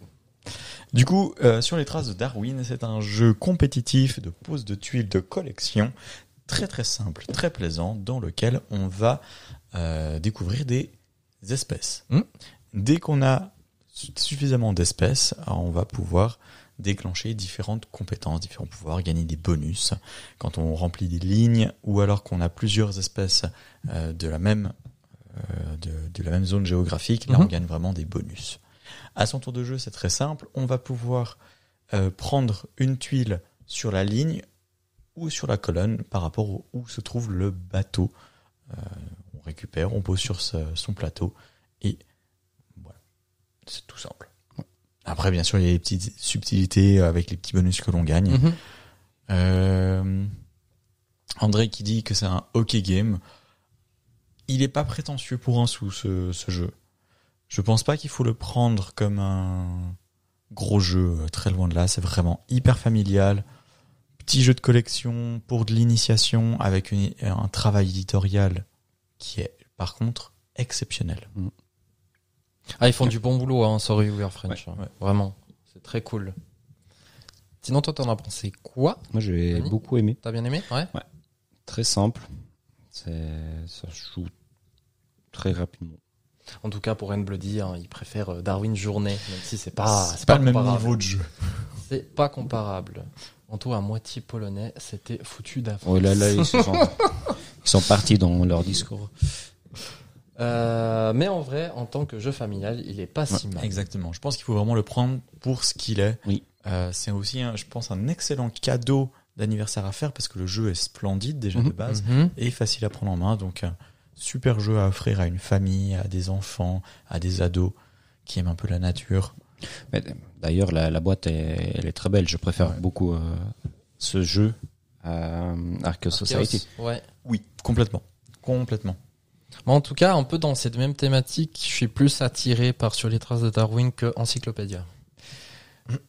S2: Du coup, euh, sur les traces de Darwin, c'est un jeu compétitif de pose de tuiles de collection, très très simple, très plaisant, dans lequel on va euh, découvrir des espèces.
S1: Hmm.
S2: Dès qu'on a su- suffisamment d'espèces, alors on va pouvoir déclencher différentes compétences, différents pouvoirs, gagner des bonus quand on remplit des lignes ou alors qu'on a plusieurs espèces euh, de la même euh, de, de la même zone géographique, là
S1: Mhm.
S2: on gagne vraiment des bonus. À son tour de jeu, c'est très simple, on va pouvoir euh, prendre une tuile sur la ligne ou sur la colonne par rapport au- où se trouve le bateau. Euh, on récupère, on pose sur ce- son plateau et voilà, c'est tout simple. Après, bien sûr, il y a les petites subtilités avec les petits bonus que l'on gagne.
S1: Mhm.
S2: Euh, André qui dit que c'est un hockey game. Il n'est pas prétentieux pour un sou, ce, ce jeu. Je pense pas qu'il faut le prendre comme un gros jeu, euh, très loin de là. C'est vraiment hyper familial. Petit jeu de collection pour de l'initiation avec une- un travail éditorial qui est, par contre, exceptionnel.
S1: Ah, ils font du bon boulot, hein, Sorry We Are French. hein. Vraiment, c'est très cool. Sinon, toi, t'en as pensé quoi
S3: Moi j'ai
S1: Vas-y.
S3: beaucoup aimé.
S1: T'as bien aimé Ouais.
S3: Très simple. C'est. Ça se joue très rapidement.
S1: En tout cas, pour N Bloody, hein, il préfère euh, Darwin Journée, même si c'est pas,
S2: Bah, c'est pas, le même
S1: comparable.
S2: niveau de jeu.
S1: C'est pas comparable. En tout, à moitié polonais, c'était foutu d'avance.
S3: Oh là là, ils se sont. ils sont partis dans leur discours.
S1: Euh, mais en vrai, en tant que jeu familial, il est pas si mal.
S2: Exactement. Je pense qu'il faut vraiment le prendre pour ce qu'il est.
S3: Oui.
S2: Euh, c'est aussi, un- je pense, un excellent cadeau d'anniversaire à faire parce que le jeu est splendide déjà de
S3: Mhm.
S2: base
S1: Mhm.
S2: et facile à prendre en main. Donc, un super jeu à offrir à une famille, à des enfants, à des ados qui aiment un peu la nature.
S3: Mais D'ailleurs, la, la boîte, est, elle est très belle. Je préfère beaucoup euh, ce jeu à euh, Ark Society.
S1: Chaos, Ouais.
S2: Oui, complètement. Complètement.
S1: Mais en tout cas, un peu dans cette même thématique, je suis plus attiré par Sur les traces de Darwin que Encyclopédia.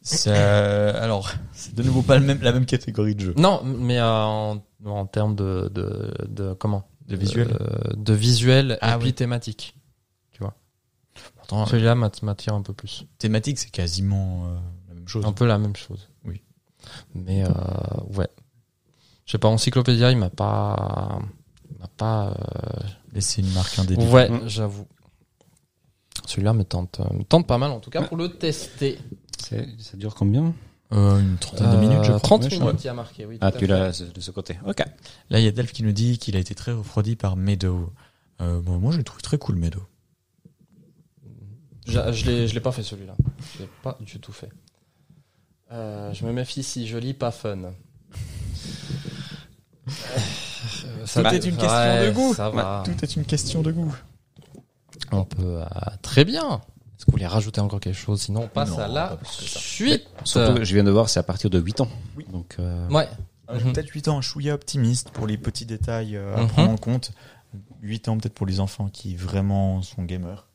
S2: C'est, euh, alors, c'est de nouveau pas le même, la même catégorie de jeu.
S1: Non, mais euh, en, en termes de, de, de comment
S2: De visuel.
S1: Euh, De visuel
S2: Ah
S1: et
S2: oui.
S1: puis thématique.
S2: Pourtant,
S1: Celui-là m'att- m'attire un peu plus.
S2: thématique, c'est quasiment euh, la même chose.
S1: Un peu la même chose.
S2: Oui.
S1: Mais euh, ouais. Je sais pas, Encyclopédia, il m'a pas. il m'a pas. euh,
S2: Laisser une marque indélébile.
S1: Ouais,
S3: Mm.
S1: j'avoue. Celui-là me tente, euh, me tente pas mal, en tout cas pour le tester.
S3: C'est- Ça dure combien
S2: Euh, une trentaine de
S1: Euh,
S2: minutes, je crois.
S1: 30
S3: Ouais, je
S1: minutes,
S3: crois.
S1: il y a marqué, oui.
S3: Ah,
S1: tout à
S3: tu
S1: fait.
S3: l'as de ce côté. Ok.
S2: Là, il y a Delph qui nous dit qu'il a été très refroidi par Meadow. Euh, bon, moi, je le trouve très cool, Meadow.
S1: J'a- Je l'ai, je l'ai pas fait celui-là. Je l'ai pas du tout fait. Euh, je me méfie si je lis pas fun. Euh, ça
S2: Tout
S1: va-
S2: est une question
S1: ouais,
S2: de goût.
S1: Ça va.
S2: Tout est une question de goût.
S1: Bah, On peut euh, très bien. Est-ce que vous voulez rajouter encore quelque chose Sinon, on passe
S2: Non,
S1: à
S2: pas
S1: la
S2: plus que ça.
S1: suite.
S3: Surtout, je viens de voir, c'est à partir de 8 ans.
S2: Oui.
S3: Donc, euh,
S1: Ouais.
S2: Euh,
S1: Mhm.
S2: Peut-être 8 ans, un chouïa optimiste pour les petits détails euh, à
S1: Mhm.
S2: prendre en compte. 8 ans peut-être pour les enfants qui vraiment sont gamers.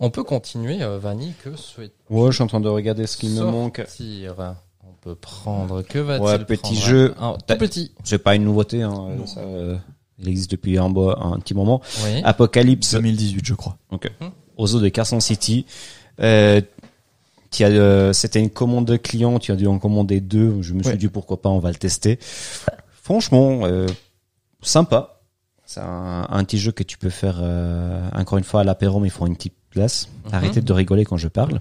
S1: On peut continuer, euh, Vanny, que souhaite
S3: ouais, je suis en train de regarder ce qui me manque.
S1: Sortir. On peut prendre. Que va-t-il
S3: Ouais, petit
S1: prendre
S3: jeu.
S1: Un tout petit.
S3: C'est pas une nouveauté. hein,
S2: Non.
S3: ça, euh, il existe depuis un, bo- un petit moment.
S1: Oui.
S3: Apocalypse
S2: 2018, je crois.
S3: aux eaux de Carson City. Euh, t'y as, euh, C'était une commande de client, tu as dû en commander deux. Je me suis
S2: Ouais.
S3: dit pourquoi pas, on va le tester. Franchement, euh, sympa. C'est un, un petit jeu que tu peux faire euh, encore une fois à l'apéro, mais ils font une petite place. Arrêtez de rigoler quand je parle.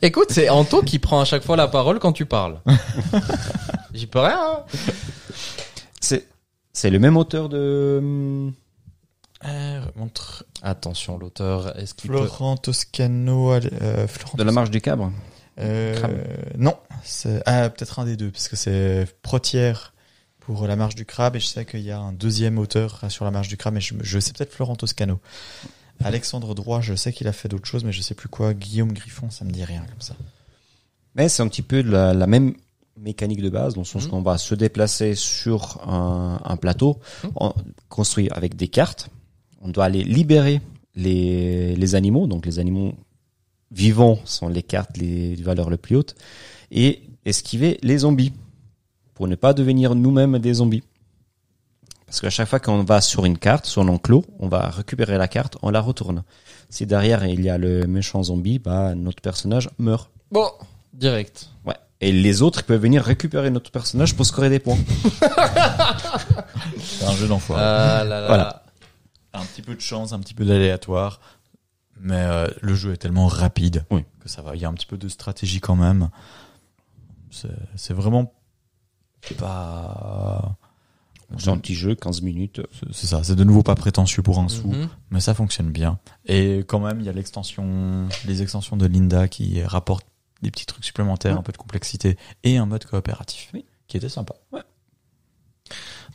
S1: Écoute, c'est Anto qui prend à chaque fois la parole quand tu parles. J'y peux rien. hein.
S3: C'est c'est le même auteur de hum,
S2: Euh, entre
S1: Attention, l'auteur, est-ce qu'il peut...
S2: Florent Toscano. euh, Florent
S3: de la marche du cabre.
S2: Euh,
S3: Crâne.
S2: non, c'est ah, peut-être un des deux, parce que c'est Protière pour La Marche du Crabe, et je sais qu'il y a un deuxième auteur sur La Marche du Crabe, mais je, je sais peut-être Florent Toscano. Alexandre Droit, je sais qu'il a fait d'autres choses, mais je sais plus quoi. Guillaume Griffon, ça me dit rien comme ça.
S3: Mais c'est un petit peu la, la même mécanique de base, dans le sens
S1: Mhm.
S3: qu'on va se déplacer sur un, un plateau
S1: Mhm.
S3: en- construit avec des cartes. On doit aller libérer les, les animaux, donc les animaux vivants sont les cartes les valeurs les plus hautes, et esquiver les zombies pour ne pas devenir nous-mêmes des zombies. Parce qu'à chaque fois qu'on va sur une carte, sur un enclos, on va récupérer la carte, on la retourne. Si derrière il y a le méchant zombie, bah, notre personnage meurt.
S1: Bon, direct.
S3: Ouais. Et les autres ils peuvent venir récupérer notre personnage pour scorer des points.
S2: C'est un jeu d'enfoiré.
S1: Ah là là.
S3: Voilà.
S2: Euh, Un petit peu de chance, un petit peu d'aléatoire, mais euh, le jeu est tellement rapide
S3: Oui.
S2: que ça va. Il y a un petit peu de stratégie quand même. C'est c'est vraiment pas.
S3: C'est un petit jeu, 15 minutes.
S2: C'est- C'est ça, c'est de nouveau pas prétentieux pour un sou.
S1: Mhm.
S2: Mais ça fonctionne bien. Et quand même, il y a l'extension, les extensions de Linda qui rapportent des petits trucs supplémentaires,
S3: Ouais.
S2: un peu de complexité et un mode coopératif.
S3: Oui.
S2: Qui était sympa.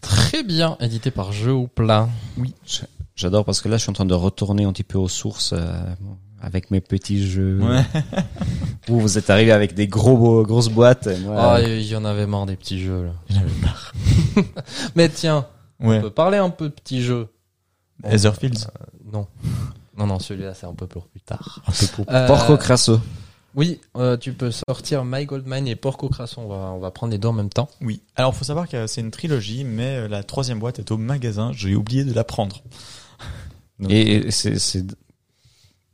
S1: Très bien, édité par Jeu ou Plat.
S3: J'adore parce que là, je suis en train de retourner un petit peu aux sources euh, avec mes petits jeux. Vous, vous êtes arrivé avec des gros bo- grosses boîtes. et moi,
S1: Ah,
S3: euh,
S1: il y en avait marre des petits jeux, là.
S2: J'en avais marre.
S1: Mais tiens, on
S2: Ouais.
S1: peut parler un peu de petits jeux. Bon,
S2: Etherfields.
S1: euh, non. Non, non, celui-là, c'est un peu pour plus tard.
S2: Un peu pour-
S1: Euh,
S3: Porco Crasso.
S1: Oui, euh, tu peux sortir My Goldman et Porco Crasson. On va, on va prendre les deux en même temps.
S2: Oui. Alors, faut savoir que c'est une trilogie, mais euh, la troisième boîte est au magasin. J'ai oublié de la prendre. Non.
S3: Et et c'est- c'est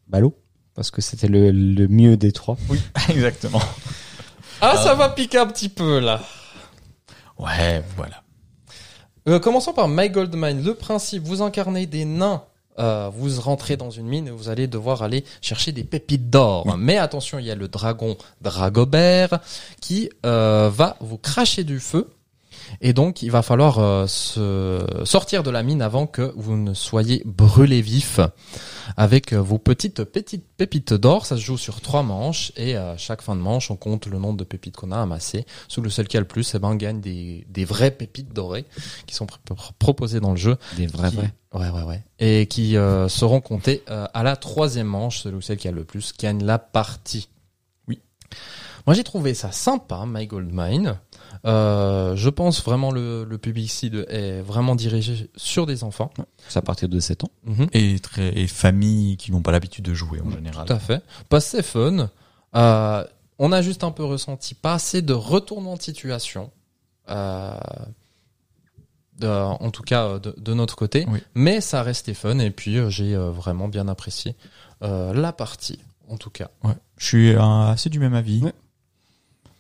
S3: ballot parce que c'était le, le mieux des trois.
S2: Oui, exactement.
S1: Ah, ça va piquer un petit peu, là.
S2: Ouais, voilà.
S1: Euh, commençons par My Gold Mine. Le principe, vous incarnez des nains. Euh, vous rentrez dans une mine et vous allez devoir aller chercher des pépites d'or. Mais attention, il y a le dragon Dragobert qui euh, va vous cracher du feu. Et donc, il va falloir euh, se sortir de la mine avant que vous ne soyez brûlé vif avec euh, vos petites, petites pépites d'or. Ça se joue sur trois manches et euh, chaque fin de manche, on compte le nombre de pépites qu'on a amassées. Sous le seul qui a le plus, eh ben, gagne des, des vraies pépites dorées qui sont pr- pr- proposés dans le jeu.
S3: Des vrais,
S1: qui-
S3: vrais.
S1: Ouais, ouais, ouais. Et qui euh, seront comptés euh, à la troisième manche. Celui ou celle qui a le plus gagne la partie.
S2: Oui.
S1: Moi, j'ai trouvé ça sympa, My Gold Mine. Euh, je pense vraiment le, le public cible est vraiment dirigé sur des enfants.
S3: C'est à partir de 7 ans.
S1: Mhm.
S2: Et, très, et familles qui n'ont pas l'habitude de jouer en général.
S1: Tout à fait. Pas assez fun. Euh, on a juste un peu ressenti pas assez de retournement de situation. euh, de- en tout cas euh, de, de notre côté.
S2: Oui.
S1: Mais ça restait fun et puis euh, j'ai euh, vraiment bien apprécié euh, la partie. En tout cas.
S2: Ouais, je suis euh, assez du même avis.
S3: Ouais.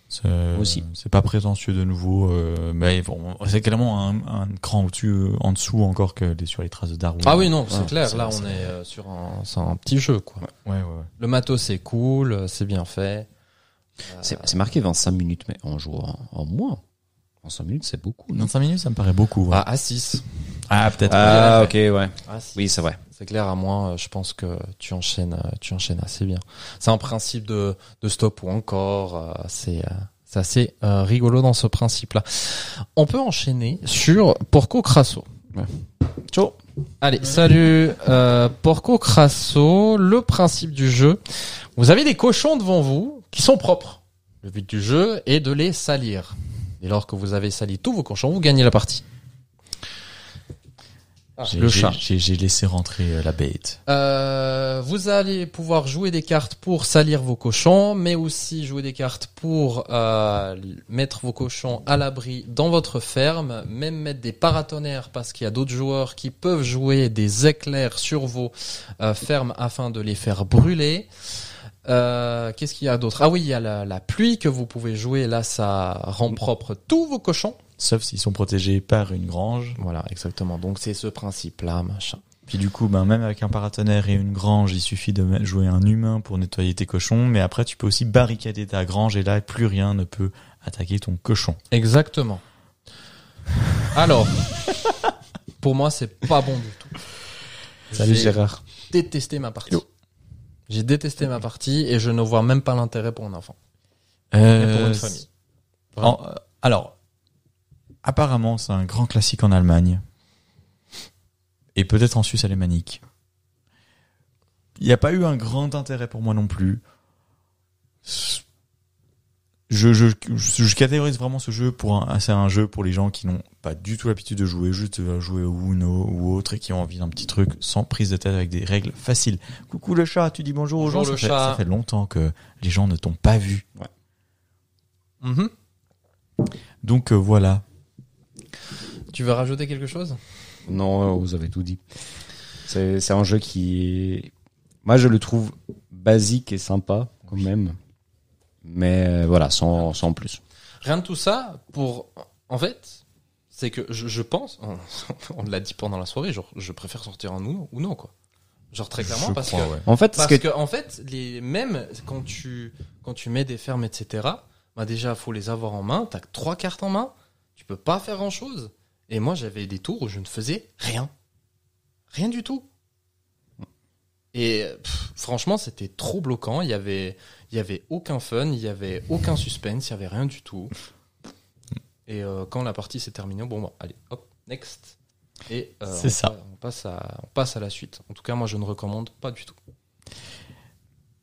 S2: C'est,
S3: Moi aussi.
S2: c'est pas prétentieux de nouveau, euh, mais bon, c'est clairement un, un cran au-dessus, euh, en dessous encore que les- sur les traces de Darwin.
S1: Ah oui, non, c'est
S2: Ouais,
S1: clair.
S2: c'est-
S1: Là,
S2: c'est-
S1: on est euh, sur un, c'est un petit jeu. Quoi.
S2: Ouais, ouais, ouais.
S1: Le matos, c'est cool, euh, c'est bien fait. Euh,
S3: C'est c'est marqué 25 minutes, mais on joue en, en moins. 25 minutes, c'est beaucoup. non
S2: 25 minutes, ça me paraît beaucoup. ouais.
S1: Ah, à 6.
S2: Ah, peut-être.
S3: Ah, ok, ouais.
S1: À six.
S3: Oui, c'est vrai.
S1: C'est clair, à moi, euh, je pense que tu enchaînes, euh, tu enchaînes assez bien. C'est un principe de, de stop ou encore. euh, C'est euh, c'est assez euh, rigolo dans ce principe-là. On peut enchaîner sur Porco Crasso.
S3: Ciao.
S1: Allez, salut euh, Porco Crasso. Le principe du jeu, vous avez des cochons devant vous qui sont propres. Le but du jeu est de les salir. Dès lors que vous avez sali tous vos cochons, vous gagnez la partie.
S2: J'ai-
S1: le
S2: Ah, j'ai-
S1: chat.
S2: J'ai, j'ai laissé rentrer euh, la bête.
S1: Euh, vous allez pouvoir jouer des cartes pour salir vos cochons, mais aussi jouer des cartes pour euh, mettre vos cochons à l'abri dans votre ferme, même mettre des paratonnerres parce qu'il y a d'autres joueurs qui peuvent jouer des éclairs sur vos euh, fermes afin de les faire brûler. Euh, Qu'est-ce qu'il y a d'autre Ah oui, il y a la, la pluie que vous pouvez jouer. Là, ça rend propre tous vos cochons.
S2: Sauf s'ils sont protégés par une grange.
S1: Voilà, exactement. Donc c'est ce principe-là, machin.
S2: Puis du coup, ben, même avec un paratonnerre et une grange, il suffit de me- jouer un humain pour nettoyer tes cochons. Mais après, tu peux aussi barricader ta grange et là, plus rien ne peut attaquer ton cochon.
S1: Exactement. Alors, pour moi, c'est pas bon du tout.
S3: Salut
S1: J'ai
S3: Gérard.
S1: détesté ma partie.
S2: Hello.
S1: J'ai détesté ma partie et je ne vois même pas l'intérêt pour un enfant.
S2: Euh,
S1: et pour une famille.
S2: En- euh, alors, apparemment, c'est un grand classique en Allemagne. Et peut-être en Suisse alémanique. Il n'y a pas eu un grand intérêt pour moi non plus. Je, je, je, je catégorise vraiment ce jeu pour un, c'est un jeu pour les gens qui n'ont pas du tout l'habitude de jouer, juste euh, jouer au Uno ou autre et qui ont envie d'un petit truc sans prise de tête avec des règles faciles. Coucou le chat, tu dis bonjour aux gens.
S1: Bonjour le
S2: ça, fait,
S1: chat.
S2: ça fait longtemps que les gens ne t'ont pas vu.
S1: Mhm.
S2: Donc euh, voilà.
S1: Tu veux rajouter quelque chose
S3: Non, vous avez tout dit. C'est c'est un jeu qui est... Moi, je le trouve basique et sympa, quand même. Mais euh, voilà, sans, sans plus.
S1: Rien de tout ça pour. En fait, c'est que je, je pense. On, on l'a dit pendant la soirée, genre, je préfère sortir un Uno ou non, quoi. Genre, très clairement,
S2: Je
S1: parce
S2: crois,
S1: que
S2: ouais.
S3: En fait, ce
S1: Parce
S3: que...
S1: que, en fait, les mêmes quand tu quand tu mets des fermes etc. Bah déjà faut les avoir en main. T'as que trois cartes en main. Tu peux pas faire grand chose. Et moi j'avais des tours où je ne faisais rien, rien du tout. Et pff, franchement c'était trop bloquant. Il y avait il y avait aucun fun, il y avait aucun suspense, il y avait rien du tout. Et euh, quand la partie s'est terminée, bon bah, allez hop next. Et euh,
S2: C'est
S1: on
S2: ça.
S1: pa- On passe à on passe à la suite. En tout cas moi je ne recommande pas du tout.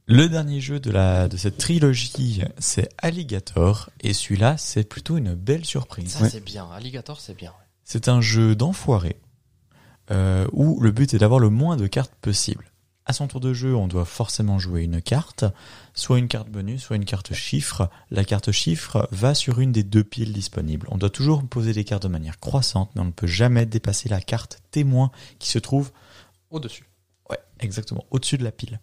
S2: Le dernier jeu de, la, de cette trilogie, c'est Alligator, et celui-là, c'est plutôt une belle surprise.
S1: Ça, c'est bien. Alligator, c'est bien.
S2: C'est un jeu d'enfoiré, euh, où le but est d'avoir le moins de cartes possible. À son tour de jeu, on doit forcément jouer une carte, soit une carte bonus, soit une carte chiffre. La carte chiffre va sur une des deux piles disponibles. On doit toujours poser des cartes de manière croissante, mais on ne peut jamais dépasser la carte témoin qui se trouve
S1: Au-dessus.
S2: Ouais, exactement, au-dessus de la pile.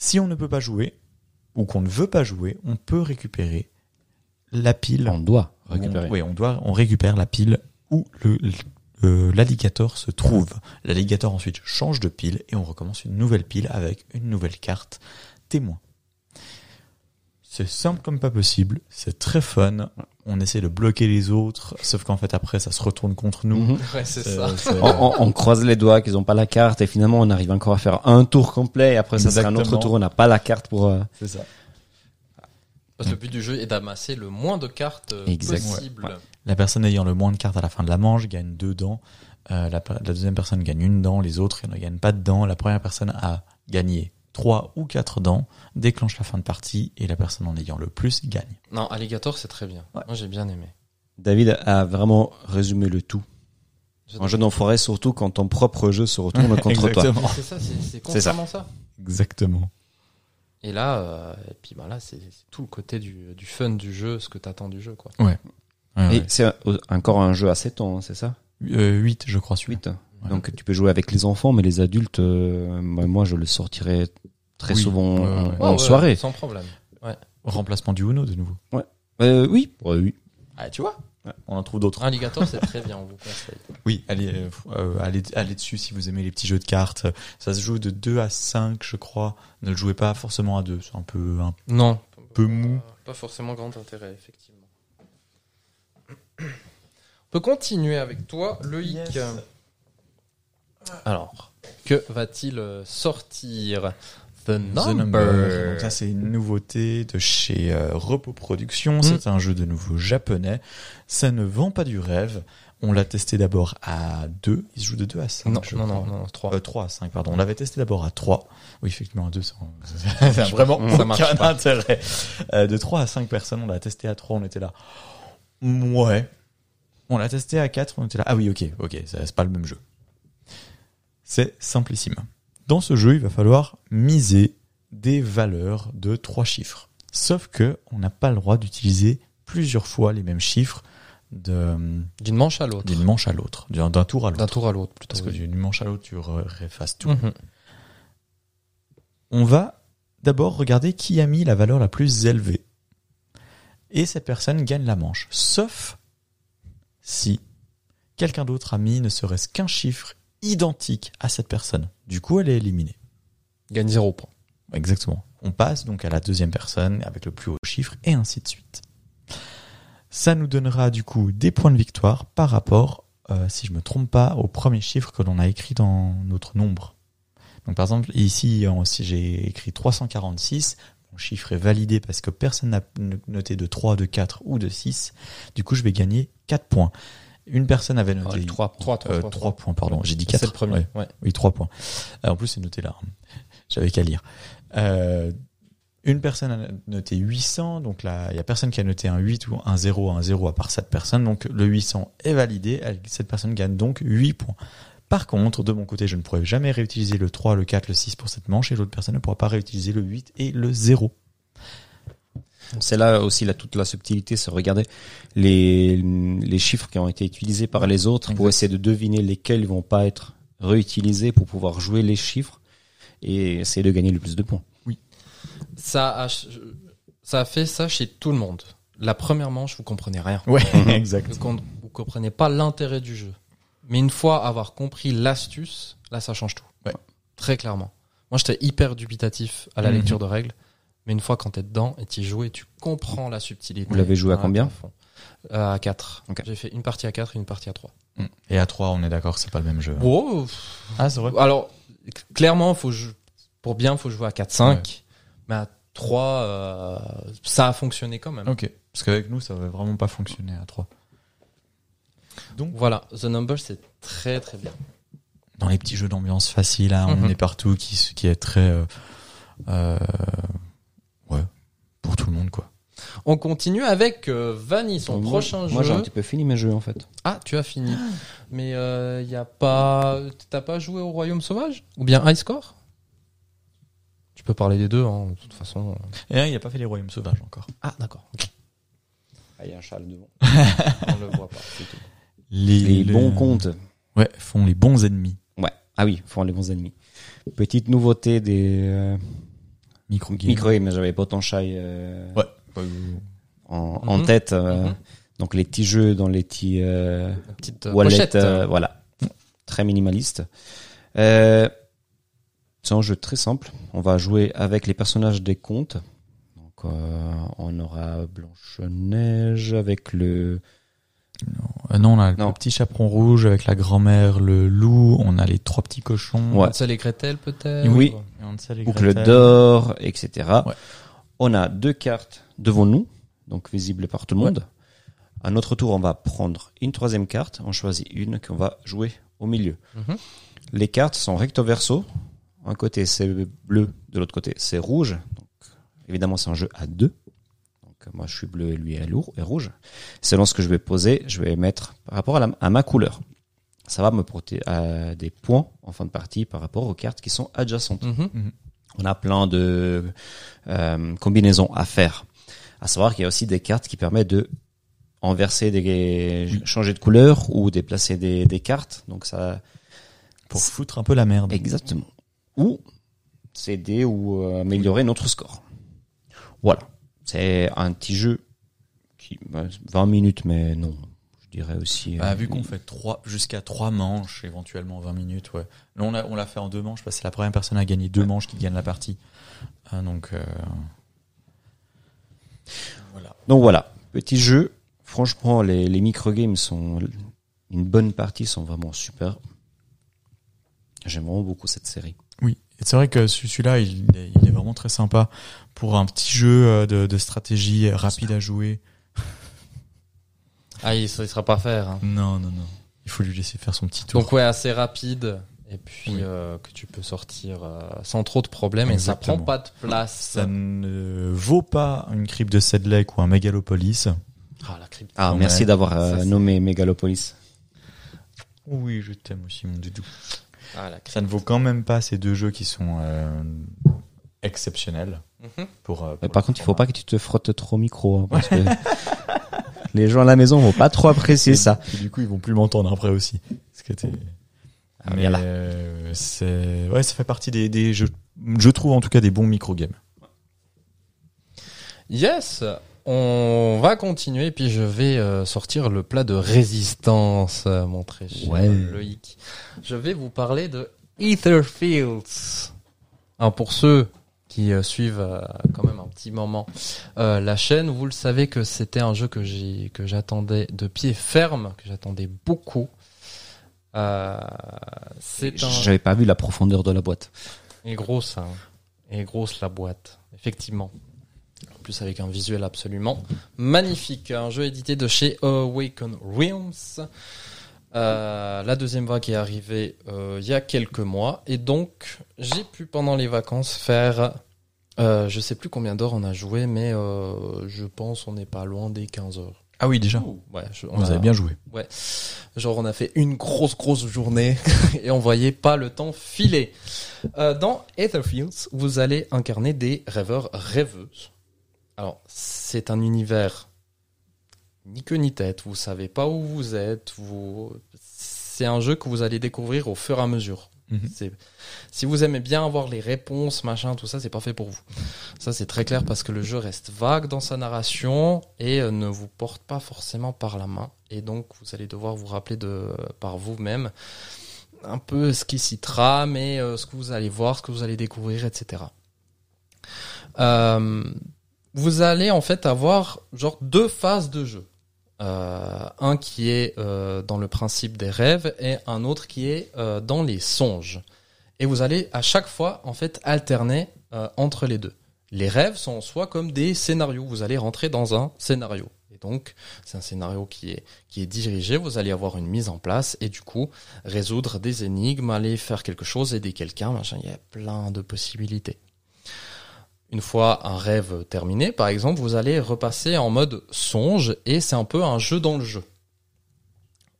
S2: Si on ne peut pas jouer, ou qu'on ne veut pas jouer, on peut récupérer la pile.
S3: On doit
S2: où
S3: récupérer.
S2: On, ouais, on, doit, on récupère la pile où le- le- euh, l'alligator se trouve. L'alligator ensuite change de pile et on recommence une nouvelle pile avec une nouvelle carte témoin. C'est simple comme pas possible, c'est très fun. On essaie de bloquer les autres, sauf qu'en fait après ça se retourne contre nous.
S3: Mhm. Oh.
S1: Ouais, c'est
S2: C'est-
S1: ça.
S2: c'est-
S3: On, on- on croise les doigts qu'ils n'ont pas la carte et finalement on arrive encore à faire un tour complet et après ça sera un autre
S2: Exactement.
S3: tour, on n'a pas la carte pour... euh,
S2: c'est ça.
S1: Parce que le but du jeu est d'amasser le moins de cartes euh,
S3: Exact.
S1: possible.
S2: Ouais. La personne ayant le moins de cartes à la fin de la manche gagne deux dents. Euh, la, per- la deuxième personne gagne une dent, les autres ne gagnent pas de dents. La première personne a gagné trois ou quatre dents, déclenche la fin de partie et la personne en ayant le plus gagne.
S1: Non, Alligator, c'est très bien.
S2: Ouais.
S1: Moi, j'ai bien aimé.
S3: David a vraiment résumé le tout.
S1: Je-
S3: En jeu d'enfoiré, surtout quand ton propre jeu se retourne contre toi.
S2: Exactement.
S1: C'est ça, c'est- c'est
S3: C'est ça.
S1: constamment ça.
S2: Exactement.
S1: Et là, euh, et puis bah là, c'est c'est tout le côté du, du fun du jeu, ce que t'attends du jeu, quoi.
S3: Et c'est un- encore un jeu à 7 ans, hein, c'est ça
S2: 8, Euh, je crois, celui
S3: 8.
S2: Ouais.
S3: Donc tu peux jouer avec les enfants, mais les adultes, euh, bah, moi je le sortirais très
S2: Oui.
S3: souvent
S2: Ouais,
S3: en,
S2: ouais.
S3: en soirée.
S1: Sans problème.
S2: Remplacement du Uno de nouveau.
S3: Euh, oui. Ouais, oui.
S2: Ah, tu vois On en trouve d'autres.
S1: Alligator, c'est très bien, on vous conseille.
S2: Oui, allez, euh, euh, allez, allez dessus si vous aimez les petits jeux de cartes. Ça se joue de 2 à 5, je crois. Ne le jouez pas forcément à 2. C'est un peu, hein, un
S1: Non.
S2: peu mou.
S1: Euh, Pas forcément grand intérêt, effectivement. On peut continuer avec toi, Loïc. Alors, que va-t-il euh, sortir The Number.
S2: The Number. Donc ça, c'est une nouveauté de chez euh, Repos
S1: Mm.
S2: Productions. C'est un jeu de nouveau japonais. Ça ne vend pas du rêve. On l'a testé d'abord à 2. Il se joue de 2 à 5.
S1: non, non, non, non, 3.
S2: 3 Euh, à 5, pardon. On l'avait testé d'abord à 3. Oui, effectivement, à 2, ça ça a vraiment
S1: Ça marche
S2: aucun
S1: pas.
S2: intérêt. Euh, de 3 à 5 personnes, on l'a testé à 3, on était là. Ouais. On l'a testé à 4, on était là. Ah oui, ok, ok, ça- c'est pas le même jeu. C'est simplissime. Dans ce jeu, il va falloir miser des valeurs de trois chiffres. Sauf que on n'a pas le droit d'utiliser plusieurs fois les mêmes chiffres de-
S1: D'une manche à l'autre.
S2: d'une manche à l'autre, d'un d'un tour à l'autre.
S1: D'un tour à l'autre, plutôt.
S2: Parce que
S1: oui.
S2: d'une manche à l'autre, tu re- réeffaces tout.
S1: Mhm.
S2: On va d'abord regarder qui a mis la valeur la plus élevée. Et cette personne gagne la manche. Sauf si quelqu'un d'autre a mis ne serait-ce qu'un chiffre identique à cette personne. Du coup, elle est éliminée.
S1: Gagne 0 point.
S2: Exactement. On passe donc à la deuxième personne avec le plus haut chiffre et ainsi de suite. Ça nous donnera du coup des points de victoire par rapport, euh, si je me trompe pas, au premier chiffre que l'on a écrit dans notre nombre. Donc par exemple, ici, en- si j'ai écrit 346, mon chiffre est validé parce que personne n'a n- noté de 3, de 4 ou de 6. Du coup, je vais gagner 4 points. Une personne avait noté
S1: 3 Ah, points. 3,
S2: euh, trois points, pardon. J'ai dit 4.
S1: C'est le premier. Ouais.
S2: Oui, trois points. Euh, en plus, c'est noté là. J'avais qu'à lire. Euh, une personne a noté 800, donc là, il n'y a personne qui a noté un 8 ou un 0, un 0 à part cette personne. Donc le 800 est validé, elle- cette personne gagne donc 8 points. Par contre, de mon côté, je ne pourrai jamais réutiliser le 3, le 4, le 6 pour cette manche et l'autre personne ne pourra pas réutiliser le 8 et le 0.
S3: C'est là aussi la, toute la subtilité, c'est regarder les, les chiffres qui ont été utilisés par les autres pour
S2: Exact.
S3: essayer de deviner lesquels vont pas être réutilisés pour pouvoir jouer les chiffres et essayer de gagner le plus de points.
S1: Ça, a, ça a fait ça chez tout le monde. La première manche, vous comprenez rien.
S2: Ouais, exact.
S1: Vous com- vous comprenez pas l'intérêt du jeu. Mais une fois avoir compris l'astuce, là, ça change tout.
S2: Ouais.
S1: Très clairement. Moi, j'étais hyper dubitatif à la
S2: Mhm.
S1: lecture de règles. Mais une fois quand t'es dedans et t'y joues et tu comprends la subtilité.
S3: Vous l'avez joué à
S1: Ah,
S3: combien
S1: à fond. Euh, À 4.
S3: Ok.
S1: J'ai fait une partie à 4 et une partie à 3.
S2: Et à 3, on est d'accord, c'est pas le même jeu.
S1: Wow,
S2: Ah, c'est vrai.
S1: Alors, c- clairement, faut jou- pour bien, faut jouer à 4-5.
S2: Ouais.
S1: Mais à 3, euh, ça a fonctionné quand même.
S2: Ok. Parce qu'avec nous, ça va vraiment pas fonctionner à 3. Donc,
S1: Voilà, The Number, c'est très très bien.
S2: dans les petits jeux d'ambiance facile, hein, on
S1: Mhm.
S2: est partout, qui, s- qui est très, euh, euh, ouais, pour tout le monde quoi.
S1: On continue avec euh, Vanny, son
S3: Moi-
S1: prochain
S3: Moi j'ai
S1: jeu.
S3: un petit peu fini mes jeux en fait.
S1: Ah, tu as fini. Mais il y a pas. T'as pas joué au Royaume Sauvage Ou bien High Score Tu peux parler des deux, hein, de toute façon.
S2: Et hein, il a pas fait les royaumes sauvages encore.
S1: Ah, d'accord.
S3: Ah, il y a un châle devant.
S1: On le voit pas. c'est tout.
S2: Les,
S3: Les
S2: les-
S3: bons comptes.
S2: Ouais, font les bons ennemis.
S3: Ouais. Ah oui, font les bons ennemis. Petite nouveauté des euh,
S2: Micro game.
S3: micro mais j'avais pas ton chai euh,
S2: Ouais. Bah, euh,
S3: en, en
S1: Mhm.
S3: tête. euh,
S1: Mhm.
S3: Donc les petits jeux dans les petits euh,
S1: La petite euh,
S3: wallets,
S1: pochette.
S3: euh, voilà, très minimaliste. Euh, c'est un jeu très simple. On va jouer avec les personnages des contes. Donc euh, on aura Blanche Neige avec le
S2: euh, non, on a
S3: Non.
S2: le petit chaperon rouge avec la grand-mère, le loup. On a les trois petits cochons.
S3: Ouais.
S1: Hansel et Gretel, peut-être
S3: Oui.
S2: Et Hansel et
S3: boucle
S2: Gretel.
S3: d'or, etc.
S2: Ouais.
S3: On a deux cartes devant nous, donc visibles par tout le monde. À notre tour, on va prendre une troisième carte. On choisit une qu'on va jouer au milieu.
S1: Mhm.
S3: Les cartes sont recto verso. Un côté c'est bleu, de l'autre côté c'est rouge. Donc, évidemment, c'est un jeu à deux. Donc moi je suis bleu et lui est lourd et rouge. Selon ce que je vais poser, je vais mettre par rapport à, la- à ma couleur. Ça va me porter à des points en fin de partie par rapport aux cartes qui sont adjacentes.
S1: Mhm.
S3: On a plein de euh, combinaisons à faire. À savoir qu'il y a aussi des cartes qui permettent de inverser, des, changer de couleur ou déplacer des, des cartes. Donc ça,
S2: Pour foutre un peu la merde.
S3: exactement. Ou céder ou euh, améliorer notre score. Voilà. C'est un petit jeu qui bah, 20 minutes, mais non, je dirais aussi.
S2: Bah,
S3: euh,
S2: vu qu'on fait trois, jusqu'à trois manches, éventuellement 20 minutes, ouais. Là, on l'a, on l'a fait en deux manches, parce que c'est la première personne à gagner deux manches qui gagne la partie. Ah, donc, euh, voilà.
S3: Donc voilà, petit jeu. Franchement, les, les micro-games sont. Une bonne partie sont vraiment super. J'aime vraiment beaucoup cette série.
S2: Oui, Et c'est vrai que ce- celui-là, il, est- il est vraiment très sympa pour un petit jeu euh, de, de stratégie euh, rapide à jouer.
S1: Ah, il, ça, il sera pas à faire. hein.
S2: Non, non, non. Il faut lui laisser faire son petit tour.
S1: Donc ouais, assez rapide. Et puis
S2: Oui.
S1: euh, que tu peux sortir euh, sans trop de problèmes et ça
S2: Exactement.
S1: prend pas de place.
S2: ça ne vaut pas une crypte de Sedlec ou un Megalopolis.
S1: Ah la crypte.
S3: Ah,
S2: Ouais.
S3: merci d'avoir euh,
S1: Ça, c'est-
S3: nommé Megalopolis.
S2: Oui, je t'aime aussi, mon doudou.
S1: Ah la crypte.
S2: Ça ne vaut quand même pas ces deux jeux qui sont euh, exceptionnels.
S1: Mhm.
S2: Pour, euh,
S3: Mais
S2: pour
S3: par
S2: le
S3: contre, il faut
S2: format.
S3: pas que tu te frottes trop au micro. hein, parce que les gens à la maison vont pas trop apprécier ça.
S2: Et du coup, ils vont plus m'entendre après aussi. Ce qui était-
S3: Ah,
S2: Mais,
S3: voilà.
S2: euh, c'est ouais, ça fait partie des, des jeux. Je trouve en tout cas des bons micro games.
S1: Yes, on va continuer. Et puis je vais euh, sortir le plat de résistance, euh, mon très cher
S3: Ouais.
S1: Loïc. Je vais vous parler de Etherfields. Alors pour ceux qui euh, suivent euh, quand même un petit moment euh, la chaîne, vous le savez que c'était un jeu que j'ai que j'attendais de pied ferme, que j'attendais beaucoup. Euh, c'est un
S3: J'avais pas vu la profondeur de la boîte.
S1: elle est grosse, hein. Elle est grosse la boîte, effectivement. En plus avec un visuel absolument magnifique. Un jeu édité de chez Awaken Realms. Euh, la deuxième vague est arrivée euh, il y a quelques mois. Et donc, j'ai pu pendant les vacances faire... euh, je sais plus combien d'heures on a joué, mais euh, je pense on n'est pas loin des 15 heures.
S2: Ah oui, déjà.
S1: Ouais, je- on
S2: Vous
S1: a-
S2: avez bien joué.
S1: Ouais. Genre, on a fait une grosse, grosse journée et on voyait pas le temps filer. Euh, dans Etherfields, vous allez incarner des rêveurs rêveuses. Alors, c'est un univers ni queue ni tête. Vous savez pas où vous êtes. Vous... C'est un jeu que vous allez découvrir au fur et à mesure.
S2: Mhm.
S1: C'est- Si vous aimez bien avoir les réponses, machin, tout ça, c'est parfait pour vous. Ça, c'est très clair parce que le jeu reste vague dans sa narration et euh, ne vous porte pas forcément par la main. Et donc, vous allez devoir vous rappeler de, par vous-même un peu ce qui s'y trame et euh, ce que vous allez voir, ce que vous allez découvrir, etc. Euh, vous allez en fait avoir genre deux phases de jeu. Euh, un qui est euh, dans le principe des rêves et un autre qui est euh, dans les songes. Et vous allez à chaque fois en fait alterner euh, entre les deux. Les rêves sont en soi comme des scénarios. Vous allez rentrer dans un scénario. Et donc, c'est un scénario qui est, qui est dirigé. Vous allez avoir une mise en place et du coup, résoudre des énigmes, aller faire quelque chose, aider quelqu'un, machin. Il y a plein de possibilités. Une fois un rêve terminé, par exemple, vous allez repasser en mode songe et c'est un peu un jeu dans le jeu.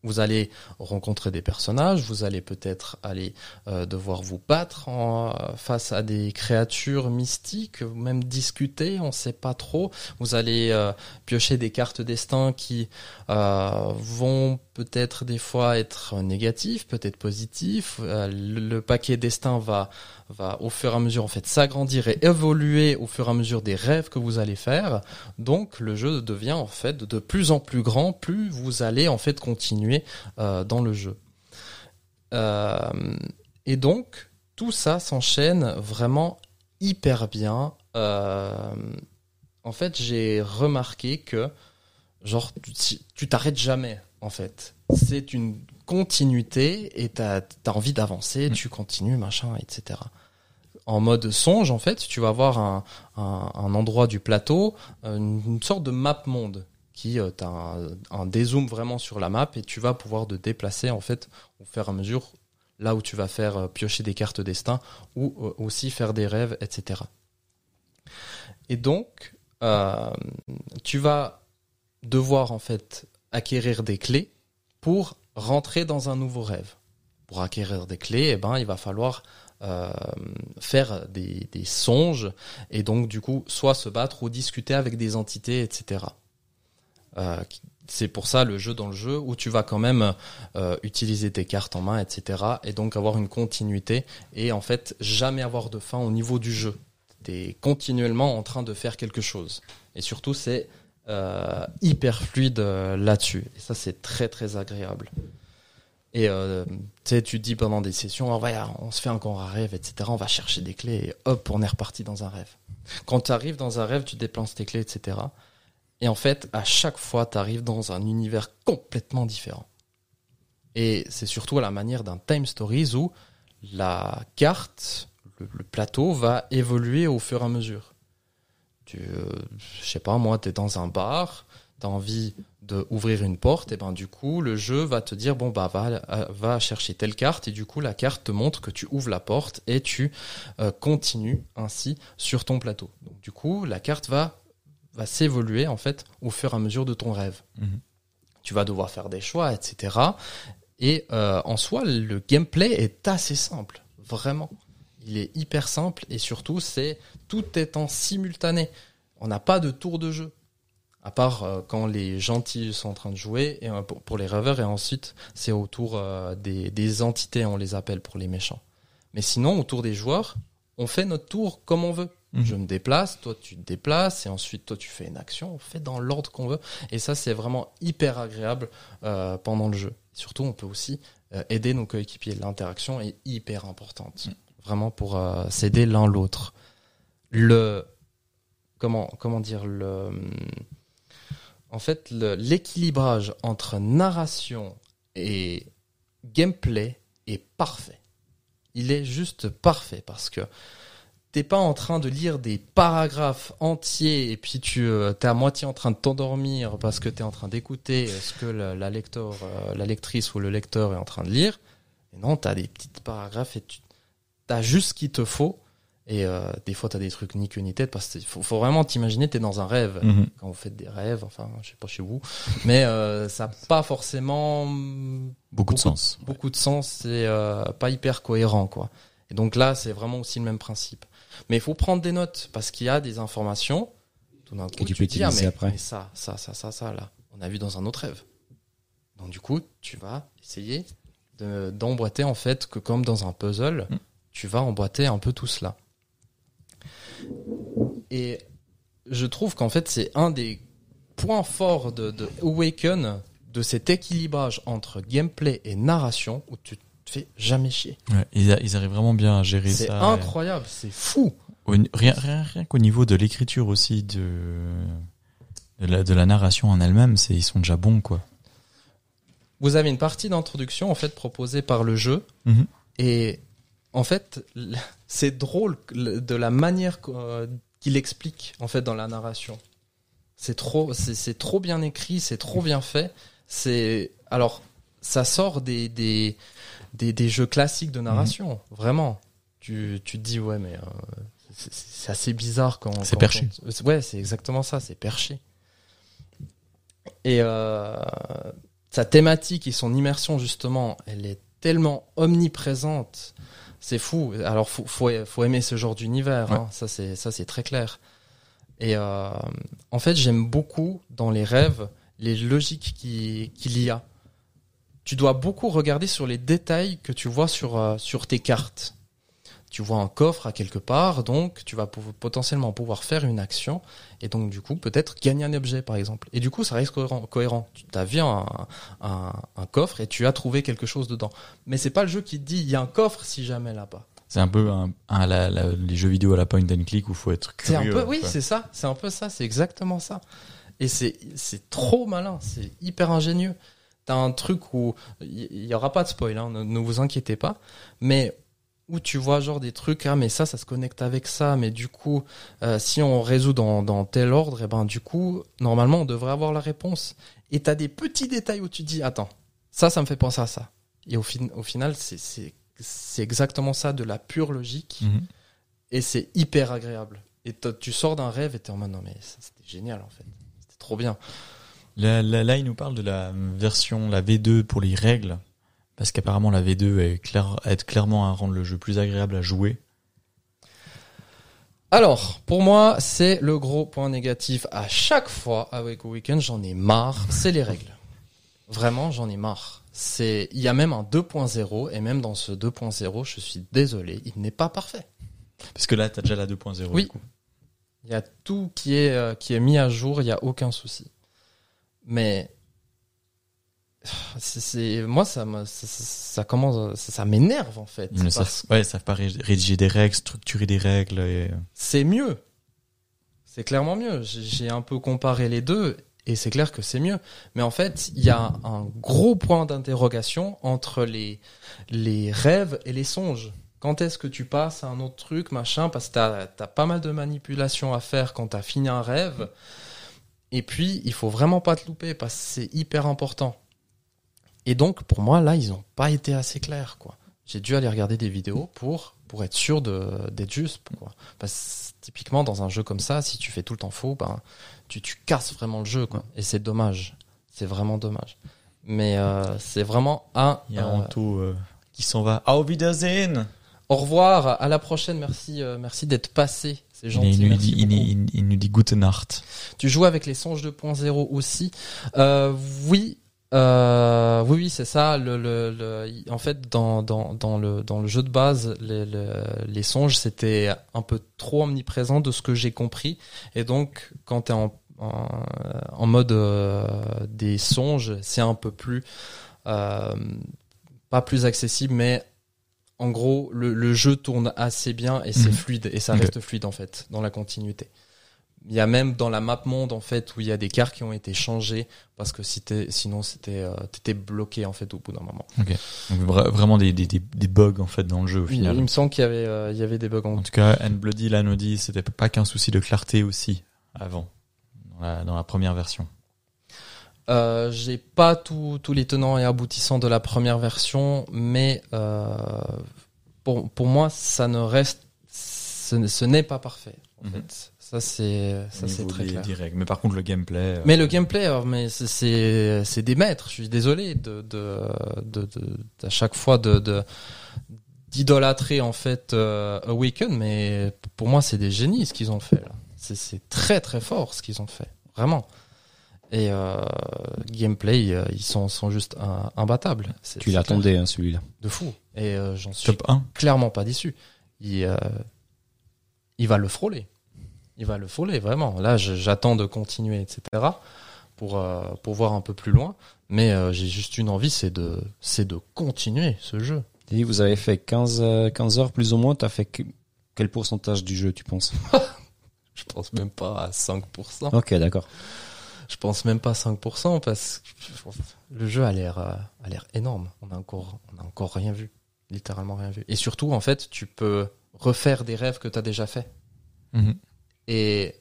S1: Vous allez rencontrer des personnages, vous allez peut-être aller euh, devoir vous battre en, euh, face à des créatures mystiques, ou même discuter, on ne sait pas trop. Vous allez euh, piocher des cartes destin qui euh, vont peut-être des fois être négatifs, peut-être positifs. Euh, le, le paquet destin va, va au fur et à mesure en fait s'agrandir et évoluer au fur et à mesure des rêves que vous allez faire. Donc le jeu devient en fait de plus en plus grand, plus vous allez en fait continuer euh, dans le jeu. Euh, et donc tout ça s'enchaîne vraiment hyper bien. Euh, en fait, j'ai remarqué que genre tu- si- tu t'arrêtes jamais en fait c'est une continuité et t'as as envie d'avancer
S2: Mm.
S1: tu continues machin etc en mode songe en fait tu vas avoir un, un, un endroit du plateau euh, une, une sorte de map monde qui euh, t'as un, un dézoom vraiment sur la map et tu vas pouvoir te déplacer en fait au fur et à mesure là où tu vas faire euh, piocher des cartes destin ou euh, aussi faire des rêves, etc. Et donc, euh, tu vas devoir en fait acquérir des clés pour rentrer dans un nouveau rêve. Pour acquérir des clés, eh ben, il va falloir euh, faire des, des songes et donc du coup soit se battre ou discuter avec des entités, etc. Euh, c'est pour ça le jeu dans le jeu où tu vas quand même euh, utiliser tes cartes en main, etc. Et donc avoir une continuité et en fait jamais avoir de fin au niveau du jeu. T'es continuellement en train de faire quelque chose. Et surtout c'est euh, hyper fluide euh, là-dessus. Et ça c'est très très agréable. Et euh, tu sais, tu te dis pendant des sessions, Ah ouais, on se fait un grand rêve, etc. On va chercher des clés et hop, on est reparti dans un rêve. Quand tu arrives dans un rêve, tu dépenses tes clés, etc. Et en fait, à chaque fois, tu arrives dans un univers complètement différent. Et c'est surtout à la manière d'un Time Stories où la carte, le, le plateau, va évoluer au fur et à mesure. Tu, euh, je sais pas, moi, tu es dans un bar, tu as envie d'ouvrir une porte, et ben du coup, le jeu va te dire bon, bah, va, euh, va chercher telle carte, et du coup, la carte te montre que tu ouvres la porte et tu euh, continues ainsi sur ton plateau. Donc, du coup, la carte va va s'évoluer en fait au fur et à mesure de ton rêve.
S2: Mhm.
S1: Tu vas devoir faire des choix, etc. Et euh, en soi, le gameplay est assez simple, vraiment. Il est hyper simple et surtout, c'est tout est en simultané. On n'a pas de tour de jeu, à part euh, quand les gentils sont en train de jouer et euh, pour, pour les rêveurs et ensuite c'est au tour euh, des, des entités, on les appelle pour les méchants. Mais sinon, au tour des joueurs, on fait notre tour comme on veut.
S2: Mhm.
S1: Je me déplace, toi tu te déplaces, et ensuite toi tu fais une action, on fait dans l'ordre qu'on veut. Et ça c'est vraiment hyper agréable euh, pendant le jeu. Surtout on peut aussi euh, aider nos coéquipiers. L'interaction est hyper importante. Vraiment pour euh, s'aider l'un l'autre. Le... Comment, comment dire le... hum, En fait, le- l'équilibrage entre narration et gameplay est parfait. Il est juste parfait parce que t'es pas en train de lire des paragraphes entiers et puis tu euh, t'es à moitié en train de t'endormir parce que t'es en train d'écouter euh, ce que la, la lecteur, euh, la lectrice ou le lecteur est en train de lire. Et non, t'as des petits paragraphes et tu t'as juste ce qu'il te faut. Et euh, des fois, t'as des trucs ni queue ni tête parce qu'il faut, faut vraiment t'imaginer t'es dans un rêve
S2: Mhm.
S1: quand vous faites des rêves, enfin, je sais pas chez vous, mais euh, ça n'a pas forcément mm,
S2: Beaucoup de sens.
S1: beaucoup de sens, c'est euh, pas hyper cohérent, quoi. Et donc là, c'est vraiment aussi le même principe. Mais il faut prendre des notes parce qu'il y a des informations tout d'un coup,
S3: tu peux
S1: dis, ah,
S3: utiliser
S1: mais-
S3: après.
S1: mais ça, ça, ça, ça, ça, là, on a vu dans un autre rêve. Donc du coup, tu vas essayer de- d'emboîter en fait que comme dans un puzzle,
S2: Mm.
S1: tu vas emboîter un peu tout cela. Et je trouve qu'en fait, c'est un des points forts de, de Awaken, de cet équilibrage entre gameplay et narration, où tu te fais jamais chier.
S2: Ouais, ils, a- ils arrivent vraiment bien à gérer ça.
S1: C'est incroyable, c'est fou.
S2: Au- rien rien, rien qu'au niveau de l'écriture aussi, de, de, la, de la narration en elle-même, c'est- ils sont déjà bons, quoi.
S1: Vous avez une partie d'introduction en fait proposée par le jeu,
S2: Mhm.
S1: et en fait, l- c'est drôle que- le- de la manière qu'- euh, qu'il explique en fait dans la narration. C'est trop, c'est c'est trop bien écrit, c'est trop bien fait. C'est alors ça sort des des, des des jeux classiques de narration,
S2: Mhm.
S1: vraiment. Tu tu te dis ouais mais euh, c'est- c'est c'est assez bizarre quand
S2: C'est
S1: quand
S2: perché.
S1: on- ouais, c'est exactement ça, c'est perché. Et euh, sa thématique et son immersion justement, elle est tellement omniprésente. C'est fou. Alors faut faut, faut aimer ce genre d'univers.
S2: Ouais.
S1: hein. Ça c'est ça c'est très clair. Et euh, en fait j'aime beaucoup dans les rêves les logiques qui- qu'il y a. Tu dois beaucoup regarder sur les détails que tu vois sur euh, sur tes cartes. Tu vois un coffre à quelque part, donc tu vas pou- potentiellement pouvoir faire une action et donc du coup peut-être gagner un objet par exemple. Et du coup ça reste cohérent. cohérent. Tu as vu un, un, un coffre et tu as trouvé quelque chose dedans. Mais c'est pas le jeu qui te dit il y a un coffre si jamais là-bas.
S2: C'est un peu un, un- la- la- les jeux vidéo à la point and click où faut être
S1: C'est un
S2: curieux.
S1: peu, oui,
S2: quoi.
S1: c'est ça, c'est un peu ça, c'est exactement ça. Et c'est c'est trop malin, c'est hyper ingénieux. T'as un truc où il n'y aura pas de spoil, hein, ne, ne vous inquiétez pas, mais où tu vois genre des trucs, ah mais ça, ça se connecte avec ça, mais du coup, euh, si on résout dans, dans tel ordre, et ben du coup, normalement, on devrait avoir la réponse. Et t'as des petits détails où tu dis, attends, ça, ça me fait penser à ça. Et au, fin- au final, c'est- c'est c'est exactement ça, de la pure logique.
S2: Mhm.
S1: Et c'est hyper agréable. Et t'as- tu sors d'un rêve et t'es en mode non, mais ça, c'était génial en fait. C'était trop bien.
S2: Là, là, là, il nous parle de la version, la V2 pour les règles, parce qu'apparemment la V2 est clair- aide clairement à rendre le jeu plus agréable à jouer.
S1: Alors, pour moi, c'est le gros point négatif à chaque fois avec Weekend, j'en ai marre, c'est les règles. Vraiment, j'en ai marre. C'est, il y a même un 2.0 et même dans ce 2.0, je suis désolé, il n'est pas parfait.
S2: Parce que là, t'as déjà la 2.0.
S1: Oui.
S2: du coup.
S1: Il y a tout qui est euh, qui est mis à jour, il y a aucun souci. Mais c'est- c'est moi ça me ça, ça- ça commence à- ça, ça m'énerve en fait
S2: Ils ne
S1: parce
S2: savent, ouais, ils savent pas ré- rédiger des règles, structurer des règles. Et...
S1: c'est mieux. C'est clairement mieux. J'ai- J'ai un peu comparé les deux et c'est clair que c'est mieux. Mais en fait, il y a un gros point d'interrogation entre les, les rêves et les songes. Quand est-ce que tu passes à un autre truc, machin, parce que t'as as pas mal de manipulations à faire quand t'as fini un rêve. Et puis, il faut vraiment pas te louper parce que c'est hyper important. Et donc, pour moi, là, ils ont pas été assez clairs, quoi. J'ai dû aller regarder des vidéos pour, pour être sûr de- d'être juste, quoi. Parce que typiquement, dans un jeu comme ça, si tu fais tout le temps faux, ben, tu, tu casses vraiment le jeu. Quoi. Et c'est dommage. C'est vraiment dommage. Mais euh, c'est vraiment un.
S2: Il y a
S1: euh,
S2: Anto euh, qui s'en va. Au Wiedersehen
S1: au revoir, à la prochaine. Merci, euh, merci d'être passé. C'est
S2: il,
S1: gentil.
S2: il nous
S1: merci
S2: dit, il,
S1: beaucoup.
S2: il- il nous dit Guten Nacht.
S1: Tu joues avec les songes 2.0 aussi. Euh, oui. euh, oui, oui, c'est ça. Le, le, le- en fait, dans, dans, dans, le, dans le jeu de base, les, le- les songes, c'était un peu trop omniprésent de ce que j'ai compris. Et donc, quand tu es en, en, en mode euh, des songes, c'est un peu plus... euh, pas plus accessible, mais en gros, le, le jeu tourne assez bien et c'est
S2: Mhm.
S1: fluide. Et ça
S2: Ok.
S1: reste fluide, en fait, dans la continuité. Il y a même dans la map monde en fait où il y a des cartes qui ont été changées parce que si t'es- sinon c'était euh, t'étais bloqué en fait au bout d'un moment.
S2: Donc, vra- vraiment des, des, des, des bugs en fait dans le jeu au
S1: Il,
S2: final.
S1: il me semble qu'il y avait euh, il y avait des bugs. En...
S2: En tout cas, Anne Bloody là nous dit c'était pas qu'un souci de clarté aussi avant dans la, dans la première version.
S1: Euh, J'ai pas tout- tous les tenants et aboutissants de la première version, mais euh, pour pour moi ça ne reste ce, n- ce n'est pas parfait en
S2: Mhm.
S1: fait. Ça c'est ça
S2: Au
S1: c'est
S2: niveau
S1: très
S2: des-
S1: clair.
S2: des règles. Mais par contre le gameplay. euh,
S1: Mais le gameplay, alors, mais c'est- c'est c'est des maîtres. Je suis désolé de de de, de- à chaque fois de de- d'idolâtrer en fait euh, Awaken, mais pour moi c'est des génies ce qu'ils ont fait. là. C'est c'est très très fort ce qu'ils ont fait, vraiment. Et euh, gameplay, euh, ils sont sont juste im- imbattables. C'est-
S3: Tu
S1: c'est
S3: l'attendais, hein, celui-là.
S1: clair. de fou. Et euh, j'en suis
S2: top 1.
S1: clairement pas déçu. Il, euh, il va le frôler. Il va le frôler, vraiment. Là, je- j'attends de continuer, etc. pour, euh, pour voir un peu plus loin. Mais euh, j'ai juste une envie, c'est de, c'est de continuer ce jeu.
S3: T'as dit, vous avez fait 15, euh, 15 heures plus ou moins, t'as fait que- quel pourcentage du jeu, tu penses
S1: Je pense même pas à 5%.
S3: Ok, d'accord.
S1: Je pense même pas à 5% parce que le jeu a l'air, euh, a l'air énorme. On a encore, on a encore rien vu. Littéralement rien vu. Et surtout, en fait, tu peux refaire des rêves que tu as déjà fait. Mhm. Et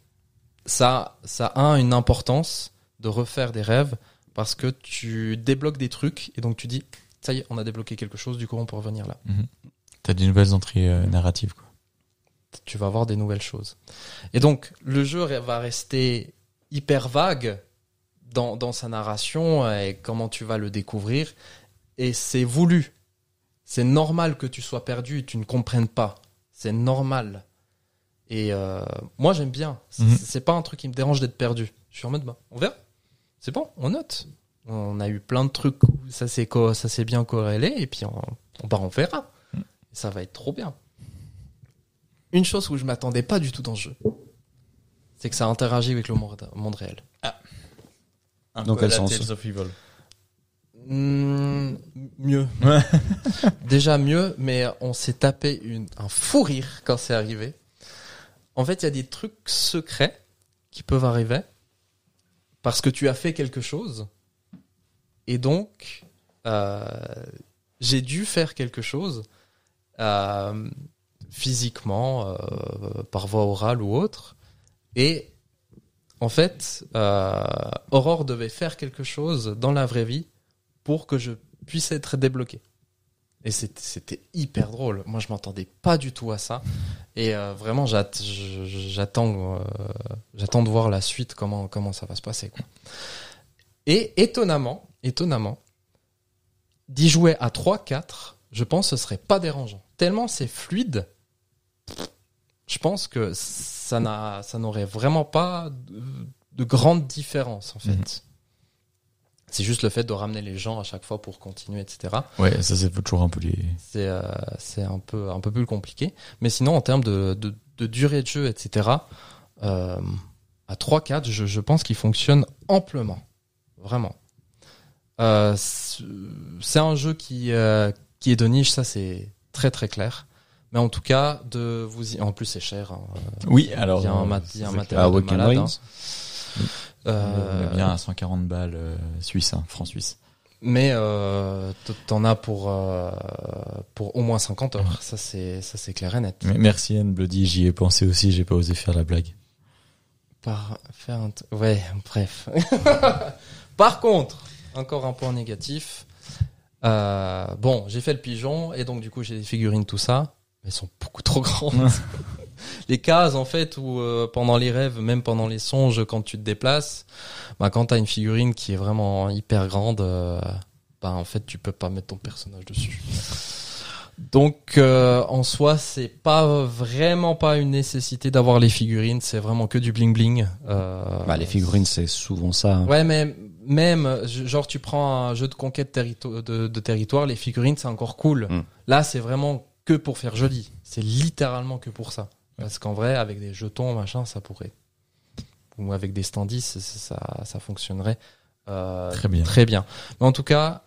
S1: ça, ça a une importance de refaire des rêves parce que tu débloques des trucs et donc tu dis, ça y est, on a débloqué quelque chose, du coup on peut revenir là.
S2: T'as des nouvelles entrées
S1: Mhm.
S2: euh, narratives quoi.
S1: Tu vas voir des nouvelles choses. Et donc le jeu re- va rester hyper vague dans, dans sa narration et comment tu vas le découvrir. Et c'est voulu. C'est normal que tu sois perdu et tu ne comprennes pas. C'est normal. Et euh, moi, j'aime bien. C'est
S2: Mhm.
S1: c'est pas un truc qui me dérange d'être perdu. Je suis en mode, bah, on verra. C'est bon, on note. On a eu plein de trucs où ça s'est co- ça s'est bien corrélé et puis on, on, bah, on verra.
S2: Mhm.
S1: Ça va être trop bien. Une chose où je m'attendais pas du tout dans ce jeu, c'est que ça interagit avec le monde- monde réel.
S3: Dans quel sens
S1: Hmm, mieux. Déjà mieux, mais on s'est tapé une, un fou rire quand c'est arrivé. En fait, il y a des trucs secrets qui peuvent arriver parce que tu as fait quelque chose. Et donc, euh, j'ai dû faire quelque chose euh, physiquement, euh, par voie orale ou autre. Et en fait, euh, Aurore devait faire quelque chose dans la vraie vie pour que je puisse être débloqué. Et c'est- c'était hyper drôle. Moi, je m'attendais pas du tout à ça. Et euh, vraiment, j'att- je- j'attends, euh, j'attends de voir la suite, comment, comment ça va se passer. quoi. Et étonnamment, étonnamment, d'y jouer à 3-4, je pense que ce serait pas dérangeant. Tellement c'est fluide, je pense que ça n'a- ça n'aurait vraiment pas de, de grande différence, en fait.
S2: Mhm.
S1: C'est juste le fait de ramener les gens à chaque fois pour continuer, etc.
S2: Ouais, ça c'est toujours un peu les.
S1: C'est euh, c'est un, peu, un peu plus compliqué. Mais sinon, en termes de, de, de durée de jeu, etc., euh, à 3-4, je, je pense qu'il fonctionne amplement. Vraiment. Euh, c'est c'est un jeu qui, euh, qui est de niche, ça c'est très très clair. Mais en tout cas, de vous y- en plus c'est cher. hein.
S2: Oui, alors. euh,
S1: Il y a un, mat- il y a un
S3: Ah,
S1: matériel de
S3: Awaken
S1: malade.
S3: Brains.
S1: hein.
S2: On est
S1: Euh,
S2: bien à 140 balles euh, suisse, hein, francs suisses.
S1: Mais euh, t- t'en as pour, euh, pour au moins 50 heures. Ça c'est ça, c'est clair et net.
S2: Mais Merci Anne Bloody, j'y ai pensé aussi, j'ai pas osé faire la blague.
S1: Par faire un t- ouais, bref. Par contre, encore un point négatif. Euh, bon, j'ai fait le pigeon et donc du coup j'ai des figurines tout ça, mais elles sont beaucoup trop grandes. les cases en fait où euh, pendant les rêves, même pendant les songes, quand tu te déplaces, bah quand t'as une figurine qui est vraiment hyper grande, euh, bah en fait tu peux pas mettre ton personnage dessus. Donc euh, en soi, c'est pas vraiment pas une nécessité d'avoir les figurines, c'est vraiment que du bling bling. Euh,
S3: Bah, les figurines, c'est souvent ça. hein.
S1: Ouais, mais même, je- genre, tu prends un jeu de conquête territo- de, de territoire, les figurines, c'est encore cool.
S3: Mm.
S1: Là, c'est vraiment que pour faire joli. C'est littéralement que pour ça. Parce qu'en vrai, avec des jetons, machin, ça pourrait. Ou avec des standis, ça, ça, ça fonctionnerait euh,
S2: Ah, Très bien.
S1: très bien. Mais en tout cas,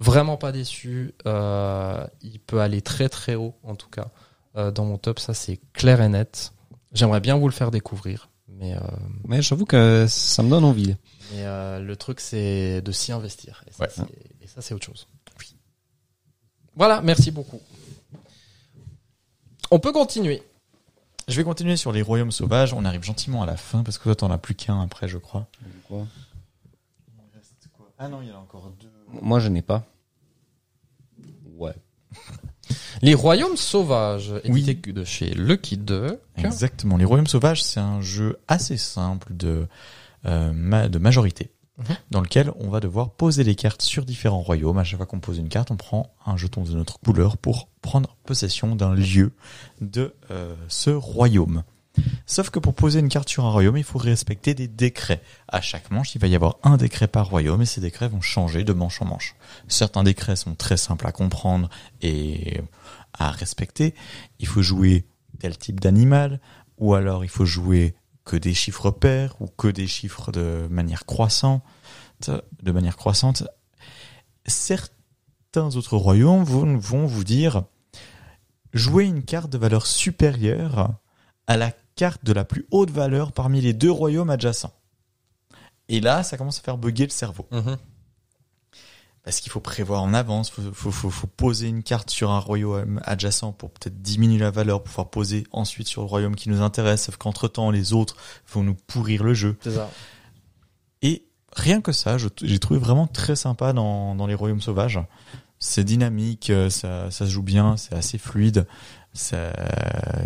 S1: vraiment pas déçu. Euh, il peut aller très très haut, en tout cas. Euh, dans mon top, ça, c'est clair et net. J'aimerais bien vous le faire découvrir. Mais euh,
S3: Mais j'avoue que ça me donne envie.
S1: mais euh, le truc, c'est de s'y investir. Et ça,
S2: Ouais.
S1: c'est- et ça, c'est autre chose. Voilà, merci beaucoup. On peut continuer.
S2: Je vais continuer sur les royaumes sauvages. On arrive gentiment à la fin parce que toi, t'en as plus qu'un après, je crois. Ah non, il y en a encore deux.
S3: Moi, je n'ai pas. Ouais.
S1: Les royaumes sauvages,
S2: Oui.
S1: édité que de chez Lucky 2.
S2: Exactement. Les royaumes sauvages, c'est un jeu assez simple de, euh, ma- de majorité dans lequel on va devoir poser les cartes sur différents royaumes. À chaque fois qu'on pose une carte, on prend un jeton de notre couleur pour prendre possession d'un lieu de euh, ce royaume. Sauf que pour poser une carte sur un royaume, il faut respecter des décrets. À chaque manche, il va y avoir un décret par royaume et ces décrets vont changer de manche en manche. Certains décrets sont très simples à comprendre et à respecter. Il faut jouer tel type d'animal ou alors il faut jouer que des chiffres pairs ou que des chiffres de manière croissante, de manière croissante. Certains autres royaumes vont, vont vous dire jouez une carte de valeur supérieure à la carte de la plus haute valeur parmi les deux royaumes adjacents. Et là, ça commence à faire bugger le cerveau.
S1: Mhm,
S2: Parce qu'il faut prévoir en avance, faut, faut, faut, faut poser une carte sur un royaume adjacent pour peut-être diminuer la valeur, pour pouvoir poser ensuite sur le royaume qui nous intéresse, sauf qu'entre-temps, les autres vont nous pourrir le jeu.
S1: C'est ça.
S2: Et rien que ça, je- j'ai trouvé vraiment très sympa dans, dans les royaumes sauvages. C'est dynamique, euh, ça, ça se joue bien, c'est assez fluide. Ça-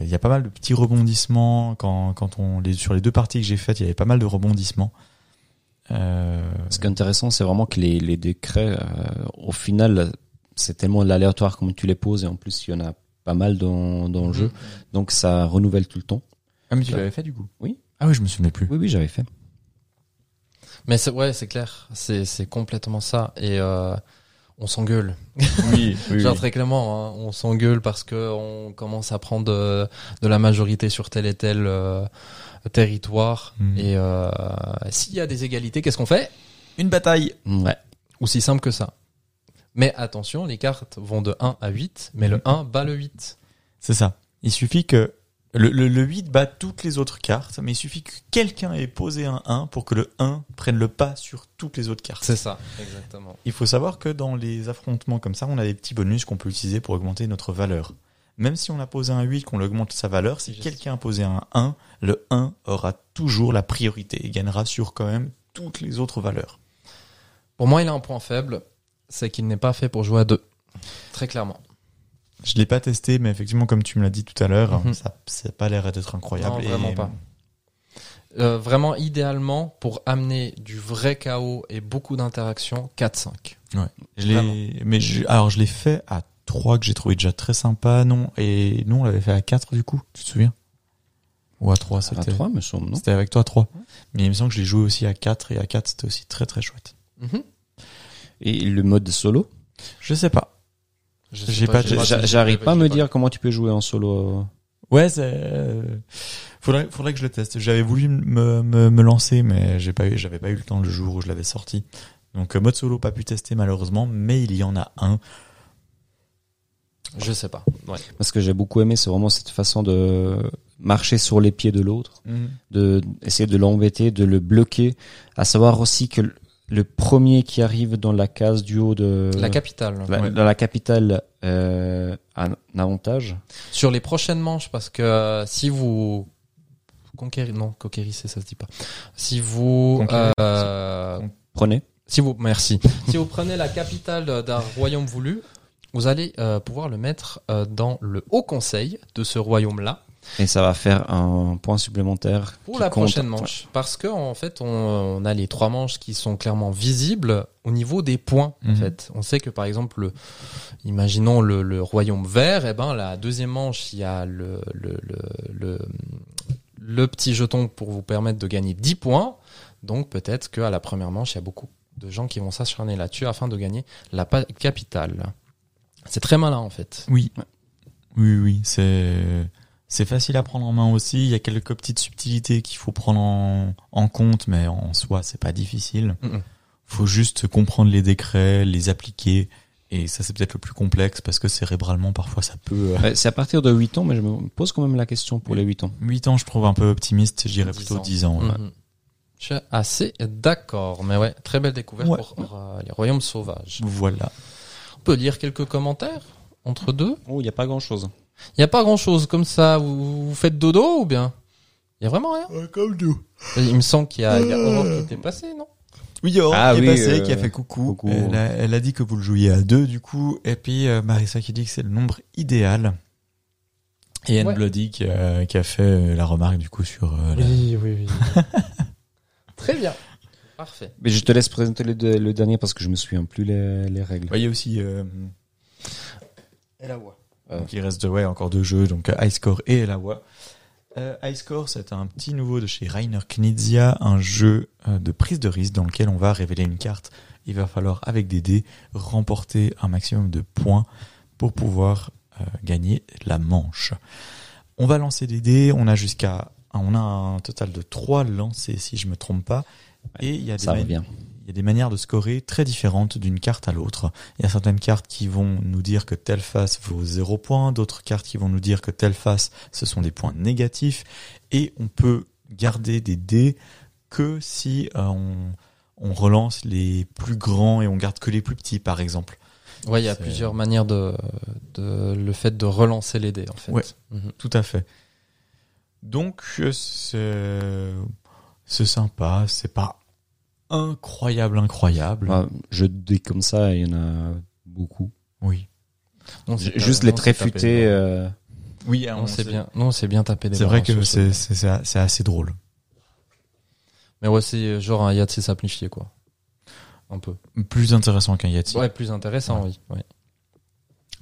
S2: Il y a pas mal de petits rebondissements. Quand, quand on, les, sur les deux parties que j'ai faites, il y avait pas mal de rebondissements. Euh,
S3: Ce qui est intéressant, c'est vraiment que les, les décrets, euh, au final, c'est tellement l'aléatoire comme tu les poses, et en plus, il y en a pas mal dans, dans le jeu. Donc, ça renouvelle tout le temps.
S2: Ah, mais tu
S3: Ça-
S2: l'avais fait du coup
S3: Oui.
S2: Ah oui, je me souvenais plus.
S3: Oui, oui, j'avais fait.
S1: Mais c'est, ouais, c'est clair. C'est, c'est complètement ça. Et euh, on s'engueule.
S2: Oui, oui,
S1: Genre très clairement, hein, on s'engueule parce que on commence à prendre euh, de, la majorité sur tel et tel euh, territoire.
S2: Mhm.
S1: Et euh, s'il y a des égalités, qu'est-ce qu'on fait
S2: Une bataille.
S3: Ouais.
S1: Aussi simple que ça. Mais attention, les cartes vont de 1 à 8, mais le 1 bat le 8.
S2: C'est ça. Il suffit que le, le, le 8 bat toutes les autres cartes, mais il suffit que quelqu'un ait posé un 1 pour que le 1 prenne le pas sur toutes les autres cartes.
S1: C'est ça, exactement.
S2: Il faut savoir que dans les affrontements comme ça, on a des petits bonus qu'on peut utiliser pour augmenter notre valeur. Même si on a posé un 8, qu'on augmente sa valeur, si
S1: Juste.
S2: quelqu'un a posé un 1, le 1 aura toujours la priorité et gagnera sur quand même toutes les autres valeurs.
S1: Pour moi, il a un point faible, c'est qu'il n'est pas fait pour jouer à 2. Très clairement.
S2: Je l'ai pas testé, mais effectivement, comme tu me l'as dit tout à l'heure,
S1: Mhm.
S2: ça n'a pas l'air d'être incroyable.
S1: Non,
S2: et-
S1: vraiment pas. Euh, vraiment, idéalement, pour amener du vrai chaos et beaucoup d'interactions, 4-5.
S2: Je l'ai, mais je- alors je l'ai fait à 3 que j'ai trouvé déjà très sympa, non Et nous on l'avait fait à 4 du coup, tu te souviens Ou à 3
S3: À
S2: c'était.
S3: 3, me semble, non
S2: C'était avec toi à 3. Mais il me semble que je l'ai joué aussi à 4 et à 4 c'était aussi très très chouette.
S1: Mhm.
S3: Et le mode solo
S2: Je sais pas.
S1: Je sais
S2: J'ai pas-
S1: j'ai
S2: j'ai-
S1: j'ai-
S3: J'a- J'arrive
S1: j'ai
S3: pas à me
S1: j'ai
S3: dire comment tu peux jouer en solo.
S2: Ouais, c'est euh, faudrait faudrait que je le teste. J'avais voulu me, me, me lancer mais j'ai pas eu j'avais pas eu le temps le jour où je l'avais sorti. Donc euh, mode solo pas pu tester malheureusement, mais il y en a un.
S1: Je sais pas. Ouais.
S3: Parce que j'ai beaucoup aimé, c'est vraiment cette façon de marcher sur les pieds de l'autre.
S2: Mmh.
S3: de essayer de l'embêter, de le bloquer, à savoir aussi que le- le premier qui arrive dans la case du haut de
S1: La capitale.
S3: la-
S2: Ouais.
S3: dans la capitale euh, a un avantage.
S1: Sur les prochaines manches, parce que euh, si vous conquérissez, non, conquérissez, ça se dit pas. Si vous,
S2: Conquérir,
S1: euh,
S3: Prenez.
S1: si vous, merci. si vous prenez la capitale d'un royaume voulu, vous allez euh, pouvoir le mettre euh, dans le haut conseil de ce royaume-là
S3: Et ça va faire un point supplémentaire.
S1: pour
S3: qui
S1: la
S3: compte.
S1: prochaine manche, parce que en fait, on, on a les trois manches qui sont clairement visibles au niveau des points. En
S2: Mhm.
S1: fait, on sait que par exemple, le- imaginons le, le royaume vert, et ben la deuxième manche, il y a le le, le, le le petit jeton pour vous permettre de gagner 10 points. Donc peut-être qu'à la première manche, il y a beaucoup de gens qui vont s'acharner là-dessus afin de gagner la pa- capitale. C'est très malin en fait.
S2: Oui. Oui, oui, c'est c'est facile à prendre en main aussi. Il y a quelques petites subtilités qu'il faut prendre en, en compte, mais en soi, c'est pas difficile.
S1: Mhm.
S2: Faut juste comprendre les décrets, les appliquer, et ça, c'est peut-être le plus complexe parce que cérébralement, parfois, ça peut.
S3: Ouais, C'est à partir de 8 ans, mais je me pose quand même la question pour les 8 ans.
S2: 8 ans, je trouve un peu optimiste. Je dirais
S1: 10
S2: plutôt
S1: ans.
S2: 10 ans. ouais.
S1: Mhm. Je suis assez d'accord, mais ouais, très belle découverte
S2: Ouais.
S1: pour euh, les royaumes sauvages.
S2: Voilà.
S1: On peut lire quelques commentaires entre deux.
S3: Oh, il n'y a pas grand chose.
S1: Il n'y a pas grand chose comme ça. Vous, vous faites dodo ou bien Il n'y a vraiment rien. Euh,
S2: Comme nous. Euh.
S1: Il me semble qu'il y a, il y a Europe qui était passée, non
S2: Oui, Aurore
S3: Ah
S2: qui
S3: oui,
S2: est passée,
S3: euh,
S2: qui a fait coucou.
S3: coucou.
S2: Elle, a, elle a dit que vous le jouiez à deux, du coup. Et puis euh, Marissa qui dit que c'est le nombre idéal. Et Anne
S1: Ouais.
S2: Bloody qui a, qui a fait euh, la remarque, du coup, sur... euh, la-
S1: oui, oui. très bien. Parfait.
S3: Mais je te laisse présenter le, de- le dernier parce que je me souviens plus les, les règles.
S2: Ouais, il y a aussi... euh,
S1: Elawa.
S2: donc il reste ouais, encore deux jeux, donc euh, Highscore et Elawa. Euh, Highscore, c'est un petit nouveau de chez Rainer Knizia, un jeu euh, de prise de risque dans lequel on va révéler une carte. Il va falloir, avec des dés, remporter un maximum de points pour pouvoir euh, gagner la manche. On va lancer des dés, on a jusqu'à... On a un total de trois lancés, si je me trompe pas. Et il y a des
S3: Ça
S2: mani-
S3: revient.
S2: il y a des manières de scorer très différentes d'une carte à l'autre. Il y a certaines cartes qui vont nous dire que telle face vaut 0 points, d'autres cartes qui vont nous dire que telle face, ce sont des points négatifs. Et on peut garder des dés que si euh, on, on relance les plus grands et on garde que les plus petits, par exemple.
S1: Ouais, il y a
S2: C'est-
S1: plusieurs manières de, de le fait de relancer les dés en fait.
S2: Ouais.
S1: Mhm.
S2: Tout à fait. Donc euh, c'est c'est sympa, c'est pas incroyable, incroyable.
S3: Ouais, je dis comme ça, il y en a beaucoup.
S2: Oui.
S1: On s'est
S3: Ju-
S1: tapé-
S3: Juste les
S1: on s'est
S3: très
S1: tapé
S3: futés.
S1: dedans.
S3: euh,
S2: Oui,
S1: On s'est bien, non, on s'est bien tapé des
S2: C'est vrai
S1: barres
S2: que
S1: sur ce-
S2: c'est c'est- c'est- c'est assez drôle.
S1: Mais ouais, c'est euh, genre un Yahtzee simplifié, quoi. Un peu.
S2: Plus intéressant qu'un Yeti.
S1: Ouais, plus intéressant, oui. ouais.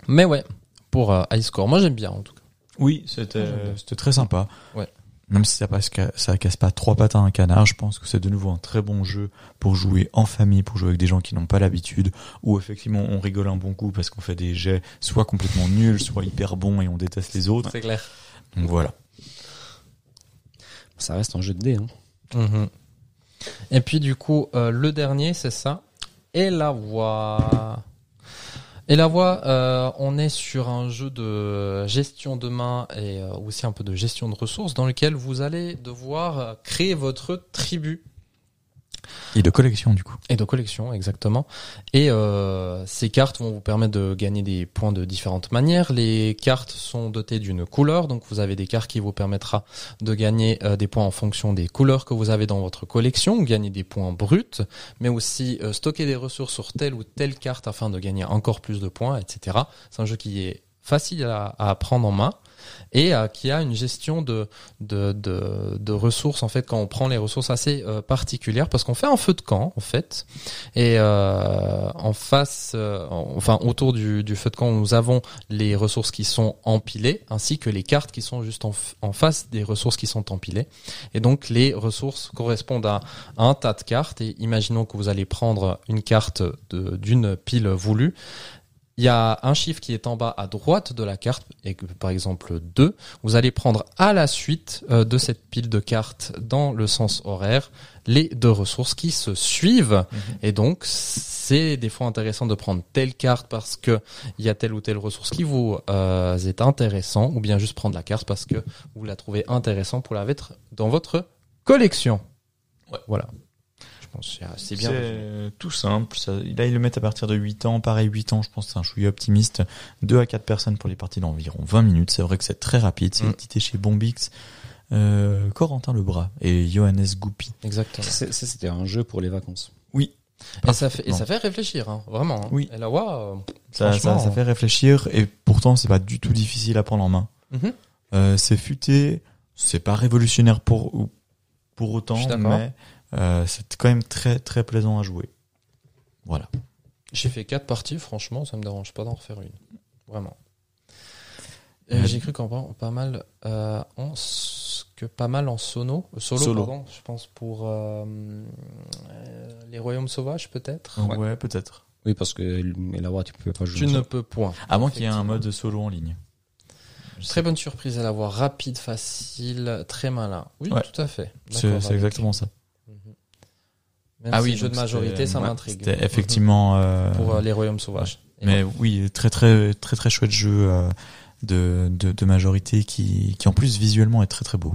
S1: Mais ouais, pour euh, High Score, moi j'aime bien en tout cas.
S2: Oui, c'était
S1: j'aime
S2: c'était très sympa.
S1: Ah, Ouais.
S2: Même si ça, passe, ca- ça casse pas trois pattes à un canard, je pense que c'est de nouveau un très bon jeu pour jouer en famille, pour jouer avec des gens qui n'ont pas l'habitude, où effectivement on rigole un bon coup parce qu'on fait des jets soit complètement nuls, soit hyper bons et on déteste les autres.
S1: C'est clair.
S2: Donc voilà.
S3: ça reste un jeu de dés. Hein.
S1: Mhm. Et puis du coup, euh, le dernier, c'est ça. Et la voix. Et la voix, euh, on est sur un jeu de gestion de main et euh, aussi un peu de gestion de ressources dans lequel vous allez devoir euh, créer votre tribu.
S2: Et de collection, du coup.
S1: Et de collection, exactement. Et euh, ces cartes vont vous permettre de gagner des points de différentes manières. Les cartes sont dotées d'une couleur, donc vous avez des cartes qui vous permettra de gagner euh, des points en fonction des couleurs que vous avez dans votre collection, gagner des points bruts, mais aussi euh, stocker des ressources sur telle ou telle carte afin de gagner encore plus de points, etc. C'est un jeu qui est facile à, à prendre en main et euh, qui a une gestion de, de, de, de ressources en fait quand on prend les ressources assez euh, particulières parce qu'on fait un feu de camp en fait et euh, en face euh, en- enfin autour du, du feu de camp nous avons les ressources qui sont empilées ainsi que les cartes qui sont juste en, f- en face des ressources qui sont empilées et donc les ressources correspondent à un tas de cartes et imaginons que vous allez prendre une carte de- d'une pile voulue il y a un chiffre qui est en bas à droite de la carte, et que, par exemple 2, vous allez prendre à la suite euh, de cette pile de cartes dans le sens horaire les deux ressources qui se suivent.
S2: Mhm.
S1: Et donc, c'est des fois intéressant de prendre telle carte parce que il y a telle ou telle ressource qui vous euh, est intéressant, ou bien juste prendre la carte parce que vous la trouvez intéressante pour la mettre dans votre collection.
S2: Ouais.
S1: Voilà. Je pense que c'est assez bien.
S2: C'est
S1: résumé.
S2: euh, tout simple. Ça- là, ils le mettent à partir de 8 ans. Pareil, 8 ans, je pense que c'est un chouïa optimiste. 2 à 4 personnes pour les parties d'environ 20 minutes. C'est vrai que c'est très rapide. C'est
S1: Mm.
S2: édité chez Bombix, euh, Corentin Lebras et Johannes Goupy.
S1: Exactement.
S3: Ça, ça, c'était un jeu pour les vacances.
S2: Oui,
S1: Et ça fait, et
S2: Parfaitement.
S1: ça fait réfléchir, hein, vraiment. hein.
S2: Oui.
S1: Et la voix.
S2: ça, ça,
S1: Franchement,
S2: ça fait réfléchir et pourtant, c'est pas du tout difficile à prendre en main.
S1: Mhm.
S2: Euh, c'est futé, c'est pas révolutionnaire pour, ou- pour
S1: Je suis
S2: autant,
S1: d'accord.
S2: mais euh, c'est quand même très très plaisant à jouer. Voilà.
S1: J'ai fait quatre parties, franchement, ça me dérange pas d'en refaire une. Vraiment. Euh,
S2: Euh,
S1: J'ai cru qu'en par- pas mal euh, en s- que pas mal en sono, euh, solo,
S2: Solo.
S1: pardon, je pense pour euh, euh, les royaumes sauvages peut-être.
S2: Ouais, peut-être.
S3: Oui, parce que là-bas, tu pouvais pas jouer.
S1: Tu ne peux point.
S2: À moins qu'il y ait un mode solo en ligne. Je
S1: Très bonne surprise à la voir, rapide, facile, très malin. Oui,
S2: Ouais.
S1: tout à fait. Mhm.
S2: C'est c'est exactement ça.
S1: ah oui, jeu
S2: donc
S1: de
S2: c'était-
S1: majorité, ça
S2: ouais,
S1: m'intrigue. Mhm.
S2: C'était effectivement. euh,
S1: pour euh, les royaumes sauvages. Et
S2: mais oui, très très très très chouette jeu euh, de, de, de majorité qui, qui en plus visuellement est très très beau.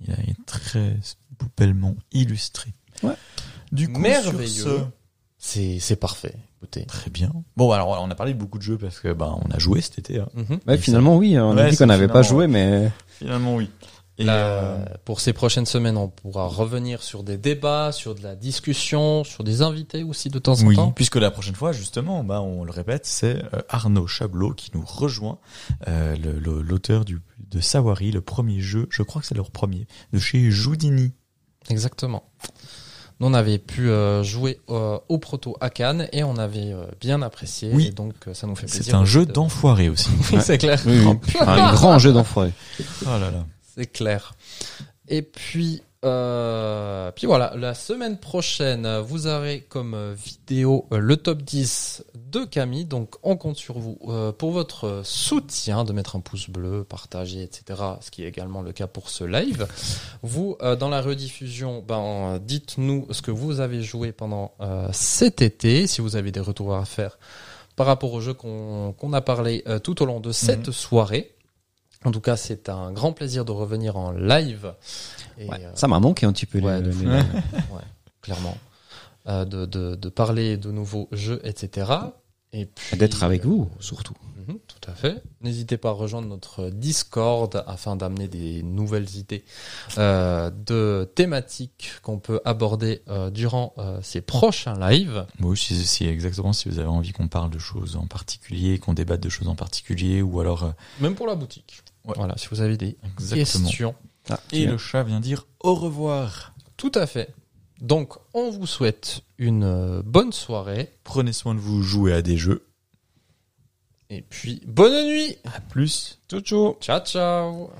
S2: Il a- il est très bellement illustré.
S3: Ouais.
S2: Du coup,
S1: Merveilleux.
S2: sur ce-
S1: C'est c'est parfait. Écoutez.
S2: Très bien. Bon, alors on a parlé de beaucoup de jeux parce que ben on a joué cet été. hein.
S1: Mhm.
S3: Ouais, finalement, oui. On
S2: Ouais,
S3: a dit
S2: c'est
S3: qu'on n'avait pas
S2: finalement-
S3: joué, mais
S2: Finalement, oui. Et
S1: Là,
S2: euh,
S1: Pour ces prochaines semaines, on pourra revenir sur des débats, sur de la discussion, sur des invités aussi de temps en
S2: oui,
S1: temps.
S2: puisque la prochaine fois, justement, bah, on le répète, c'est euh, Arnaud Chablot qui nous rejoint, euh, le- le- l'auteur du de Sawari, le premier jeu, je crois que c'est leur premier, de chez Houdini.
S1: Exactement. Nous, on avait pu euh, jouer euh, au proto à Cannes et on avait euh, bien apprécié.
S2: Oui.
S1: Et donc, euh, ça nous fait plaisir.
S2: C'est un
S1: aussi
S2: jeu
S1: de-
S2: d'enfoiré aussi.
S1: Oui, c'est clair.
S3: oui, oui. un grand jeu d'enfoiré.
S2: oh là là.
S1: C'est clair. Et puis, euh, puis voilà, la semaine prochaine, vous aurez comme euh, vidéo euh, le top 10 de Camille. Donc, on compte sur vous euh, pour votre euh, soutien, de mettre un pouce bleu, partager, etc. Ce qui est également le cas pour ce live. Vous, euh, dans la rediffusion, ben, euh, dites-nous ce que vous avez joué pendant euh, cet été, si vous avez des retours à faire par rapport au jeu qu'on qu'on a parlé euh, tout au long de cette soirée. En tout cas, c'est un grand plaisir de revenir en live. Et,
S3: Ouais,
S1: euh,
S3: Ça m'a manqué un petit peu.
S1: Ouais,
S3: les-
S1: de
S3: les-
S1: fou.
S3: les-
S1: clairement. euh, de, de, de parler de nouveaux jeux, etc. Et puis,
S3: Ah, D'être avec
S1: euh,
S3: vous, surtout.
S1: Mhm, tout à fait. N'hésitez pas à rejoindre notre Discord afin d'amener des nouvelles idées euh, de thématiques qu'on peut aborder euh, durant euh, ces prochains lives.
S2: Oui, si, si, exactement, si vous avez envie qu'on parle de choses en particulier, qu'on débatte de choses en particulier, ou alors... euh,
S1: Même pour la boutique.
S2: Ouais.
S1: Voilà, si vous avez des
S2: exactement.
S1: questions.
S3: Ah,
S2: Et le chat vient dire au revoir.
S1: Tout à fait. Donc, on vous souhaite une euh, bonne soirée
S2: Prenez soin de vous, jouez à des jeux.
S1: et puis bonne nuit.
S2: À plus.
S3: Ciao, ciao.
S1: Ciao, ciao.